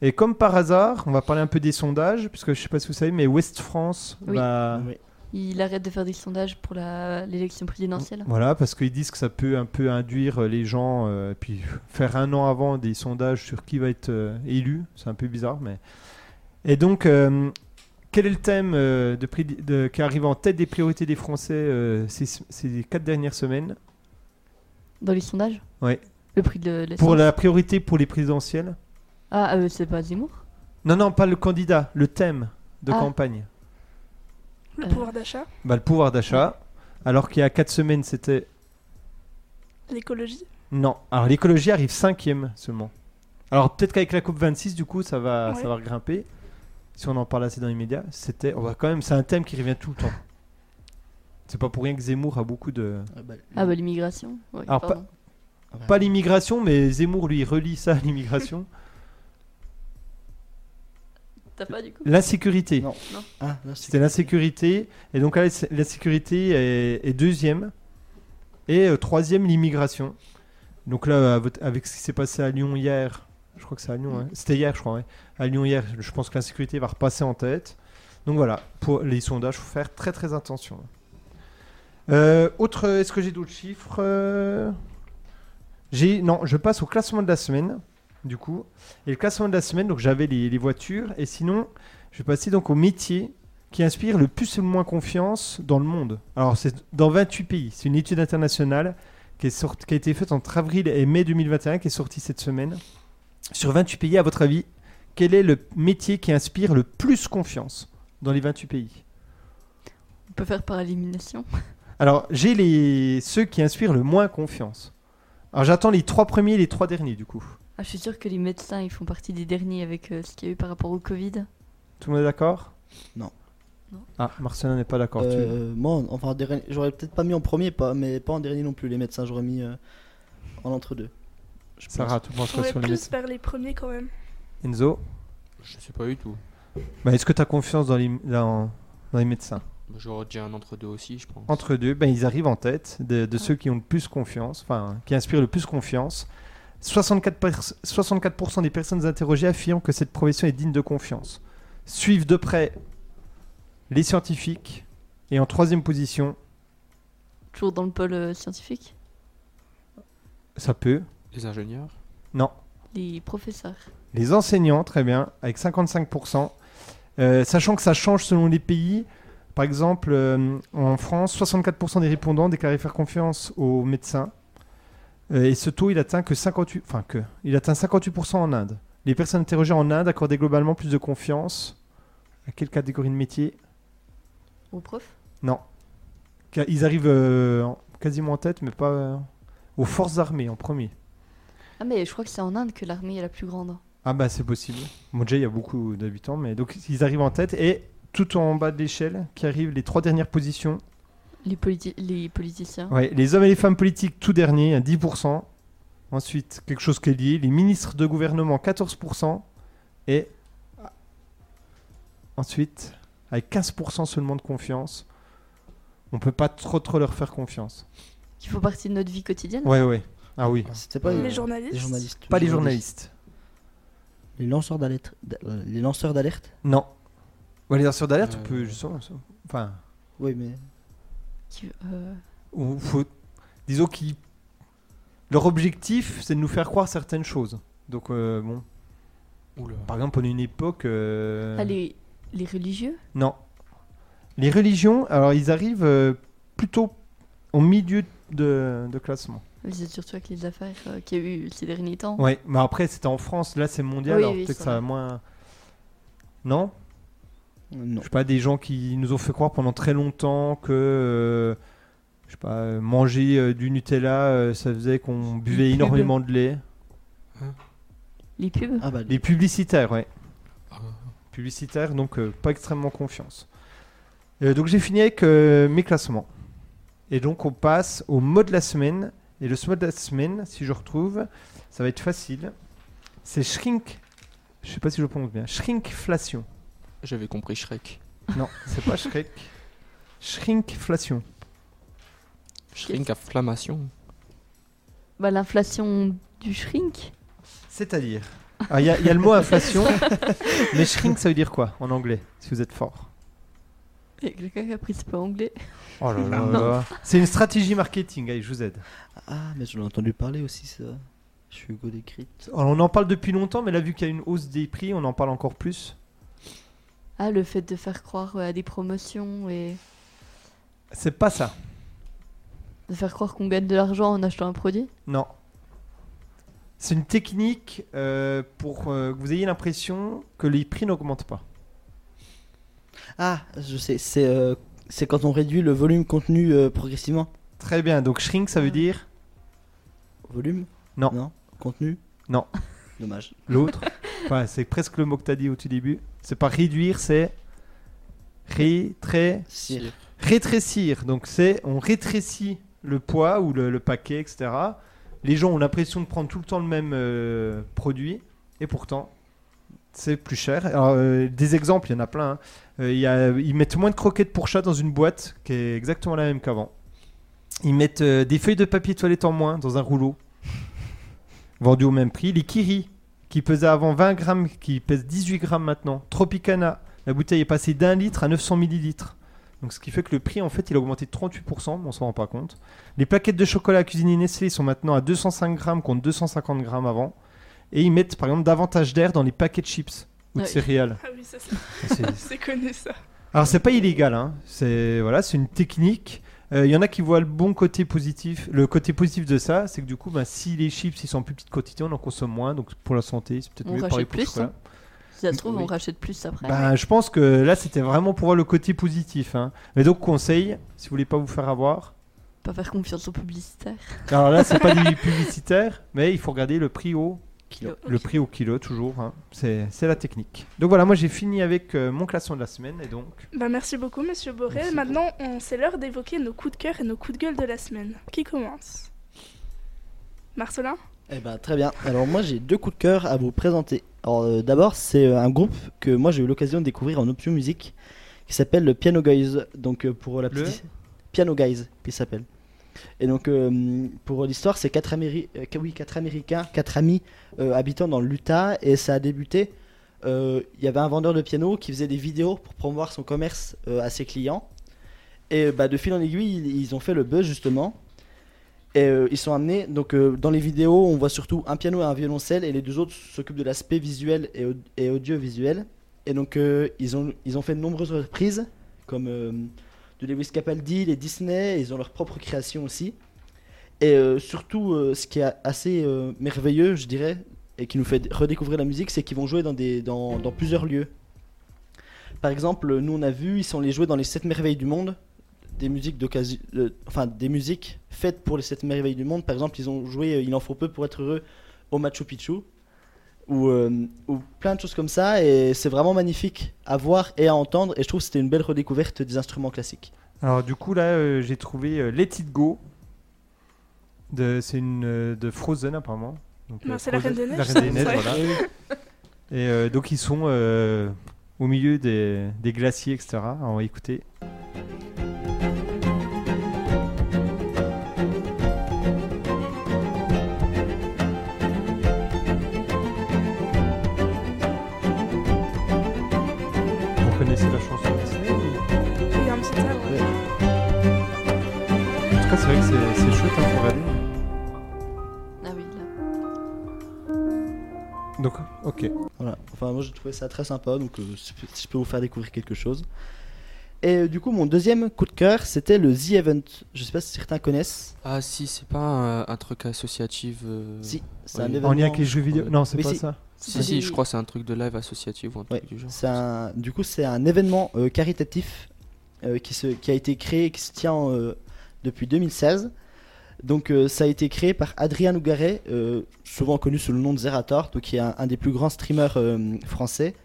Et comme par hasard, on va parler un peu des sondages, puisque je ne sais pas si vous savez, mais West France, bah, Oui. va- Ouais. Il arrête de faire des sondages pour la- l'élection présidentielle. voilà, parce qu'ils disent que ça peut un peu induire euh, les gens, euh, et puis faire un an avant des sondages sur qui va être euh, élu, c'est un peu bizarre, mais. Et donc, euh, quel est le thème euh, de, pri- de- qui arrive en tête des priorités des Français euh, ces, ces quatre dernières semaines Dans les sondages Ouais. Le prix de l'essence Pour la priorité pour les présidentielles Ah, euh, c'est pas Zemmour Non, non, pas le candidat, le thème de Ah. campagne. Le Euh. pouvoir d'achat, Bah, le pouvoir d'achat. Alors qu'il y a 4 semaines, c'était. l'écologie. Non. Alors l'écologie arrive cinquième seulement. Alors peut-être qu'avec la Coupe 26, du coup, ça va, Ouais. ça va grimper. Si on en parle assez dans les médias, c'était. On va quand même. C'est un thème qui revient tout le temps. C'est pas pour rien que Zemmour a beaucoup de. Ah bah, Ah, bah l'immigration. Ouais, Alors, pardon. ah bah, Pas l'immigration, mais Zemmour lui relie ça à l'immigration. T'as pas du coup L'insécurité. Non. Ah, non, C'était l'insécurité. Et donc là, c'est- l'insécurité est, est deuxième. Et euh, troisième, l'immigration. Donc là, à votre- avec ce qui s'est passé à Lyon hier, je crois que c'est à Lyon, hein. c'était hier, je crois, ouais. à Lyon hier, je pense que l'insécurité va repasser en tête. Donc voilà, pour les sondages, faut faire très très attention. Euh, autre, est-ce que j'ai d'autres chiffres Euh, J'ai non, je passe au classement de la semaine, du coup. Et le classement de la semaine, donc j'avais les, les voitures, et sinon, je vais passer donc au métier qui inspire le plus et le moins confiance dans le monde. Alors, c'est dans 28 pays. C'est une étude internationale qui, est sorti- qui a été faite entre avril et mai 2021, qui est sortie cette semaine. Sur 28 pays, à votre avis, quel est le métier qui inspire le plus confiance dans les 28 pays On peut faire par élimination. Alors, j'ai les... ceux qui inspirent le moins confiance. Alors, j'attends les trois premiers et les trois derniers, du coup. Ah, je suis sûre que les médecins, ils font partie des derniers avec euh, ce qu'il y a eu par rapport au Covid. Tout le monde est d'accord Non. Non. Ah, Marcelin n'est pas d'accord. Tu- Euh, moi, en- enfin, en dernier- j'aurais peut-être pas mis en premier, pas, mais pas en dernier non plus. Les médecins, j'aurais mis euh, en entre-deux. Je pense. Sarah, tu penses quoi J'aurais sur plus les médecins vers les premiers quand même. Enzo Je sais pas du tout. Bah, Est-ce que tu as confiance dans les, dans- dans les médecins J'aurais dit un entre deux aussi, je pense. Entre deux, ben, ils arrivent en tête de, de ceux qui ont le plus confiance, enfin, qui inspirent le plus confiance. 64, pers- 64% des personnes interrogées affirment que cette profession est digne de confiance. Suivent de près les scientifiques. Et en troisième position, Toujours dans le pôle euh, scientifique ça peut. Les ingénieurs. Non. Les professeurs. Les enseignants, très bien, avec 55%. Euh, sachant que ça change selon les pays. Par exemple, euh, en France, 64% des répondants déclaraient faire confiance aux médecins. Euh, et ce taux, il atteint que 58, enfin que, il atteint 58% en Inde. Les personnes interrogées en Inde accordaient globalement plus de confiance à quelle catégorie de métier Aux profs Non. Ca- Ils arrivent euh, en- quasiment en tête, mais pas euh, aux forces armées en premier. Ah, mais je crois que c'est en Inde que l'armée est la plus grande. hein. Ah bah c'est possible. Bon déjà il y a beaucoup d'habitants, mais donc ils arrivent en tête et tout en bas de l'échelle qui arrivent les trois dernières positions. Les, politi- les politiciens. Ouais, les hommes et les femmes politiques tout dernier, à 10%. Ensuite quelque chose qui est lié, les ministres de gouvernement 14% et ensuite avec 15% seulement de confiance. On peut pas trop trop leur faire confiance. Qui font partie de notre vie quotidienne. Ouais ouais. Ah oui. C'était pas Les euh, journalistes. les journalistes. Pas les journalistes. Les lanceurs d'alerte. d'a- euh, Les lanceurs d'alerte Non. Ouais, les lanceurs d'alerte, on Euh. peut justement. Enfin. Oui, mais. Qui, euh, ou faut- disons qu'ils leur objectif c'est de nous faire croire certaines choses donc euh, bon Oula. par exemple on est une époque euh, ah, les, les religieux non les religions alors ils arrivent euh, plutôt au milieu de, de classement Vous êtes surtout avec les affaires euh, qu'il y a eu ces derniers temps. ouais mais après c'était en France là c'est mondial Oui, alors oui, peut-être que ça ça va. a moins non euh, Non. je sais pas des gens qui nous ont fait croire pendant très longtemps que euh, je sais pas euh, manger euh, du Nutella euh, ça faisait qu'on buvait pubs. énormément de lait Les pubs Ah bah, Les publicitaires, ouais. Ah. Publicitaires, donc euh, pas extrêmement confiance. Euh, donc j'ai fini avec euh, mes classements. Et donc on passe au mot de la semaine. Et le mot de la semaine, si je retrouve, ça va être facile. C'est shrink. Je sais pas si je le prononce bien. Shrinkflation. J'avais compris Shrek. Non, c'est pas shrink. Shrinkflation. Shrek à flammation. bah, L'inflation du shrink C'est-à-dire. Ah, Il y, a- il y a le mot inflation. mais shrink, ça veut dire quoi en anglais, si vous êtes fort Il y a quelqu'un qui a pris ce pas anglais. Oh là là là. C'est une stratégie marketing, allez, je vous aide. Ah, mais je l'ai entendu parler aussi, ça. Je suis Hugo Décrypte. Alors, on en parle depuis longtemps, mais là, vu qu'il y a une hausse des prix, on en parle encore plus. Ah, le fait de faire croire ouais, à des promotions et C'est pas ça. de faire croire qu'on gagne de l'argent en achetant un produit. Non. C'est une technique euh, pour euh, que vous ayez l'impression que les prix n'augmentent pas. Ah, je sais, c'est euh, c'est quand on réduit le volume contenu euh, progressivement. Très bien. Donc, shrink, ça veut Ouais. dire Volume Non. Contenu Non. Dommage. l'autre. enfin, c'est presque le mot que t'as dit au tout début. C'est pas réduire, c'est ré- très- Si. rétrécir. Donc, c'est on rétrécit le poids ou le, le paquet, etc. Les gens ont l'impression de prendre tout le temps le même euh, produit, et pourtant, c'est plus cher. Alors, euh, des exemples, il y en a plein. hein. Euh, il y a- ils mettent moins de croquettes pour chat dans une boîte qui est exactement la même qu'avant. Ils mettent euh, des feuilles de papier toilette en moins dans un rouleau, vendu au même prix. Les Kiri, qui pesaient avant 20 grammes, qui pèsent 18 grammes maintenant. Tropicana, la bouteille est passée d'un litre à 900 millilitres. Donc, ce qui fait que le prix, en fait, il a augmenté de 38%, mais on s'en rend pas compte. Les plaquettes de chocolat à cuisiner Nestlé sont maintenant à 205 grammes contre 250 grammes avant. Et ils mettent, par exemple, davantage d'air dans les paquets de chips ou de Ouais. céréales. Ah oui, ça, ça- C'est- c'est connu ça. alors c'est pas illégal, hein. c'est voilà, c'est une technique. Euh, Il y en a qui voient le bon côté positif. Le côté positif de ça, c'est que du coup, bah, si les chips ils sont en plus petite quantité, on en consomme moins. Donc pour la santé, c'est peut-être On mieux de rachète parler pour le plus, hein. chocolat. Si ça se trouve, Oui. on rachète plus après. Ben, je pense que là, c'était vraiment pour voir le côté positif. Hein. Mais donc conseil, si vous voulez pas vous faire avoir. Pas faire confiance aux publicitaires. Alors là, c'est pas du publicitaire, mais il faut regarder le prix au Kilo. le prix au kilo toujours. hein. C'est c'est la technique. Donc voilà, moi j'ai fini avec euh, mon classement de la semaine et donc. Bah, merci beaucoup, monsieur Borel. Merci Maintenant, on- c'est l'heure d'évoquer nos coups de cœur et nos coups de gueule de la semaine. Qui commence Marcelin Eh bah, très bien. Alors, moi, j'ai deux coups de cœur à vous présenter. Alors, euh, d'abord, c'est euh, un groupe que moi j'ai eu l'occasion de découvrir en option musique qui s'appelle le Piano Guys. Donc, euh, pour la Le petite. Piano Guys, qui s'appelle. Et donc, euh, pour l'histoire, c'est quatre, Améri- euh, qu- oui, quatre Américains, quatre amis euh, habitant dans l'Utah, et ça a débuté. euh, Il y avait un vendeur de piano qui faisait des vidéos pour promouvoir son commerce euh, à ses clients. Et euh, bah, de fil en aiguille, ils, ils ont fait le buzz justement. Et euh, ils sont amenés. Donc, euh, dans les vidéos, on voit surtout un piano et un violoncelle, et les deux autres s'occupent de l'aspect visuel et, au- et audiovisuel. Et donc, euh, ils, ont, ils ont fait de nombreuses reprises, comme. euh, de Lewis Capaldi, les Disney, ils ont leur propre création aussi. Et euh, surtout, euh, ce qui est assez euh, merveilleux, je dirais, et qui nous fait redécouvrir la musique, c'est qu'ils vont jouer dans, des, dans, dans plusieurs lieux. Par exemple, nous on a vu, ils sont les jouer dans les 7 merveilles du monde, des musiques d'occasion, euh, enfin des musiques faites pour les 7 merveilles du monde. Par exemple, ils ont joué euh, Il en faut peu pour être heureux au Machu Picchu, ou, euh, ou plein de choses comme ça, et c'est vraiment magnifique à voir et à entendre, et je trouve que c'était une belle redécouverte des instruments classiques. Alors du coup là, euh, j'ai trouvé euh, Let It Go. De, c'est une euh, de Frozen apparemment. Donc, Non, euh, c'est la Frozen- Reine des La Neiges, Reine des ça, Neiges, voilà. Et euh, donc ils sont euh, au milieu des, des glaciers, etc. Alors, On va écouter. Vous connaissez la chanson Disney ou- Il y a un petit arbre. En tout cas, c'est vrai que c'est- c'est chouette hein, pour regarder. Ah oui, là. Donc, ok. Voilà. Enfin, moi j'ai trouvé ça très sympa, donc euh, si si je peux vous faire découvrir quelque chose. Et euh, du coup, mon deuxième coup de cœur, c'était le The Event. Je sais pas si certains connaissent. Ah si, c'est pas un, un truc associatif. euh, Si, c'est oui. un En événement. En lien avec les jeux vidéo. Non, c'est Mais pas si. ça. Si, si, je crois que c'est un truc de live associatif ou un truc Ouais, du genre. C'est un- du coup, c'est un événement euh, caritatif euh, qui, se, qui a été créé, qui se tient euh, depuis 2016. Donc, euh, ça a été créé par Adrien Nougaret, euh, souvent connu sous le nom de Zerator, donc qui est un, un des plus grands streamers euh, français,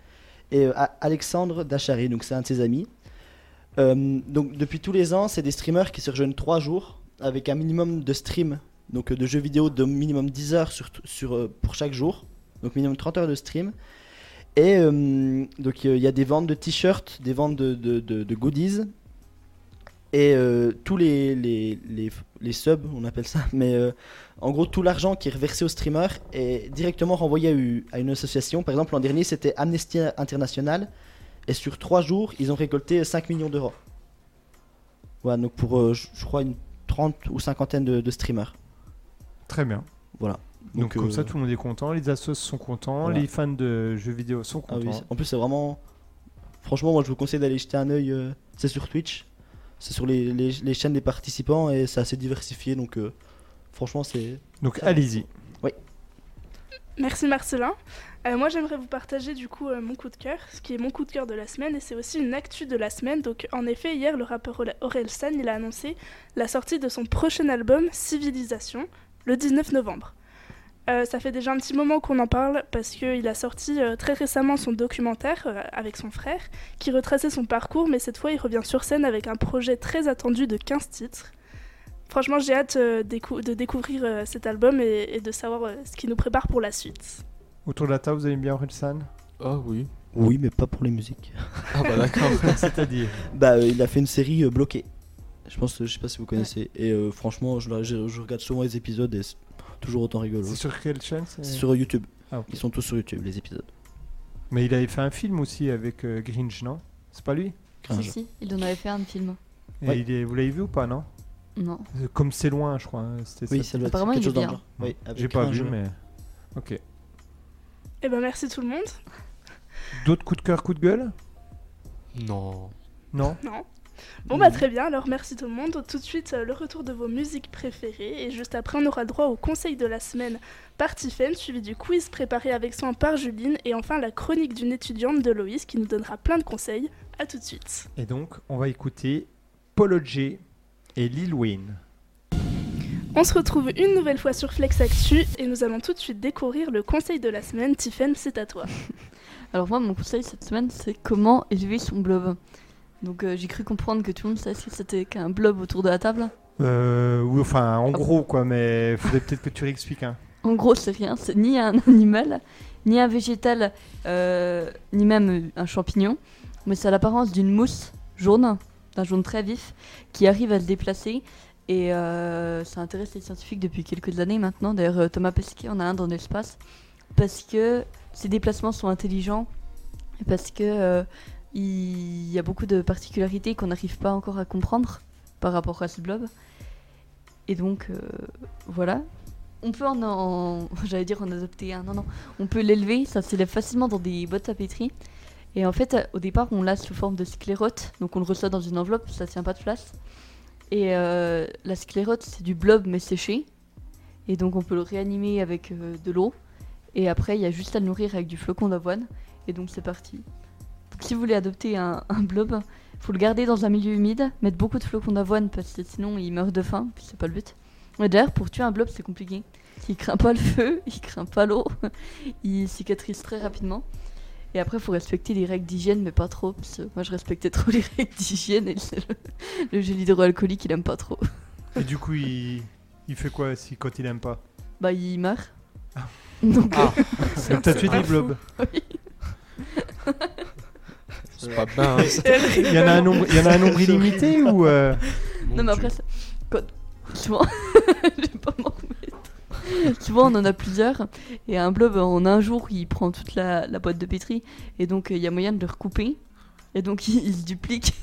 et euh, A- Alexandre Dachary, donc c'est un de ses amis. Euh, donc, depuis tous les ans, c'est des streamers qui se rejoignent trois jours avec un minimum de stream, donc euh, de jeux vidéo de minimum 10 heures sur, sur, euh, pour chaque jour, donc minimum 30 heures de stream. Et euh, donc il y a des ventes de t-shirts, des ventes de, de- de- de goodies. Et euh, tous les, les, les- les subs, on appelle ça, mais euh, en gros tout l'argent qui est reversé aux streamers est directement renvoyé à, u- à une association. Par exemple l'an dernier c'était Amnesty International. Et sur trois jours ils ont récolté 5 millions d'euros. Voilà donc pour euh, je je crois une 30 ou cinquantaine de, de streamers. Très bien. Voilà. Donc, comme euh, ça, tout le monde est content. Les assos sont contents. voilà. Les fans de jeux vidéo sont Ah oui, contents. c'est- en plus, c'est vraiment. Franchement, moi je vous conseille d'aller jeter un œil. euh, C'est sur Twitch, c'est sur les, les- les chaînes des participants et c'est assez diversifié donc euh, franchement, c'est. Donc, Ça va. allez-y. Merci Marcelin. Euh, moi j'aimerais vous partager du coup euh, mon coup de cœur, ce qui est mon coup de cœur de la semaine et c'est aussi une actu de la semaine. Donc en effet hier le rappeur Aurel San il a annoncé la sortie de son prochain album Civilisation le 19 novembre. Euh, ça fait déjà un petit moment qu'on en parle parce qu'il a sorti euh, très récemment son documentaire euh, avec son frère qui retraçait son parcours mais cette fois il revient sur scène avec un projet très attendu de 15 titres. Franchement, j'ai hâte euh, décou- de découvrir euh, cet album et, et de savoir euh, ce qu'il nous prépare pour la suite. Autour de la table, vous aimez bien Orelsan Ah oui. Oui, mais pas pour les musiques. Ah bah d'accord. C'est-à-dire Bah, euh, il a fait une série euh, bloquée. Je pense, euh, je sais pas si vous connaissez. Et euh, franchement, je, la- je- je regarde souvent les épisodes et c'est toujours autant rigolo. C'est sur quelle chaîne c'est- C'est sur YouTube. Ah, ok. Ils sont tous sur YouTube les épisodes. Mais il avait fait un film aussi avec euh, Grinch, non C'est pas lui Si, Cringe. si, il en avait fait un film. Et Ouais. il est- Vous l'avez vu ou pas, non Non. Euh, Comme c'est loin, je crois. hein, C'était Oui, ça. ça doit être Apparemment, quelque il est chose dans le bien. genre. Oui, avec J'ai pas Cringe. vu, mais. Ok. Eh ben merci tout le monde. D'autres coups de cœur, coups de gueule non. Non Non. Bon bah très bien, alors merci tout le monde. Tout de suite euh, le retour de vos musiques préférées et juste après on aura droit au conseil de la semaine par Tiffaine suivi du quiz préparé avec soin par Juline et enfin la chronique d'une étudiante de Loïs qui nous donnera plein de conseils. À tout de suite. Et donc, on va écouter Polo G et Lil Wayne. On se retrouve une nouvelle fois sur Flex Actu et nous allons tout de suite découvrir le conseil de la semaine. Tiffaine, c'est à toi. Alors moi, mon conseil cette semaine, c'est comment élever son blob. Donc euh, j'ai cru comprendre que tout le monde savait ce que c'était qu'un blob autour de la table. Euh, oui, enfin, en gros, quoi, mais faudrait peut-être que tu réexpliques. Hein. En gros, c'est rien, c'est ni un animal, ni un végétal, euh, ni même un champignon, mais ça a l'apparence d'une mousse jaune, d'un jaune très vif, qui arrive à se déplacer Et euh, ça intéresse les scientifiques depuis quelques années maintenant. D'ailleurs, euh, Thomas Pesquet en a un dans l'espace. Parce que ses déplacements sont intelligents. Et parce que euh, il y a beaucoup de particularités qu'on n'arrive pas encore à comprendre par rapport à ce blob. Et donc, euh, voilà. On peut en, en- j'allais dire en adopter un, non, non. On peut l'élever, ça s'élève facilement dans des boîtes à pétri. Et en fait, euh, au départ, on l'a sous forme de sclérote, donc on le reçoit dans une enveloppe, ça tient pas de place. Et euh, la sclérote, c'est du blob mais séché. Et donc on peut le réanimer avec euh, de l'eau. Et après, il y a juste à le nourrir avec du flocon d'avoine. Et donc c'est parti. Donc, si vous voulez adopter un, un blob, faut le garder dans un milieu humide, mettre beaucoup de flocons d'avoine parce que sinon il meurt de faim, puis c'est pas le but. Mais d'ailleurs, pour tuer un blob, c'est compliqué. Il craint pas le feu, il craint pas l'eau, il cicatrise très rapidement. Et après, faut respecter les règles d'hygiène, mais pas trop. Parce que moi, je respectais trop les règles d'hygiène et le, le gel hydroalcoolique, il aime pas trop. Et du coup, il, il fait quoi si, quand il aime pas Bah, il meurt. Donc, Donc t'as tué pas des fou. blobs. C'est pas bien. hein. Il y en a un nombre, il y en a un nombre illimité ou euh, Non, mais après, ça- quand... souvent, je vais pas m'en remettre. souvent, on en a plusieurs. Et un blob, en un jour, il prend toute la, la boîte de pétri. Et donc, euh, il y a moyen de le recouper. Et donc, il, il se duplique.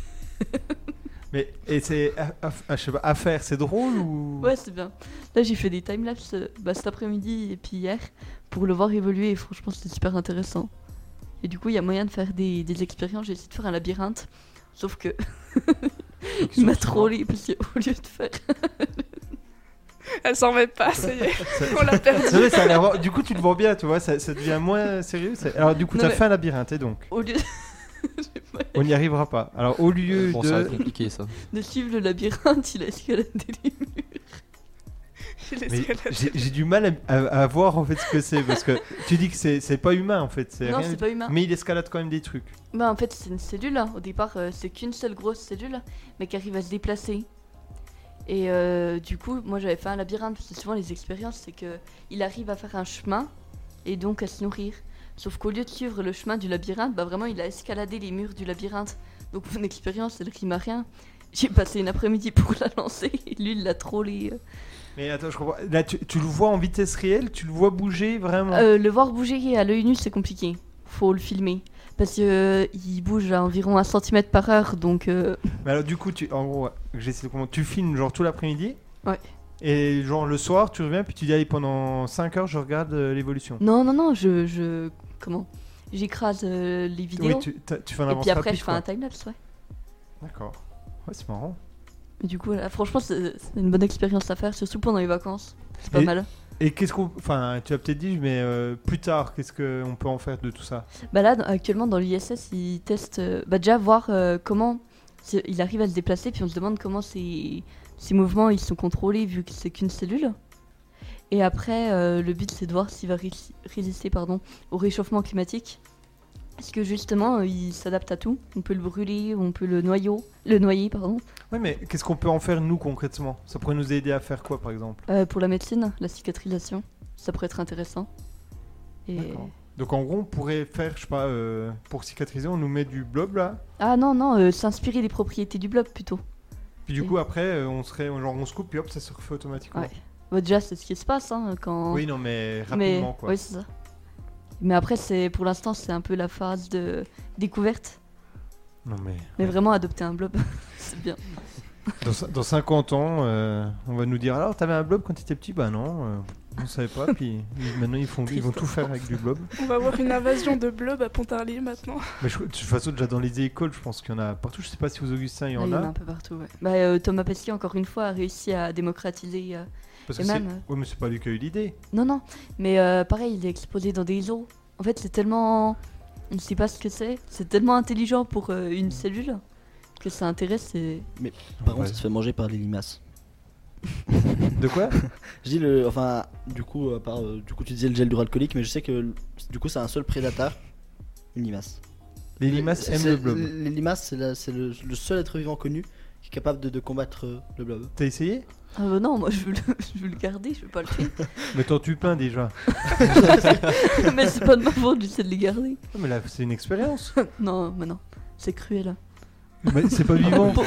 Mais et c'est à, à- à- je sais pas, à faire, c'est drôle ou Ouais, c'est bien. Là, j'ai fait des timelapses euh, bah, cet après-midi et puis hier pour le voir évoluer. Et franchement, c'était super intéressant. Et du coup, il y a moyen de faire des, des expériences. J'ai essayé de faire un labyrinthe. Sauf que il m'a trollé parce qu'au lieu de faire Elle s'en met pas, ça y est. On l'a perdu. C'est vrai, ça a l'air- du coup, tu le vois bien, tu vois, ça, ça devient moins sérieux. ça- Alors, du coup, Non, t'as mais- fait un labyrinthe, et donc, au lieu J'ai pas- on n'y arrivera pas. Alors, au lieu Euh, Bon, ça va de. être compliqué ça. de suivre le labyrinthe, il a escaladé les murs. Il Mais escalade. j'ai j'ai du mal à, à- à voir en fait ce que c'est parce que tu dis que c'est c'est pas humain en fait, c'est Non, rien. c'est pas humain. Mais il escalade quand même des trucs. Bah, en fait, c'est une cellule. hein. Au départ, euh, c'est qu'une seule grosse cellule, mais qui arrive à se déplacer. Et euh, du coup, moi j'avais fait un labyrinthe, parce que souvent les expériences, c'est que il arrive à faire un chemin et donc à se nourrir. Sauf qu'au lieu de suivre le chemin du labyrinthe, bah vraiment il a escaladé les murs du labyrinthe. Donc mon expérience, elle rime à rien. J'ai passé une après-midi pour la lancer, et lui il l'a trollé. euh. Mais attends, je comprends. Là, tu, tu le vois en vitesse réelle, tu le vois bouger vraiment. Euh, le voir bouger à l'œil nu, c'est compliqué. Faut le filmer. Parce que euh, il bouge à environ 1 cm par heure, donc euh, Mais alors, du coup, tu, en gros, j'essaie de comprendre. Tu filmes genre tout l'après-midi. Ouais. Et genre le soir, tu reviens, puis tu dis allez pendant 5 heures, je regarde euh, l'évolution. Non, non, non, je. je comment J'écrase euh, les vidéos. Oui, tu, t'as- tu fais un et avance puis après, rapide, je fais quoi. un timelapse, ouais. D'accord. Ouais, c'est marrant. Mais du coup, voilà, franchement, c'est c'est une bonne expérience à faire, surtout pendant les vacances. C'est pas Et- mal. Et qu'est-ce qu'on. Enfin, tu as peut-être dit, mais euh, plus tard, qu'est-ce qu'on peut en faire de tout ça Bah là, dans- actuellement, dans l'ISS, ils testent. euh, bah déjà, voir euh, comment c'est- il arrive à se déplacer, puis on se demande comment ces, ces mouvements ils sont contrôlés, vu que c'est qu'une cellule. Et après, euh, le but, c'est de voir s'il va ré- résister pardon, au réchauffement climatique. Parce que justement, euh, il s'adapte à tout. On peut le brûler, on peut le noyer, le noyer pardon. Ouais, mais qu'est-ce qu'on peut en faire, nous, concrètement Ça pourrait nous aider à faire quoi, par exemple Euh, pour la médecine, la cicatrisation, ça pourrait être intéressant. Et... D'accord. Donc, en gros, on pourrait faire, je sais pas, euh, pour cicatriser, on nous met du blob là. Ah non, non, euh, s'inspirer des propriétés du blob plutôt. Puis, du Oui. coup, après, euh, on serait. Genre, on se coupe, puis hop, ça se refait automatiquement. Ouais. Bah, déjà, c'est ce qui se passe hein, quand. Oui, non, mais Mais- rapidement, quoi. Oui, c'est ça. Mais après, c'est pour l'instant, c'est un peu la phase de découverte. Non, mais. Mais vraiment, adopter un blob, c'est bien. Dans, cin- dans 50 ans, euh, on va nous dire alors, t'avais un blob quand t'étais petit Bah non, euh, on savait pas. Puis maintenant, ils, font, ils vont tout faire avec du blob. On va avoir une invasion de blobs à Pontarlier maintenant. Mais je, de toute façon, déjà dans les écoles, je pense qu'il y en a partout. Je sais pas si aux Augustins il y Ah, en il y en a a. un peu partout. ouais. Bah, euh, Thomas Pesquet, encore une fois, a réussi à démocratiser. euh, Parce Et c'est- même, Ouais, mais c'est pas lui qui a eu l'idée. Non, non, mais euh, pareil, il est exposé dans des eaux. En fait, c'est tellement. On ne sait pas ce que c'est. C'est tellement intelligent pour euh, une cellule que ça intéresse. Et... Par Ouais. contre, ça se fait manger par les limaces. De quoi Je dis le. Enfin, du coup, à part, euh, du coup, tu disais le gel hydroalcoolique, mais je sais que l- du coup, c'est un seul prédateur, une limace. Les limaces C'est- aiment c'est- le blob. Les limaces, c'est la- c'est le, le seul être vivant connu qui est capable de, de combattre euh, le blob. T'as essayé Ah bah non, moi je veux, le... je veux le garder, je veux pas le tuer. Mais t'en tues plein déjà. mais c'est pas de ma faute, j'essaie de le garder. Non, mais là, c'est une expérience. Non, mais non, c'est cruel. hein. mais c'est pas vivant.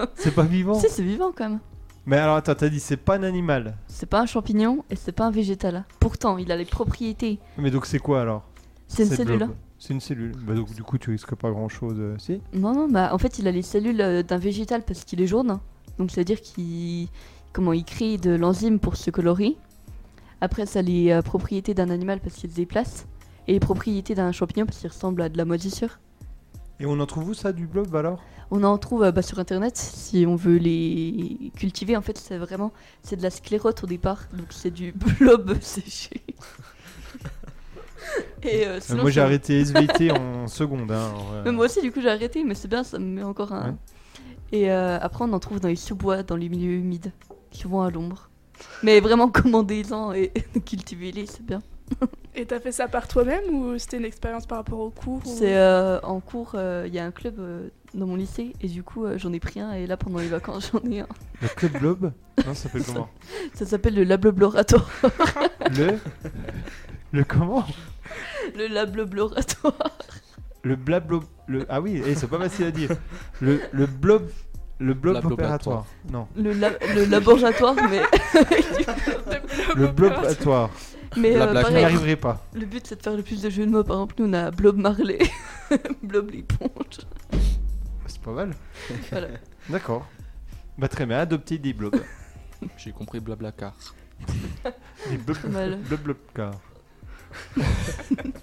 Ah Bon, C'est pas vivant. si, c'est vivant quand même. Mais alors attends, t'as dit c'est pas un animal. C'est pas un champignon et c'est pas un végétal. Pourtant, il a les propriétés. Mais donc c'est quoi alors C'est une Cette cellule. hein. blob. C'est une cellule. Bah donc du coup tu risques pas euh, grand chose. Si Non, non, bah en fait, il a les cellules euh, d'un végétal parce qu'il est jaune. hein. Donc, c'est-à-dire qu'il comment il crée de l'enzyme pour se colorer. Après, ça a les euh, propriétés d'un animal parce qu'il se déplace. Et les propriétés d'un champignon parce qu'il ressemble à de la moisissure. Et on en trouve où ça du blob alors On en trouve euh, bah, sur internet si on veut les cultiver. En fait, c'est vraiment c'est de la sclérote au départ, donc c'est du blob séché. Et euh, Euh, sinon, Moi j'ai c'est- arrêté SVT en seconde. hein, en vrai. Mais moi aussi, du coup, j'ai arrêté, mais c'est bien, ça me met encore un. Ouais. Et euh, après, on en trouve dans les sous-bois, dans les milieux humides, souvent à l'ombre. Mais vraiment, commandez-en et cultivez-les, c'est bien. Et t'as fait ça par toi-même ou c'était une expérience par rapport au cours ou- C'est euh, en cours, euh, il y a un club euh, dans mon lycée, et du coup, euh, j'en ai pris un, et là, pendant les vacances, j'en ai un. Le club blob Non, ça s'appelle comment Ça s'appelle le lablobloratoire. Le Le comment Le lablobloratoire. Le blablo le ah oui, eh, c'est pas facile à dire. Le le blob le blob Blablobatoire. opératoire. Non, Le, la- le laboratoire, mais. le blob opératoire. mais euh, Blablacar. Je n'y pareil, arriverai pas. le but, c'est de faire le plus de jeux de mots. Par exemple, nous, on a Blob Marley, Blob l'éponge. C'est pas mal. Voilà. D'accord. Bah très bien, adopter des blobs. J'ai compris Blablacar. Des blob Pas mal. blob blobcar.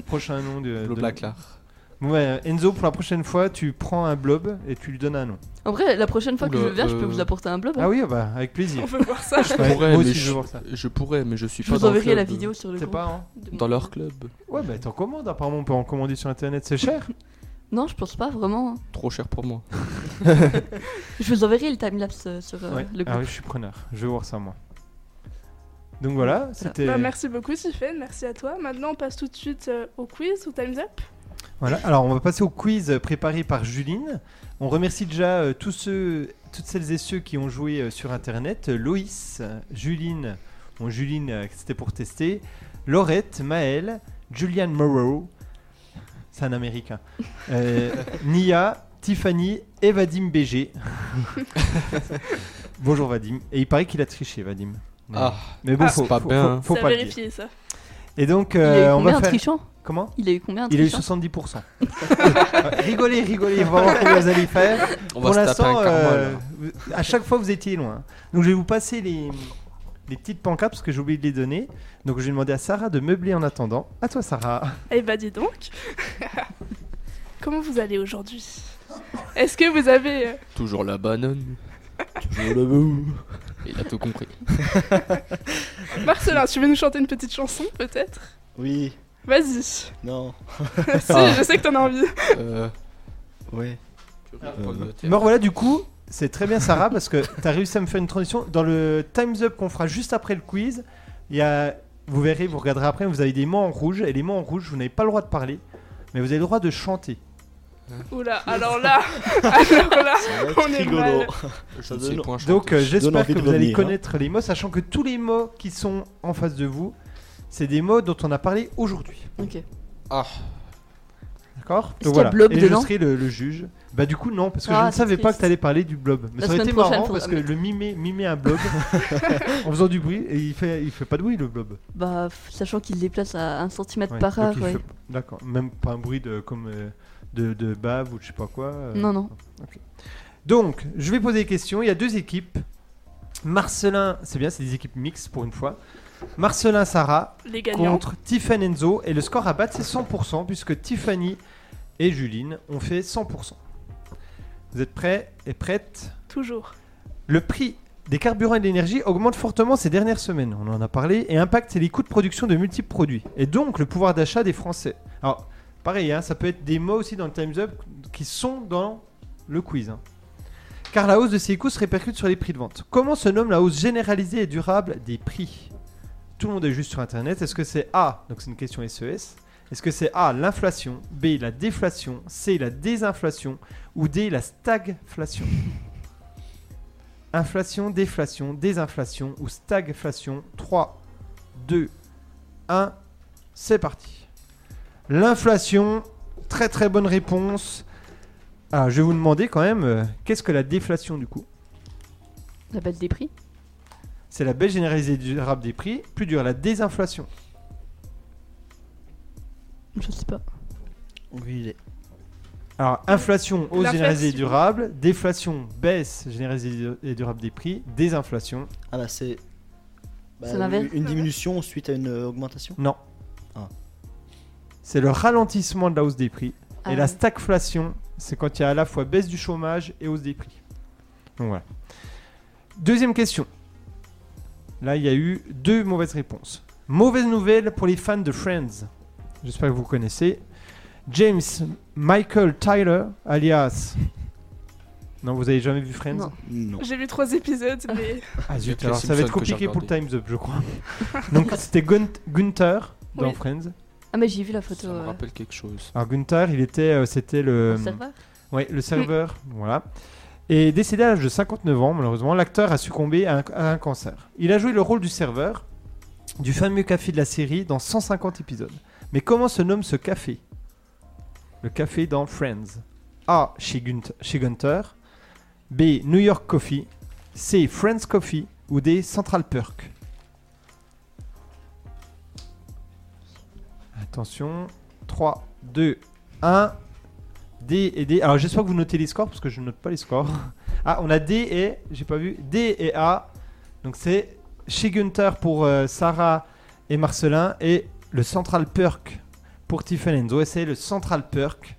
Prochain nom Euh, de, de... Blablacar. Ouais, euh, Enzo, pour la prochaine fois, tu prends un blob et tu lui donnes un nom. En vrai, la prochaine fois que Oula, je viens, je peux euh, vous apporter un blob. hein. Ah oui, bah avec On plaisir. veut voir ça. Ouais, pourrais, moi mais aussi, je veux voir ça. Je pourrais, mais je suis Je pas vous dans le enverrai la club, vidéo sur le C'est groupe. pas, hein de euh, Dans mon- leur club. Ouais, bah t'en commandes, apparemment, on peut en commander sur internet, c'est cher. Non, je pense pas vraiment. hein. Trop cher pour moi. Je vous enverrai le timelapse euh, sur euh, Ouais. le Ah groupe. oui, je suis preneur, je vais voir ça moi. Donc voilà, c'était. Bah, merci beaucoup, Stéphane. Merci à toi. Maintenant, on passe tout de suite euh, au quiz, au Time's Up. Voilà, alors on va passer au quiz euh, préparé par Juline. On remercie déjà euh, tous ceux, toutes celles et ceux qui ont joué euh, sur internet. Euh, Loïs, euh, Juline, bon Juline euh, c'était pour tester, Laurette, Maël, Julian Morrow, c'est un américain, euh, Nia, Tiffany et Vadim BG. Bonjour Vadim, et il paraît qu'il a triché Vadim. Mais- Ah, mais bon, Ah, faut, c'est pas faut- bien. faut- faut C'est pas à le dire. vérifier, ça. Et donc Il euh, a eu on combien va un faire trichant comment Il a eu combien un il a eu trichant 70%. Ouais, rigolez, rigolez, on va voir combien vous allez faire. on va Pour se taper un hein. l'instant, karma. euh, là. vous- à chaque fois, vous étiez loin. Donc, je vais vous passer les, les petites pancartes parce que j'ai oublié de les donner. Donc, je vais demander à Sarah de meubler en attendant. À toi, Sarah. Eh bah, dis donc. Comment vous allez aujourd'hui Est-ce que vous avez. euh, Toujours la banane. Toujours le bout. Il a tout compris. Marcelin, tu veux nous chanter une petite chanson, peut-être Oui, Vas-y. non, si, Ah. je sais que t'en as envie. Euh, ouais. pomme de terre. Me voilà, du coup, c'est très bien, Sarah, parce que tu as réussi à me faire une transition. Dans le Time's Up qu'on fera juste après le quiz, il y a, vous verrez, vous regarderez après, vous avez des mots en rouge. Et les mots en rouge, vous n'avez pas le droit de parler, mais vous avez le droit de chanter. Oula, alors là. alors là. Ça va être On est mal. rigolo. Je Ça ne sais donne- point chanter. Donc euh, donne j'espère envie que de vous allez vomir, hein. connaître les mots, sachant que tous les mots qui sont en face de vous, c'est des mots dont on a parlé aujourd'hui. Ok. euh, Ah, D'accord Donc Est-ce qu'il y a voilà. blob Et je dedans serai le, le juge. Bah du coup non, parce que Ah, je ne c'est savais pas triste. que t'allais parler du blob. Mais La ça aurait été semaine prochaine, marrant faudra parce que mettre. le mimer, mimer un blob en faisant du bruit et il fait, il fait pas de bruit le blob. Bah, f- sachant qu'il se déplace à 1 cm Ouais, par donc heure, il ouais. fait- D'accord. Même pas un bruit de comme euh, de, de bave ou je sais pas quoi. euh. Non, non. Ok. Donc, je vais poser des questions. Il y a deux équipes. Marcelin, c'est bien, c'est des équipes mixtes pour une fois. Marcelin, Sarah Les gagnants. contre Tiffany Enzo. Et le score à battre, c'est 100% puisque Tiffany et Juline ont fait 100%. Vous êtes prêts et prêtes Toujours. le prix des carburants et de l'énergie augmente fortement ces dernières semaines, on en a parlé, et impacte les coûts de production de multiples produits, et donc le pouvoir d'achat des Français. Alors, pareil, hein, ça peut être des mots aussi dans le Time's Up qui sont dans le quiz. hein. Car la hausse de ces coûts se répercute sur les prix de vente. Comment se nomme la hausse généralisée et durable des prix Tout le monde est juste sur Internet. Est-ce que c'est A Donc c'est une question SES. Est-ce que c'est A l'inflation, B la déflation, C la désinflation ou D la stagflation Inflation, déflation, désinflation ou stagflation. 3, 2, 1, c'est parti. L'inflation, très très bonne réponse. Ah, Alors je vais vous demander quand même, euh, qu'est-ce que la déflation du coup La baisse des prix C'est la baisse généralisée durable des prix, plus dure la désinflation. Je sais pas. Oui, Alors, inflation, hausse L'inflation. généralisée durable, déflation, baisse généralisée et durable des prix, désinflation. Ah bah c'est. bah, C'est l'inverse. Une diminution suite à une euh, augmentation Non. Ah. C'est le ralentissement de la hausse des prix. Ah et la ouais. stagflation, c'est quand il y a à la fois baisse du chômage et hausse des prix. Donc voilà. Deuxième question. Là, il y a eu deux mauvaises réponses. Mauvaise nouvelle pour les fans de Friends. J'espère que vous connaissez. James Michael Tyler, alias. Non, vous avez jamais vu Friends Non. Non. J'ai vu trois épisodes, mais Ah zut, Les alors ça va être Simpsons que j'ai compliqué pour le Time's Up, je crois. Donc c'était Gun- Gunther dans Oui. Friends. Ah, mais j'ai vu la photo. Ça me euh, rappelle quelque chose. Alors Gunther, il était, euh, c'était le. au serveur. Ouais, le serveur, voilà. Et décédé à l'âge de 59 ans, malheureusement, l'acteur a succombé à un, à un cancer. Il a joué le rôle du serveur du fameux café de la série dans 150 épisodes. Mais comment se nomme ce café Le café dans Friends. A. Chez, Gunt- chez Gunther. B. New York Coffee. C. Friends Coffee. Ou D. Central Perk. Attention. 3, 2, 1. D et D. Alors j'espère que vous notez les scores parce que je ne note pas les scores. Ah, on a D et j'ai pas vu D et A. Donc c'est chez Gunther pour euh, Sarah et Marcelin et le Central Perk pour Tiffany Enzo. Et c'est le Central Perk.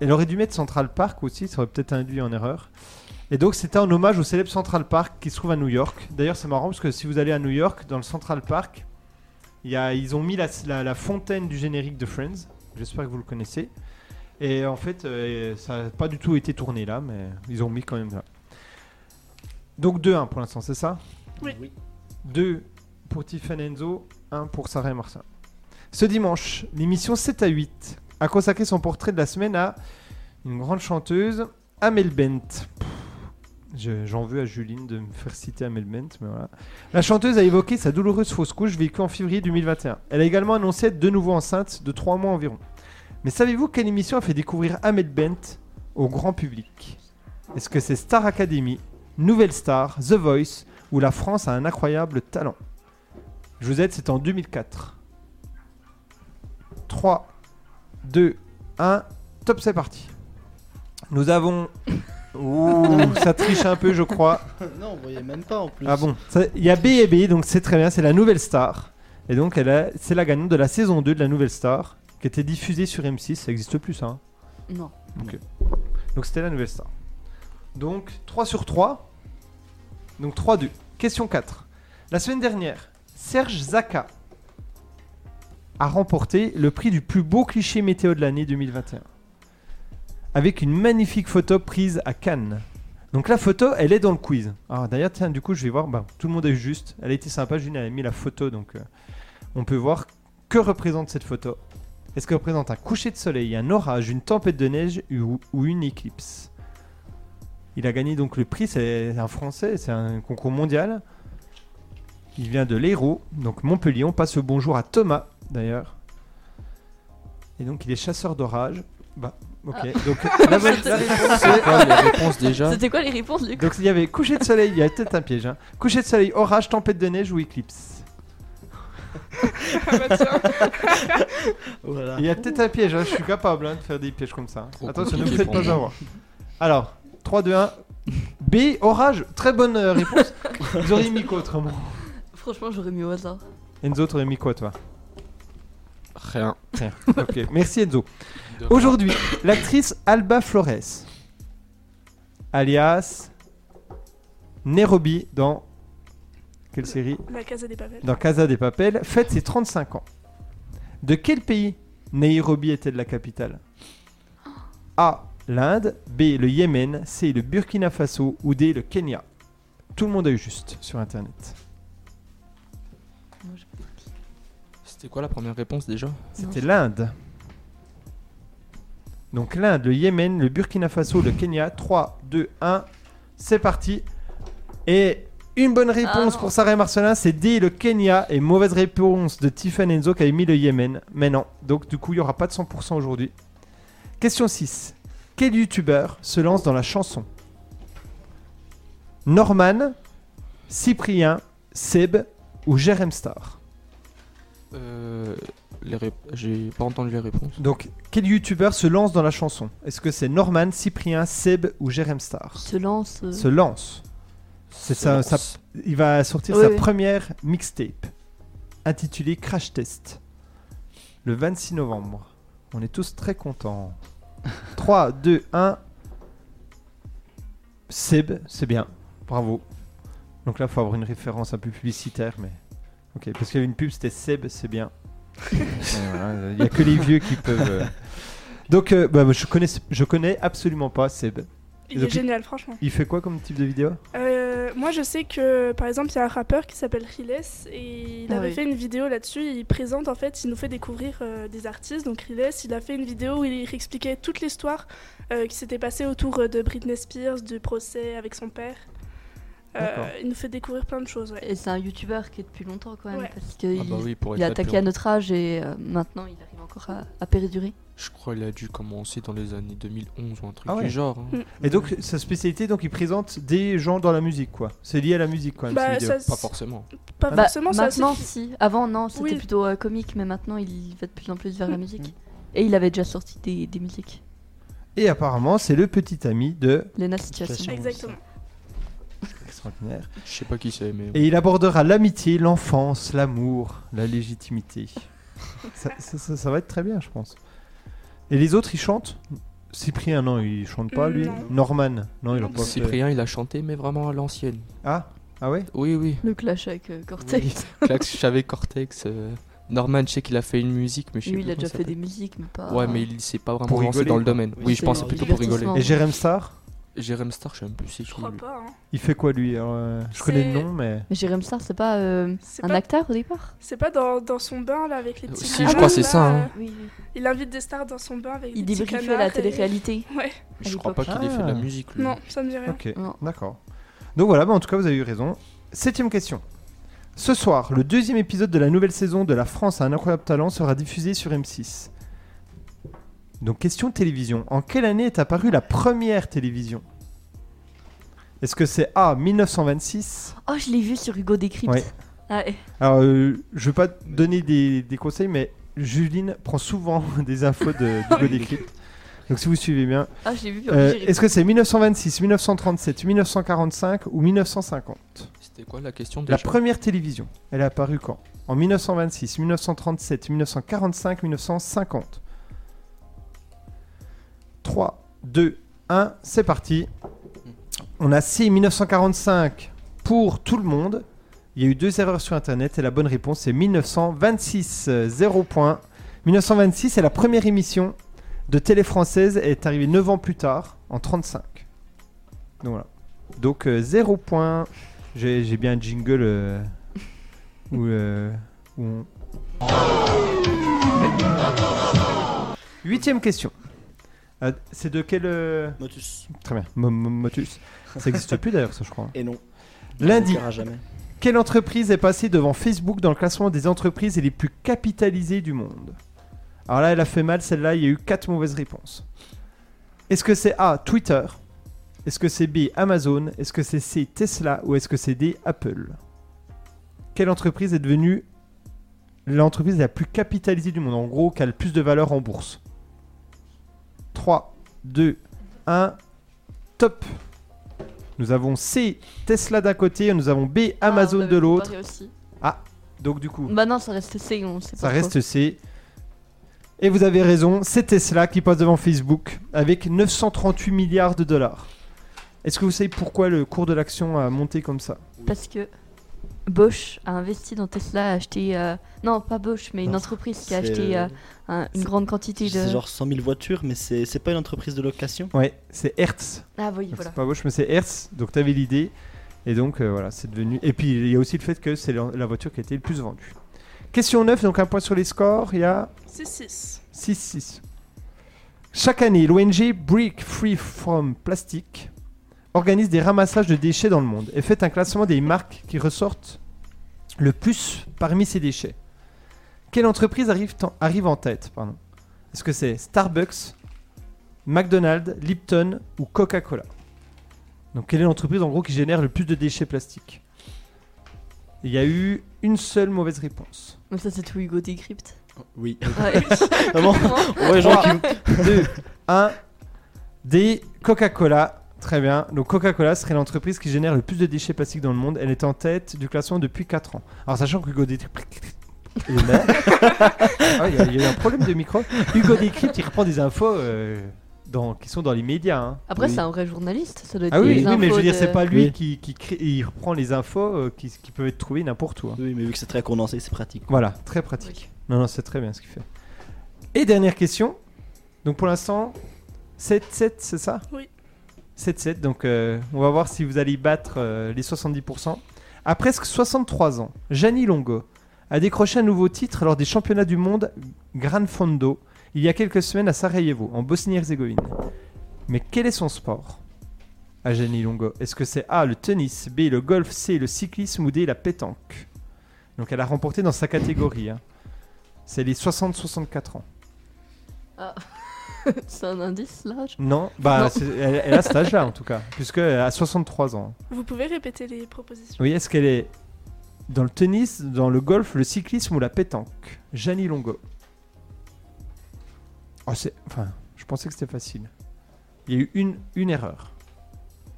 Elle aurait dû mettre Central Park aussi, ça aurait peut-être induit en erreur. Et donc c'était un hommage au célèbre Central Park qui se trouve à New York. D'ailleurs c'est marrant parce que si vous allez à New York, dans le Central Park, il y a- ils ont mis la- la- la fontaine du générique de Friends. J'espère que vous le connaissez. Et en fait, euh, ça n'a pas du tout été tourné là, mais ils ont mis quand même là. Donc 2-1 pour l'instant, c'est ça Oui. 2 pour Tiffen Enzo, 1 pour Sarah et Marcin. Ce dimanche, l'émission 7 à 8 a consacré son portrait de la semaine à une grande chanteuse, Amel Bent. Pff, je- J'en veux à Juline de me faire citer Amel Bent, mais voilà. La chanteuse a évoqué sa douloureuse fausse couche vécue en février 2021. Elle a également annoncé être de nouveau enceinte de 3 mois environ. Mais savez-vous quelle émission a fait découvrir Ahmed Bent au grand public Est-ce que c'est Star Academy, Nouvelle Star, The Voice ou La France a un incroyable talent Je vous aide, c'est en 2004. 3, 2, 1, top, c'est parti. Nous avons. Ouh, ça triche un peu, je crois. non, on voyait même pas en plus. Ah bon Ça- Il y a B et B, donc c'est très bien, c'est la nouvelle star. Et donc, elle a- c'est la gagnante de la saison 2 de la nouvelle star, qui était diffusée sur M6, ça existe plus, ça. hein. Non. Donc c'était la nouvelle star. Donc 3 sur 3. Donc 3-2. Question 4. La semaine dernière, Serge Zaka a remporté le prix du plus beau cliché météo de l'année 2021. Avec une magnifique photo prise à Cannes. Donc la photo, elle est dans le quiz. Alors d'ailleurs, tiens, du coup, je vais voir. bah, tout le monde a eu juste. Elle a été sympa. Juline elle a mis la photo. Donc euh, on peut voir que représente cette photo. Est-ce que représente un coucher de soleil, un orage, une tempête de neige ou, ou une éclipse Il a gagné donc le prix, c'est un Français, c'est un concours mondial. Il vient de l'Hérault, donc Montpellier. On passe le bonjour à Thomas, d'ailleurs. Et donc il est chasseur d'orage. Bah, ok. Donc la bonne- la réponse, Ah, c'est- C'est quoi les réponses déjà C'était quoi les réponses, Luc donc il y avait coucher de soleil, il y a peut-être un piège. Hein. Coucher de soleil, orage, tempête de neige ou éclipse. ah bah tiens. Voilà. Il y a peut-être un piège, hein, je suis capable hein, de faire des pièges comme ça. Trop Attention, ne me compliqué faites pour pas moi. avoir. Alors, 3, 2, 1. B, orage, très bonne euh, réponse. Ils auraient mis quoi autrement Franchement, j'aurais mis au hasard. Enzo, t'aurais mis quoi toi Rien. Ok, merci Enzo. Aujourd'hui, l'actrice Alba Flores, alias Nairobi dans quelle série La Casa des Papels. dans Casa des Papel, fête ses 35 ans. De quel pays Nairobi était de la capitale A. L'Inde, B. Le Yémen, C. Le Burkina Faso ou D. Le Kenya. Tout le monde a eu juste sur Internet. Non, j'ai- C'était quoi la première réponse déjà C'était l'Inde. Donc l'Inde, le Yémen, le Burkina Faso, le Kenya. 3, 2, 1. C'est parti. Et une bonne réponse Ah non. pour Sarah et Marcelin, c'est D, le Kenya. Et mauvaise réponse de Tiffany Enzo qui avait mis le Yémen. Mais non. Donc du coup, il n'y aura pas de 100% aujourd'hui. Question 6. Quel youtubeur se lance dans la chanson Norman, Cyprien, Seb ou Jerem Star Euh, les rép- J'ai pas entendu les réponses. Donc, quel youtubeur se lance dans la chanson Est-ce que c'est Norman, Cyprien, Seb ou Jerem Star Se lance. euh, Se lance. C'est ça, ça- Silence. il va sortir Oui, sa oui. première mixtape intitulée Crash Test le 26 novembre. On est tous très contents. 3, 2, 1. Seb, c'est bien. Bravo. Donc là, faut avoir une référence un peu publicitaire, mais. Ok, parce qu'il y avait une pub, c'était Seb, c'est bien. Ouais, voilà, Il n'y a que les vieux qui peuvent. euh. Donc, euh, bah, je, connais, je connais absolument pas Seb. Il est depuis- génial, franchement. Il fait quoi comme type de vidéo Euh, moi, je sais que, par exemple, il y a un rappeur qui s'appelle Riles et il Ah avait oui. fait une vidéo là-dessus. Il présente, en fait, il nous fait découvrir euh, des artistes. Donc, Riles, il a fait une vidéo où il expliquait toute l'histoire euh, qui s'était passée autour euh, de Britney Spears, du procès avec son père. Euh, D'accord. il nous fait découvrir plein de choses, ouais. Et c'est un youtubeur qui est depuis longtemps quand même. Ouais. Parce qu'il Ah bah oui, pour il a être attaqué plus- à notre âge et euh, maintenant il arrive encore à, à pérdurer. Je crois qu'il a dû commencer dans les années 2011 ou un truc Ah ouais. du genre. hein. Mm. Et donc, sa spécialité, donc, il présente des gens dans la musique, quoi. C'est lié à la musique, quand même, Bah, ces vidéos. ça- Pas forcément. Pas Bah, forcément, ça. maintenant, c'est- si. Avant, non, c'était Oui. plutôt euh, comique, mais maintenant il va de plus en plus vers la musique. Mm. Et il avait déjà sorti des, des musiques. Et apparemment, c'est le petit ami de... Lena Situation. Situation. Exactement. Extraordinaire. Je sais pas qui c'est, mais. Et il abordera l'amitié, l'enfance, l'amour, la légitimité. ça, ça- ça- ça va être très bien, je pense. Et les autres, ils chantent Cyprien, non, il chante pas, lui. Non. Norman, non, il a Non. pas fait. Cyprien, il a chanté, mais vraiment à l'ancienne. Ah, ah ouais Oui, oui. Le clash avec euh, Cortex. Oui. Clax, je savais Cortex. euh, Norman, je sais qu'il a fait une musique, mais je sais Lui, plus il a comment déjà ça fait des musiques, mais pas. s'appelle. Ouais, mais il s'est pas vraiment Pour lancé rigoler, dans le quoi. domaine. Oui, Oui, c'est je pensais du plutôt pour rigoler. divertissement. Et Jerem Star Jérém Star, je sais même plus c'est Je qui. crois lui. pas, hein. Il fait quoi, lui Euh, Je connais le C'est- nom, mais... Mais Jérém Star, c'est pas euh, C'est un pas, acteur au départ c'est pas dans, dans son bain, là, avec les petits. Euh, Si, je canards, crois que c'est là, ça, hein. euh, Oui, oui. Il invite des stars dans son bain avec Il des petits débriefait canards la et- télé-réalité. Ouais. Je crois pas l'époque. qu'il ait fait de Ah. la musique. lui. Euh, Non, ça me dit rien. Ok, Non. d'accord. Donc voilà, bah en tout cas, vous avez eu raison. Septième question. Ce soir, le deuxième épisode de la nouvelle saison de La France a un incroyable talent sera diffusé sur M6. Donc question télévision. En quelle année est apparue la première télévision Est-ce que c'est A 1926 Oh, je l'ai vu sur Hugo Décrypte. Ouais. Ah, ouais. Alors, euh, je vais pas te donner des, des conseils, mais Juline prend souvent des infos de Google Décrypte. Donc si vous suivez bien, Ah, je l'ai vu. Euh, j'ai ri. est-ce que c'est 1926, 1937, 1945 ou 1950 C'était quoi la question La déjà première télévision, elle est apparue quand En 1926, 1937, 1945, 1950. 3, 2, 1, c'est parti. On a 6 1945 pour tout le monde. Il y a eu deux erreurs sur Internet et la bonne réponse c'est 1926, euh, 0 point. 1926 c'est la première émission de télé française et est arrivée 9 ans plus tard, en 35. Donc voilà. Donc 0 point. J'ai j'ai bien un jingle euh, où, euh, où on- Huitième question. Euh, c'est de quel... euh, Motus. Très bien. Mo- mo- Motus. Ça n'existe plus d'ailleurs, ça je crois. Et non. Lundi, On verra jamais. quelle entreprise est passée devant Facebook dans le classement des entreprises les plus capitalisées du monde Alors là, elle a fait mal, celle-là, il y a eu 4 mauvaises réponses. Est-ce que c'est A, Twitter Est-ce que c'est B, Amazon Est-ce que c'est C, Tesla Ou est-ce que c'est D, Apple Quelle entreprise est devenue l'entreprise la plus capitalisée du monde En gros, qui a le plus de valeur en bourse 3, 2, 1, top Nous avons C, Tesla d'un côté, et nous avons B, Ah, on Amazon avait de l'autre. comparé aussi. Donc du coup, Bah non, ça reste C, on sait ça pas. reste C. Et vous avez raison, c'est Tesla qui passe devant Facebook avec 938 milliards de dollars. Est-ce que vous savez pourquoi le cours de l'action a monté comme ça trop. Parce que Bosch a investi dans Tesla, a acheté. euh, Non, pas Bosch, mais une Non, entreprise qui a c'est, acheté euh, euh, un- une c'est- grande quantité de. C'est genre 100 000 voitures, mais c'est c'est pas une entreprise de location. Ouais, c'est Hertz. Ah oui, Donc, voilà. C'est pas gauche, mais c'est Hertz. Donc t'avais l'idée. Et donc euh, voilà, c'est devenu. Et puis il y a aussi le fait que c'est la la voiture qui a été le plus vendue. Question 9, donc un point sur les scores, il y a C'est 6. 6-6. Chaque année, l'ONG Break Free From Plastic organise des ramassages de déchets dans le monde et fait un classement des marques qui ressortent le plus parmi ces déchets. Quelle entreprise arrive, en- arrive en tête pardon Est-ce que c'est Starbucks, McDonald's, Lipton ou Coca-Cola Donc quelle est l'entreprise en gros qui génère le plus de déchets plastiques Il y a eu une seule mauvaise réponse. Mais ça, c'est tout Hugo décrypte. Oui. Ouais. Vraiment Comment Ouais, les gens qui... 2, 1, D, Coca-Cola. Très bien. Donc Coca-Cola serait l'entreprise qui génère le plus de déchets plastiques dans le monde. Elle est en tête du classement depuis 4 ans. Alors sachant que Hugo Décrypte... Il est là. Ah, il y a- il y a eu un problème de micro. Hugo Décrypte, il reprend des infos euh, dans- qui sont dans les médias. hein. Après, Oui. c'est un vrai journaliste. Ça doit être Ah oui, des oui, mais je infos veux dire, de- c'est pas lui Oui. qui, qui crée, il reprend les infos euh, qui, qui peuvent être trouvées n'importe où. hein. Oui, mais vu que c'est très condensé, c'est pratique. Voilà, très pratique. Non, non, c'est très bien ce qu'il fait. Et dernière question. Donc pour l'instant, 7-7, c'est ça Oui. 7-7, donc euh, on va voir si vous allez battre euh, les 70%. À presque 63 ans, Gianni Longo a décroché un nouveau titre lors des championnats du monde Gran Fondo il y a quelques semaines à Sarajevo, en Bosnie-Herzégovine. Mais quel est son sport à Gianni Longo Est-ce que c'est A, le tennis, B, le golf, C, le cyclisme ou D, la pétanque Donc elle a remporté dans sa catégorie. hein. C'est les 60-64 ans. C'est un indice, là je- Non, bah, Non. c'est- Elle, elle a cet âge-là en tout cas, puisque elle a 63 ans. Vous pouvez répéter les propositions Oui, est-ce qu'elle est dans le tennis, dans le golf, le cyclisme ou la pétanque Janie Longo. Oh, c'est... Enfin, je pensais que c'était facile. Il y a eu une, une erreur.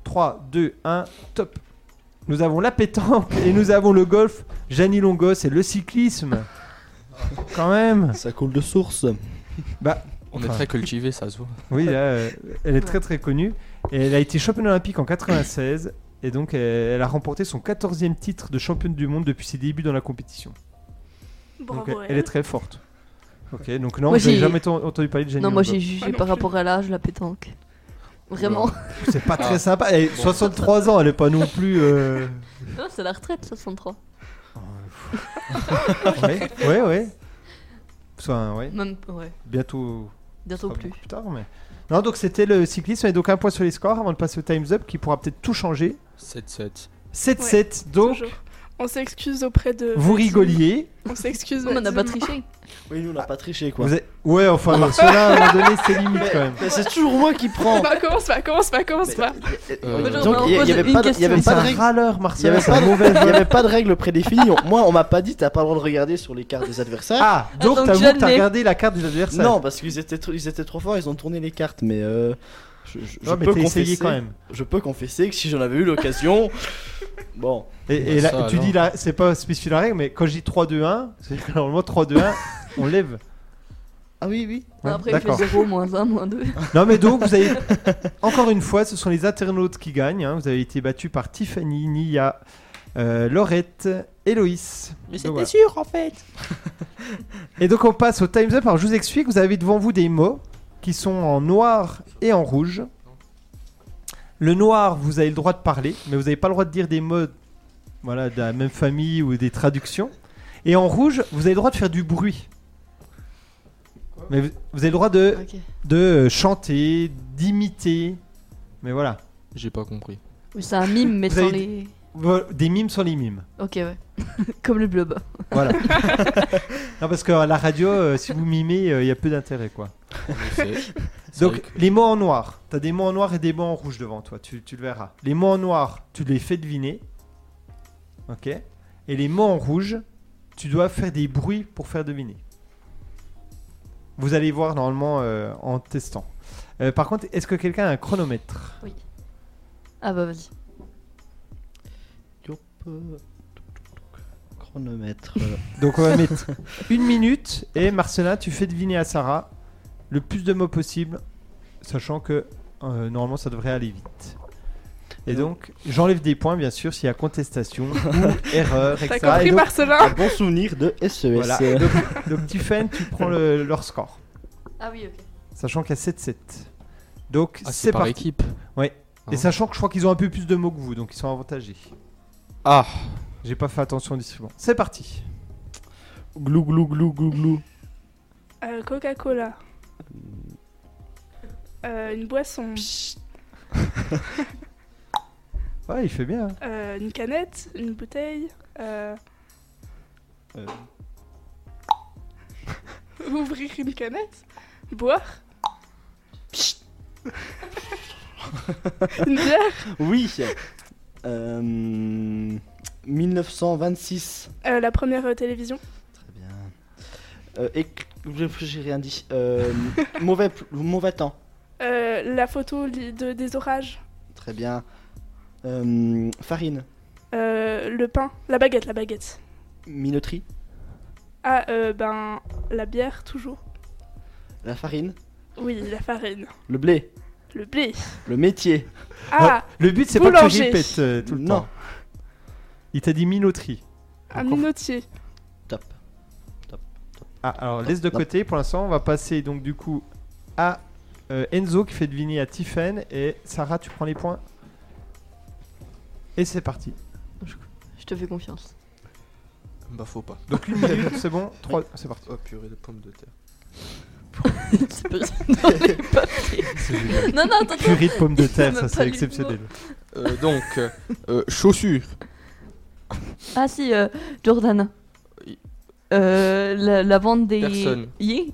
3, 2, 1, top. Nous avons la pétanque et nous avons le golf. Janie Longo, c'est le cyclisme. Quand même. Ça coule de source. On est Enfin. très cultivé, ça se voit. Oui, là, euh, elle est très très connue. Et elle a été championne olympique en 96 et donc euh, elle a remporté son 14e titre de championne du monde depuis ses débuts dans la compétition. Donc Bravo elle, à elle est très forte. Ok, donc non, Moi, j'ai j'ai- jamais ent- entendu parler de Jenny. Non, moi, Longo. j'ai jugé Ah, non par plus. rapport à l'âge, la pétanque. Vraiment. C'est pas très Ah. sympa. Elle a 63 ans, elle est pas non plus. euh, Non, c'est la retraite, 63. Ouais, ouais, ouais. Soit, ouais. Même, ouais. Bientôt. Bientôt pas plus. beaucoup plus tard, mais. Non, donc c'était le cyclisme et donc un point sur les scores avant de passer au Time's Up qui pourra peut-être tout changer. 7-7. 7-7, donc Toujours. On s'excuse auprès de. vous Maxime. rigoliez. On s'excuse. on n'a pas Maxime. triché. Oui, nous, on n'a pas triché, quoi. Ah. Vous avez- Ouais, enfin, bon, cela, à un moment donné, c'est limite Mais- quand même. mais c'est toujours moi qui prends. Bah, Vacances, vacances, vacances, va. Euh, Donc, Bonjour, on il y- il y pose avait une pas de- il y question. avait C'est pas de un règle- râleur, il y Martial. avait c'est pas un de- mauvais il y joueur. avait pas de règle prédéfinie. On- Moi, on m'a pas dit, t'as pas le droit de regarder sur les cartes des adversaires. Ah, donc Attends, t'as tu vu que t'as l'as regardé la carte des adversaires. Non, parce qu'ils étaient, tr- ils étaient trop forts, ils ont tourné les cartes, mais euh, je, je- je Non, mais peux t'as essayé confesser, quand même. je peux confesser que si j'en avais eu l'occasion, bon, Et, et Bah, là, ça, tu alors. dis, là, c'est pas spécifique la règle, mais quand je dis 3-2-1, c'est que normalement 3-2-1, on lève. ah oui oui, Ouais, Après, il fait D'accord. 0, moins 1, moins 2. Non, mais donc, vous avez. Encore une fois, ce sont les internautes qui gagnent. hein. Vous avez été battus par Tiffany, Nia, euh, Laurette, Héloïse. Mais c'était sûr, en fait. et donc, on passe au Time's Up. Alors, je vous explique, vous avez devant vous des mots qui sont en noir et en rouge. Le noir, vous avez le droit de parler, mais vous n'avez pas le droit de dire des mots voilà, de la même famille ou des traductions. Et en rouge, vous avez le droit de faire du bruit. Mais vous, vous avez le droit de Ok. de euh, chanter, d'imiter. Mais voilà. J'ai pas compris. Oui, c'est un mime, mais Vous sans avez- les. Vo- Des mimes sans les mimes. Ok, ouais. Comme le blob. Voilà. non, parce que à la radio, euh, si vous mimez, il y a peu d'intérêt, quoi. En effet. C'est Donc, vrai que- les mots en noir. T'as des mots en noir et des mots en rouge devant toi. Tu, tu le verras. Les mots en noir, tu les fais deviner. Ok. Et les mots en rouge, tu dois faire des bruits pour faire deviner. Vous allez voir normalement euh, en testant. Euh, par contre, est-ce que quelqu'un a un chronomètre Ah bah vas-y. Yop, euh, chronomètre. euh, Donc on va mettre une minute et Marcella, tu fais deviner à Sarah le plus de mots possible, sachant que euh, normalement ça devrait aller vite. Et donc j'enlève des points bien sûr s'il y a contestation ou erreur, T'as etc. Et compris, donc, Marcelin un bon souvenir de E SES. voilà. Et donc, donc, Tiffen, tu prends le- leur score, Ah oui, ok. sachant qu'il y a 7-7. Donc Ah, c'est c'est par parti. équipe. Et sachant que je crois qu'ils ont un peu plus de mots que vous, donc ils sont avantagés. Ah, J'ai pas fait attention au distribuant. C'est parti. Glou glou glou glou glou. Euh, Coca-Cola. Euh, une boisson. Ouais, il fait bien. hein. Euh, une canette. Une bouteille. euh, Euh. Ouvrir une canette. Boire. une bière. Oui. Euh, 1926. Euh, la première euh, télévision. Très bien. Euh, et j'ai rien dit. Euh, mauvais, pl- mauvais temps. Euh, la photo li- de, des orages. Très bien. Euh, farine. Euh, le pain. La baguette, la baguette. Minoterie. Ah, euh, ben, la bière, toujours. La farine. Oui, la farine. Le blé. Le blé. Le métier. Ah, Le but, c'est pas que tu Boulanger. répètes euh, tout le Non. temps. Il t'a dit minoterie. un minotier. Top. Ah, alors laisse de Non. côté pour l'instant. On va passer donc du coup à euh, Enzo qui fait deviner à Tiffen. Et Sarah, tu prends les points. Et c'est parti. Je te fais confiance. Bah, faut pas. Donc une minute, c'est bon. Trois, c'est parti. Oh, purée de pommes de terre. C'est pas- Non, mais pas- non, non, attends, attends. Purée de pommes de terre, Il m'a ça pas c'est lu le exceptionnel. Euh, donc, euh, euh, chaussures. Ah si, euh, Jordan. Oui. Euh, la, la vente des... Personne. Yé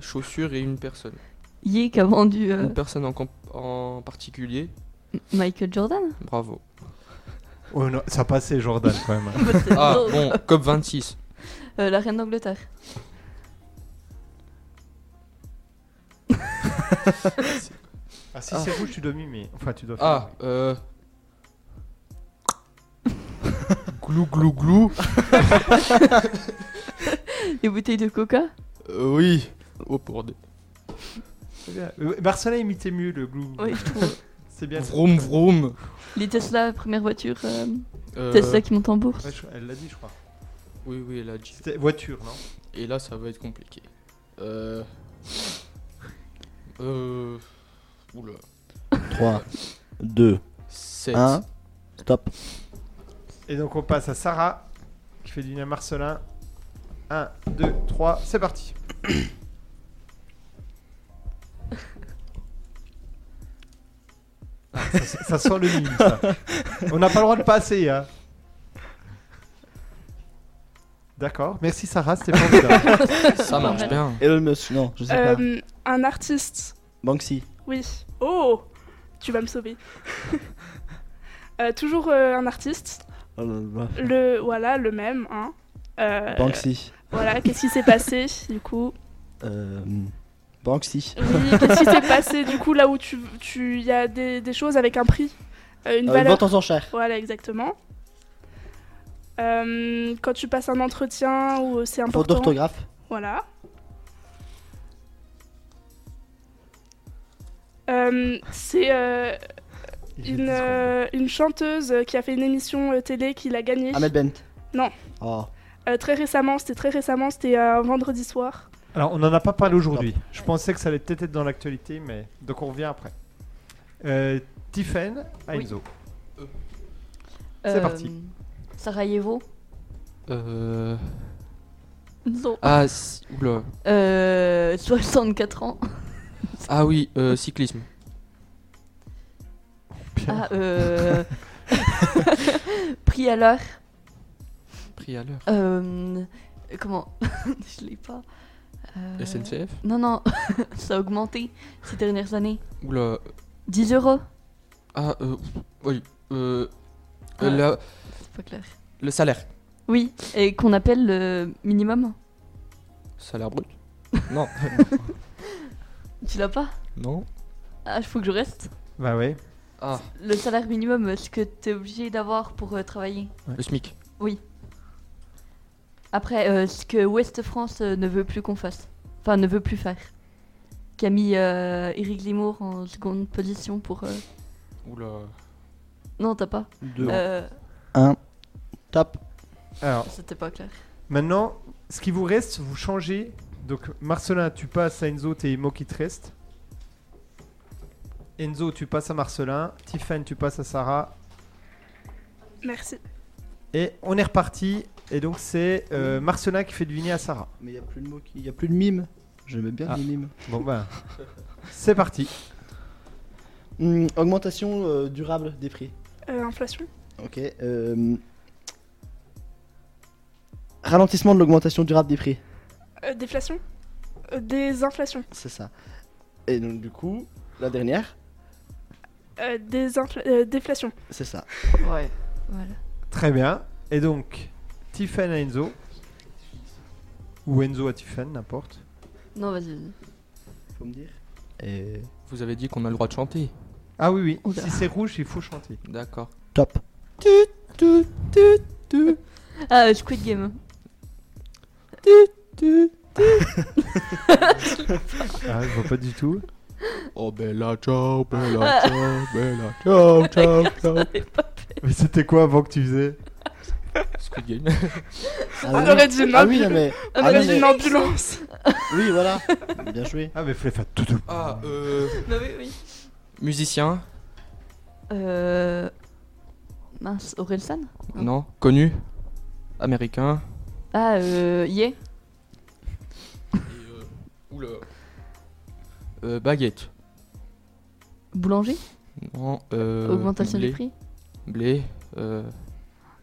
Chaussures et une personne. Yé qui a vendu euh, Une personne en, comp- en particulier. Michael Jordan Bravo. Oh non, ça passait Jordan quand même. Ah, bon, COP26. Euh, La reine d'Angleterre. Ah, si c'est rouge, tu dois mimer. Enfin, tu dois. Ah, euh. glou glou glou. Les bouteilles de coca Euh, oui. Oh, pour des. C'est bien. Euh, Marcella imitait mieux le glou. Oui, je trouve. C'est bien. Vroom vroom. Les Tesla, première voiture. euh, Euh, Tesla qui monte en bourse. Ouais, je- Elle l'a dit, je crois. Oui, oui, elle a dit. C'était voiture, non Et là, ça va être compliqué. Euh. Euh. Oula. 3, 2, 7. Un. stop. Et donc on passe à Sarah qui fait deviner à Marcelin. 1, 2, 3, c'est parti. Ah, ça, ça sent le mime, ça. On n'a pas le droit de passer. Hein. D'accord, merci Sarah, c'était formidable. Ça marche bien. Elon Musk, non, je sais pas. Euh, un artiste. Banksy. Oui. Oh Tu vas me sauver. Euh, toujours euh, un artiste. Oh là là. Le, voilà, le même, hein. Euh, Banksy. Voilà, qu'est-ce qui s'est passé, du coup Euh, Banksy. Oui, qu'est-ce qui s'est passé, du coup, là où tu... Il tu, il y a des, des choses avec un prix, euh, une Euh, valeur. vente aux enchères. Voilà, exactement. Euh, quand tu passes un entretien ou c'est Faute important. d'orthographe. Voilà. Euh, c'est euh, Il une, est euh, une chanteuse qui a fait une émission euh, télé qui l'a gagnée Ahmed Bent. Non. Oh. Euh, très récemment. C'était très récemment, c'était euh, un vendredi soir. Alors, on n'en a pas parlé aujourd'hui. Je pensais que ça allait peut-être être dans l'actualité, mais donc on revient après. Euh, Tiffen, Oui. Enzo. C'est parti. Sarajevo Euh. Non. Ah, si- oula. Euh, 64 ans. Ah oui, euh, cyclisme. Ah, euh... Prix à l'heure. Pris à l'heure. Euh, Comment Je l'ai pas. Euh, SNCF. Non, non, ça a augmenté ces dernières années. Oula. 10 euros Ah, euh. Oui. Euh. Ah. la- C'est pas clair. le salaire. Oui, et qu'on appelle le minimum. Salaire brut Non. Tu l'as pas non. Ah, il faut que je reste. Bah ouais. Ah, Le salaire minimum, euh, ce que t'es obligé d'avoir pour euh, travailler. le SMIC. Après, euh, ce que Ouest France euh, ne veut plus qu'on fasse. Enfin, ne veut plus faire. Qui a mis euh, Eric Limour en seconde position pour. euh, Oula. Non, t'as pas. Deux. Euh, Un. Top. Alors, C'était pas clair. Maintenant, ce qui vous reste, vous changez. Donc, Marcelin, tu passes à Enzo, t'es Emo qui te reste. Enzo, tu passes à Marcelin. Tiffen, tu passes à Sarah. Merci. Et on est reparti. Et donc, c'est euh, Marcelin qui fait deviner à Sarah. Mais il a plus de mots, il y a plus de mime. J'aimais bien Ah. les mimes. Bon, ben, c'est parti. Hum, augmentation euh, durable des prix. Euh, inflation. Ok. euh, Ralentissement de l'augmentation durable des prix. Euh, déflation. Euh, des inflations. C'est ça. Et donc du coup, la dernière, Euh, des infla- euh, déflation. c'est ça. Ouais. Voilà. Très bien. Et donc, Tiffen à Enzo. Ou Enzo à Tiffen, n'importe. Non, vas-y. vas-y. Faut me dire. Et Vous avez dit qu'on a le droit de chanter. Ah oui, oui. Oula. Si c'est rouge, il faut chanter. D'accord. top. Ah, euh, Squid Game. Ah, je vois pas du tout. Oh bella ciao, bella ciao, bella ciao, ciao, ciao. Mais c'était quoi avant que tu faisais Squid Game. Ah, On aurait dit une Ah oui, non, ambulance. mais. On Ah aurait oui, dit une mais- ambulance. oui, voilà. Bien joué. Ah, mais Flefa, tout tout. Ah, euh... Bah oui, oui. Musicien Euh. Mince, Orelsan Non. Connu Américain Ah, euh. Yeah. Oula. Euh, baguette. Boulanger Non, euh... Augmentation blé. des prix Blé. Euh...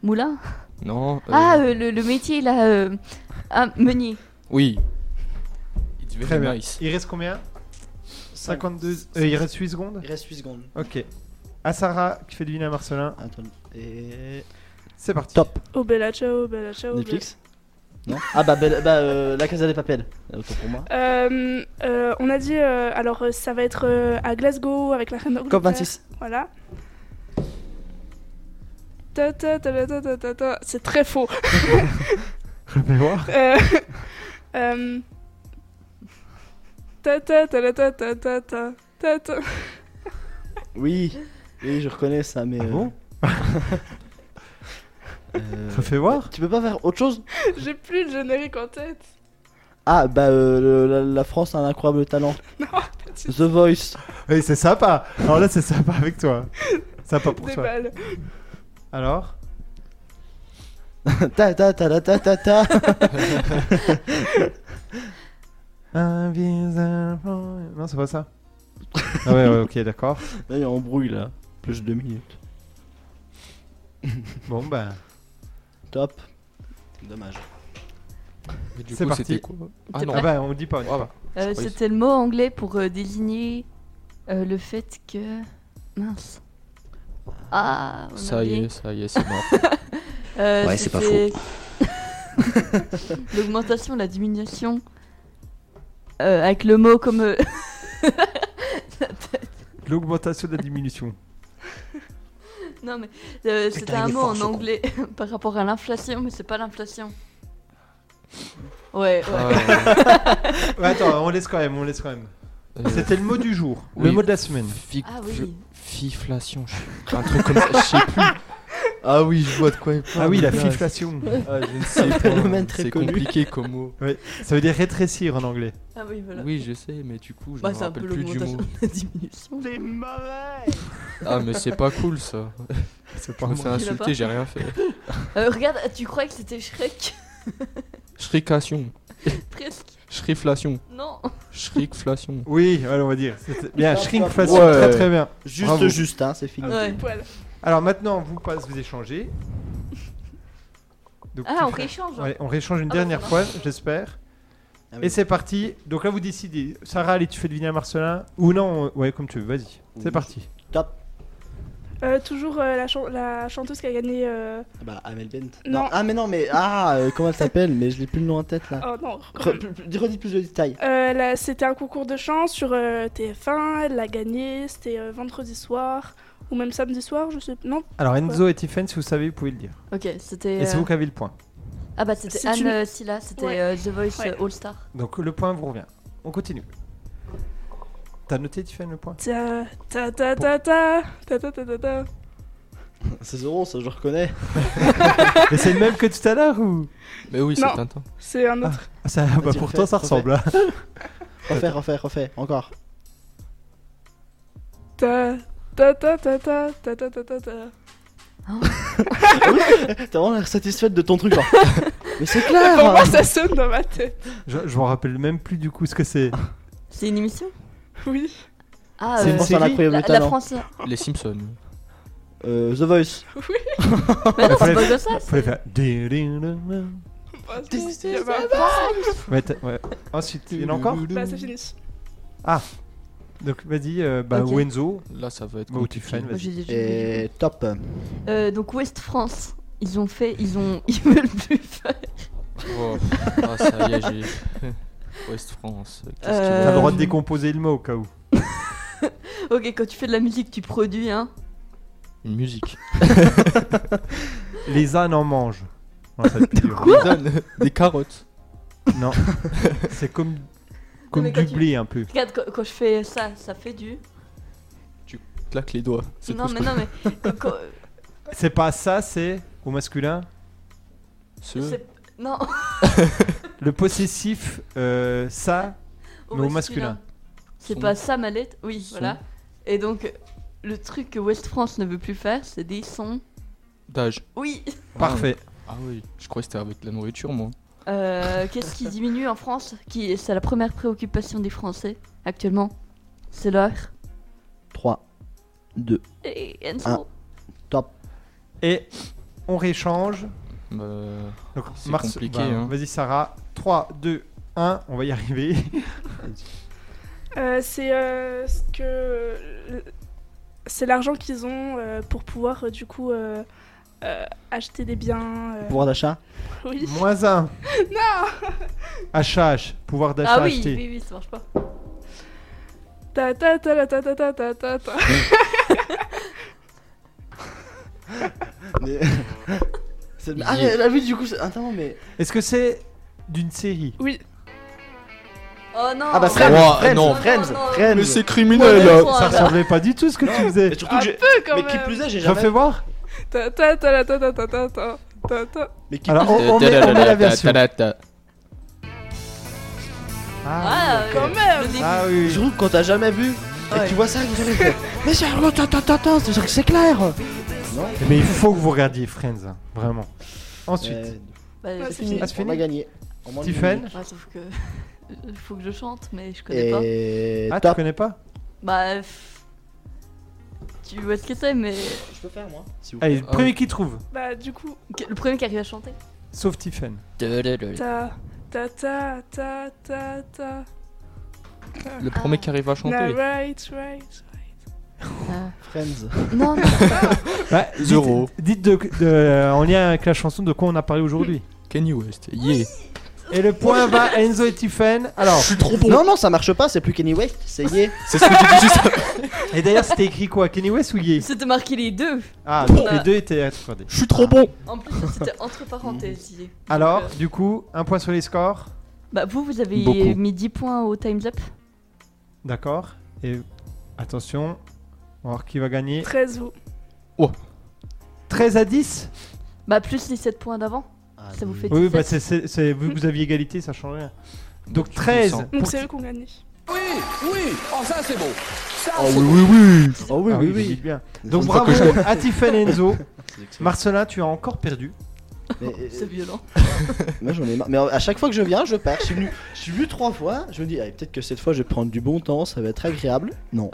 Moulin Non. euh, Ah, euh, le, le métier là. euh, Ah, meunier. Oui. It's very Très bien. nice. Il reste combien 52. Cinq. euh, il reste 8 secondes Il reste 8 secondes. Ok. À Sarah qui fait deviner à Marcelin. Attends. Et. C'est parti. Top. Oh bella ciao, bella ciao. Netflix Non Ah bah, belle- bah, euh, la Casa des Papel. Autant pour moi. bella- Euh, euh, on a dit, euh, alors euh, ça va être euh, à Glasgow avec la reine d'Angleterre. COP26. Voilà. Ta, ta, ta, ta, ta, ta, ta, ta. C'est très faux. Je vais voir. Euh, euh, ta, ta, ta, ta, ta, ta, ta, ta, ta. Oui. Oui, je reconnais ça, mais. Ah euh, bon euh, Refais voir. Tu peux pas faire autre chose J'ai plus le générique en tête. Ah bah, euh, le- la, la France a un incroyable talent. Non, The Voice. Oui, c'est sympa. Alors là, c'est sympa avec toi. Sympa pour des toi. balles. Alors ta ta ta ta ta ta ta. Invisible- Non, c'est pas ça. ah ouais, ouais, ok, d'accord. Là, il y a embrouille là. Plus de 2 minutes. Bon, ben, Top. Dommage. Mais du C'est coup, parti. c'était quoi Ah T'es non. prêt ah ben, on dit pas. On dit Ah, pas. Euh, croyais- C'était le mot anglais pour euh, désigner euh, le fait que. Mince. Ah, on a Ça y oublié. est, ça y est, c'est mort. Euh, Ouais, c'est pas c'était- L'augmentation, la diminution. euh, avec le mot comme. euh, L'augmentation de la diminution. non, mais euh, c'était il un est mot fort, en ce con. anglais par rapport à l'inflation, mais c'est pas l'inflation. Ouais, ouais. Ah, Ouais, attends, on laisse quand même, on laisse quand même. euh, C'était le mot du jour, le oui. mot de la semaine. Fi- Ah oui. Fiflation, je sais- un truc comme ça, je sais plus. Ah oui, je vois de quoi il parle. Ah oui, la le gars. fiflation. Ah, je ne sais pas. phénomène très C'est connu. compliqué comme mot. Ouais, ça veut dire rétrécir en anglais. Ah oui, voilà. Oui, je sais, mais du coup, je Bah, me c'est un peu rappelle plus du l'augmentation mot. de la diminution. C'est mauvais Ah, mais c'est pas cool ça. C'est Je pas me moi. fais Tu l'as pas insulter, j'ai rien fait. Euh, regarde, tu croyais que c'était Shrek Shrication, Presque. shriflation, Non. shrikflation. Oui, voilà, on va dire. C'était Bien, Top, shrinkflation, top. très Ouais. très bien. Juste, Bravo. juste, hein, c'est fini. Ouais. Poil. Alors maintenant, vous passez, vous échangez. Donc, Ah, on tu- rééchange. hein. Ouais, on réchange une Ah, dernière bah, fois, j'espère. Ah, Et mais- c'est parti. Donc là, vous décidez. Sarah, allez, tu fais deviner à Marcelin. Ou non, on- ouais, comme tu veux, vas-y. C'est Oui. parti. Top. Euh, toujours euh, la, chan- la chanteuse qui a gagné. euh, Ah Bah, Amel Bent. Non. Ah, mais non, mais. Ah, euh, comment elle s'appelle Mais je l'ai plus le nom en tête là. Oh non. Re- plus- plus- redis plus de détails. Euh, là, c'était un concours de chant sur euh, TF1. Elle l'a gagné. C'était euh, vendredi soir ou même samedi soir, je sais pas. Non. Alors, Enzo et Tiffen, si vous savez, vous pouvez le dire. Ok, c'était. Et c'est euh, vous qui avez le point. Ah bah c'était C'est Anne une- euh, Silla, c'était Ouais. euh, The Voice Ouais. euh, All Star. Donc le point vous revient. On continue. T'as noté, Tiffen, le point Ta ta ta ta ta ta ta ta ta ta. C'est Zoro, ça je reconnais. Mais c'est le même que tout à l'heure ou Mais oui, c'est Non. un temps. C'est un autre. Ah, ça, bah, tu Pourtant, refais, ça ressemble. hein. Refais, refais, refais, encore. Ta ta ta ta ta ta ta ta ta ta. T'as vraiment l'air satisfaite de ton truc, genre. mais c'est clair Pour moi, ça sonne dans ma tête. hein. Je, je m'en rappelle même plus du coup ce que c'est. C'est une émission Oui. Ah, C'est euh, une C'est un série incroyable la, la talent. France. Les Simpsons. Euh, The Voice. Mais Bah non, Fallait- c'est pas comme ça. Faut les c'est- faire. Ding-ding-ding-ding. Bah, This c'est- is il y a the pas- Ouais, t'as- ouais. Ensuite, il y en a encore Bah, c'est fini. Donc vas-y, euh, bah, Ok. Wenzo. Là, ça va être Bah, ou tu compliqué. fais, Moi, j'ai déjà oublié. Et top. Euh, donc West France. Ils ont fait, ils ont, ils veulent plus faire. Wow. Ah, ça y est, j'ai. Ouest France. qu'est-ce qu'il Euh, T'as le droit de Euh, décomposer le mot au cas où. Ok, quand tu fais de la musique, tu produis, hein. Une musique. Les ânes en mangent. Non, ça va être plus dur. Des ânes, Des carottes. Non. C'est comme, comme mais quand du tu- blé un peu. Regarde, quand, quand je fais ça, ça fait du. Claque les doigts. C'est Non tout ce mais que- non mais. quand- quand- C'est pas ça, c'est au masculin. Ce- c'est- non. Le possessif, euh, ça, Ah, Mais au masculin. C'est Son. pas sa mallette, oui, Son. voilà. Et donc, le truc que West France ne veut plus faire, c'est des sons. D'âge. Oui parfait. Ah oui, je croyais que c'était avec la nourriture, moi. Euh, Qu'est-ce qui diminue en France qui, C'est la première préoccupation des Français actuellement. C'est l'heure. 3, 2, Et Ah. Enzo. top. Et on réchange. Bah, Donc, C'est Mars, compliqué, bah, hein. Vas-y, Sarah. 3, 2, 1, on va y arriver. Euh, c'est euh, ce que euh, c'est l'argent qu'ils ont euh, pour pouvoir euh, du coup euh, euh, acheter des biens. euh, Pouvoir d'achat oui. Moins 1. non HH, pouvoir d'achat Ah oui, acheté. oui, oui, ça marche pas. Ta ta ta la ta ta ta ta ta ta. Mais- C'est- Il Ah, y est. mais- ah oui, du coup, c'est- attends, mais. Est-ce que c'est d'une série Oui. Oh non Ah bah, Friends, Friends Ouah, Friends, non, non. Friends, Friends non, non. Mais c'est criminel Ouais, là. West Ça France. ressemblait pas du tout ce que tu faisais. surtout Un que j'ai. peu Ah, quand Mais qui même. plus est, j'ai jamais. Refais voir. Ta ta ta la ta ta ta ta ta ta ta. Mais qui Alors, on, on met, on met la version. Ah, oui, ok. quand même. Le début. Ah oui, oui. Surtout quand t'as jamais vu et que Ouais. tu vois ça, que jamais fait. Mais c'est attends, attends, attends, c'est sûr que c'est clair Mais il faut que vous regardiez Friends, hein, vraiment. Ensuite, Euh, Bah, Ah, je- c'est fini. Ah, c'est On a fini gagné. En moins de Stephen minutes. Ouais, sauf que. Il faut que je chante, mais je connais pas. Et. ah, tu top. connais pas Bah. pff, Tu vois ce que c'est, mais. Je peux faire moi Si vous Allez, Ah premier oui. qui trouve, Bah du coup que- Le premier qui arrive à chanter. sauf Tiffen. ta ta ta ta ta ta. Le premier qui arrive à chanter. Na, right right. Friends. Non, non. Bah, dites- Zéro. Dites, de, de- en lien avec la chanson de quoi on a parlé aujourd'hui. Kenny West. Yeah. Et le point va à Enzo et Tiffen. Alors, trop Non, non, ça marche pas, c'est plus Kenny West, c'est yé. C'est ce que j'ai dit juste avant. et d'ailleurs, c'était écrit quoi Kenny West ou Ye C'était marqué les deux. Ah, donc Bon. les deux étaient accordés. Je suis trop bon. En plus, c'était entre parenthèses. il est. Alors, Donc, du coup, un point sur les scores. euh, Bah, vous, vous avez Beaucoup. mis 10 points au Time's Up. D'accord. Et attention, on va voir qui va gagner. 13 vous. 13 à 10 Bah, plus les 7 points d'avant. Ça vous fait Oui, oui, 17. bah c'est- c'est- c'est- vous, vous aviez égalité, ça change rien. Donc 13 sens. Donc pour c'est eux qui ont gagné. Oh oui, oui, oui Oh oui, Ah oui, vous oui dites bien. Donc fois bravo que à Tiffen et Enzo. Marcelin, tu as encore perdu. Mais, euh, C'est violent. moi j'en ai marre. Mais à chaque fois que je viens, je perds. Je suis venu, je suis venu trois fois. Je me dis, allez, peut-être que cette fois je vais prendre du bon temps, ça va être agréable. Non.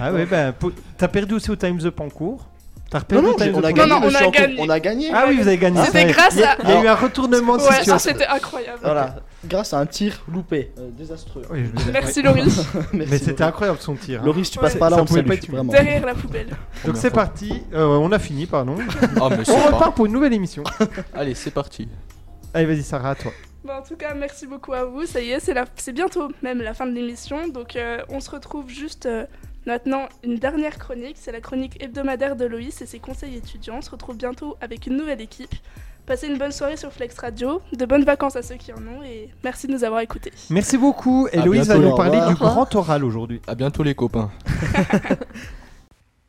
Ah ouais, ben po- t'as perdu aussi au Time's Up en cours. T'as Non, perdu non, au Time's on Up a en gagné. cours. Non, non, monsieur on a Antoine. gagné. on a gagné. Ah oui, vous avez gagné. C'était c'est vrai. grâce Il y a, à- il y a eu un retournement de Ouais, ça situation. c'était incroyable. Voilà, grâce à un tir loupé. Euh, désastreux. Oui, je me disais- Merci Laurie. Merci, Mais c'était Laurie. incroyable son tir. hein. Laurie, si tu passes Ouais, pas là, ça on te pouvait salue, pas être mieux. vraiment. Derrière la poubelle. Donc c'est parti. Euh, on a fini, pardon. Ah, mais On c'est pas. repart pour une nouvelle émission. Allez, c'est parti. Allez, vas-y, Sarah, à toi. Bon, en tout cas, merci beaucoup à vous. Ça y est, c'est la... c'est bientôt même la fin de l'émission. Donc, euh, on se retrouve juste euh, maintenant une dernière chronique. C'est la chronique hebdomadaire de Loïs et ses conseils étudiants. On se retrouve bientôt avec une nouvelle équipe. Passez une bonne soirée sur Flex Radio, de bonnes vacances à ceux qui en ont et merci de nous avoir écoutés. Merci beaucoup. Et À Louise va bientôt, nous au parler revoir. du Au revoir. grand oral aujourd'hui. À bientôt, les copains.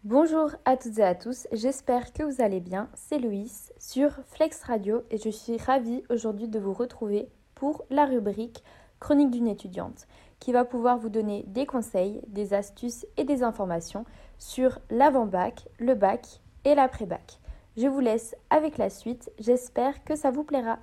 Bonjour à toutes et à tous, j'espère que vous allez bien, c'est Loïs sur Flex Radio et je suis ravie aujourd'hui de vous retrouver pour la rubrique Chronique d'une étudiante qui va pouvoir vous donner des conseils, des astuces et des informations sur l'avant-bac, le bac et l'après-bac. Je vous laisse avec la suite, j'espère que ça vous plaira.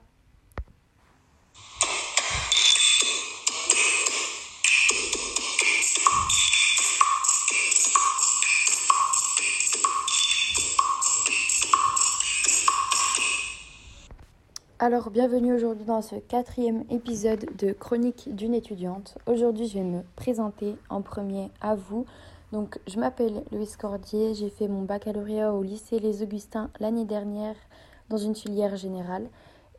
Alors, bienvenue aujourd'hui dans ce quatrième épisode de Chronique d'une étudiante. Aujourd'hui, je vais me présenter en premier à vous. Donc, je m'appelle Louise Cordier, j'ai fait mon baccalauréat au lycée Les Augustins l'année dernière, dans une filière générale.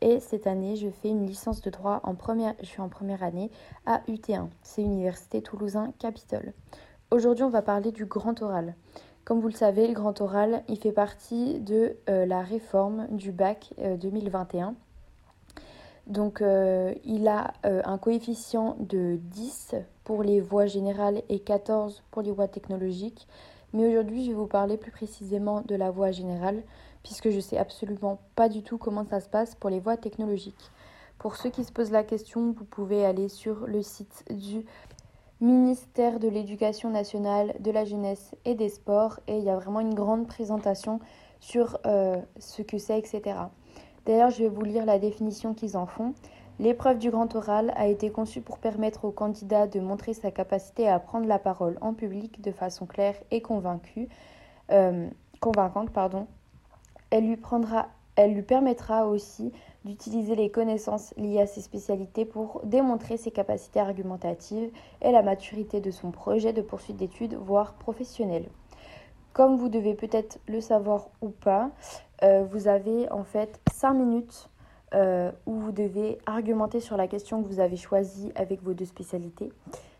Et cette année, je fais une licence de droit en première, je suis en première année à UT1, c'est Université Toulousain Capitole. Aujourd'hui, on va parler du grand oral. Comme vous le savez, le grand oral, il fait partie de euh, la réforme du bac euh, 2021. Donc, euh, il a euh, un coefficient de 10 pour les voies générales et 14 pour les voies technologiques. Mais aujourd'hui, je vais vous parler plus précisément de la voie générale, puisque je ne sais absolument pas du tout comment ça se passe pour les voies technologiques. Pour ceux qui se posent la question, vous pouvez aller sur le site du ministère de l'Éducation nationale, de la jeunesse et des sports, et il y a vraiment une grande présentation sur euh, ce que c'est, etc. D'ailleurs, je vais vous lire la définition qu'ils en font. L'épreuve du grand oral a été conçue pour permettre au candidat de montrer sa capacité à prendre la parole en public de façon claire et convaincue, euh, convaincante. Pardon. Elle, lui prendra, elle lui permettra aussi d'utiliser les connaissances liées à ses spécialités pour démontrer ses capacités argumentatives et la maturité de son projet de poursuite d'études, voire professionnelle. Comme vous devez peut-être le savoir ou pas, euh, vous avez en fait 5 minutes euh, où vous devez argumenter sur la question que vous avez choisie avec vos deux spécialités,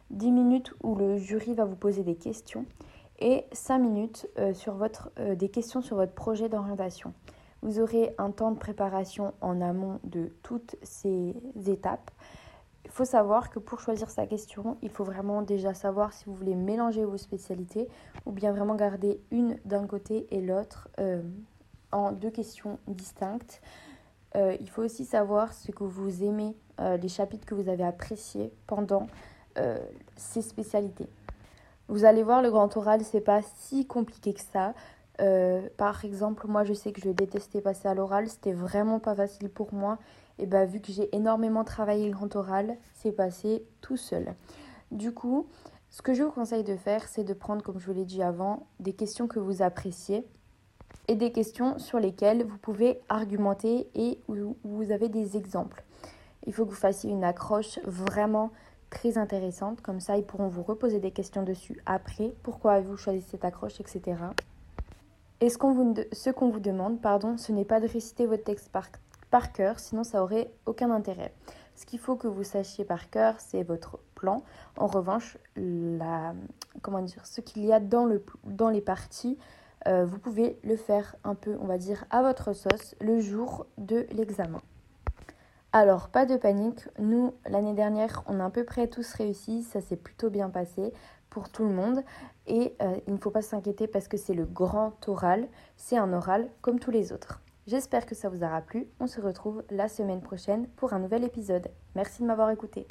10 minutes où le jury va vous poser des questions et 5 minutes euh, sur votre, euh, des questions sur votre projet d'orientation. Vous aurez un temps de préparation en amont de toutes ces étapes. Il faut savoir que pour choisir sa question, il faut vraiment déjà savoir si vous voulez mélanger vos spécialités ou bien vraiment garder une d'un côté et l'autre euh, en deux questions distinctes. Euh, il faut aussi savoir ce que vous aimez, euh, les chapitres que vous avez appréciés pendant euh, ces spécialités. Vous allez voir, le grand oral, c'est pas si compliqué que ça. Euh, par exemple, moi, je sais que je détestais passer à l'oral, c'était vraiment pas facile pour moi. Et bah, vu que j'ai énormément travaillé le grand oral, c'est passé tout seul. Du coup, ce que je vous conseille de faire, c'est de prendre, comme je vous l'ai dit avant, des questions que vous appréciez et des questions sur lesquelles vous pouvez argumenter et où où vous avez des exemples. Il faut que vous fassiez une accroche vraiment très intéressante, comme ça ils pourront vous reposer des questions dessus après, pourquoi avez-vous choisi cette accroche, etc. Et ce qu'on vous, de- ce qu'on vous demande, pardon, ce n'est pas de réciter votre texte par, par cœur, sinon ça aurait aucun intérêt. Ce qu'il faut que vous sachiez par cœur, c'est votre plan. En revanche, la, comment dire, ce qu'il y a dans, le, dans les parties, euh, vous pouvez le faire un peu, on va dire, à votre sauce le jour de l'examen. Alors, pas de panique, nous, l'année dernière, on a à peu près tous réussi, ça s'est plutôt bien passé pour tout le monde, et euh, il ne faut pas s'inquiéter parce que c'est le grand oral, c'est un oral comme tous les autres. J'espère que ça vous aura plu, on se retrouve la semaine prochaine pour un nouvel épisode. Merci de m'avoir écouté.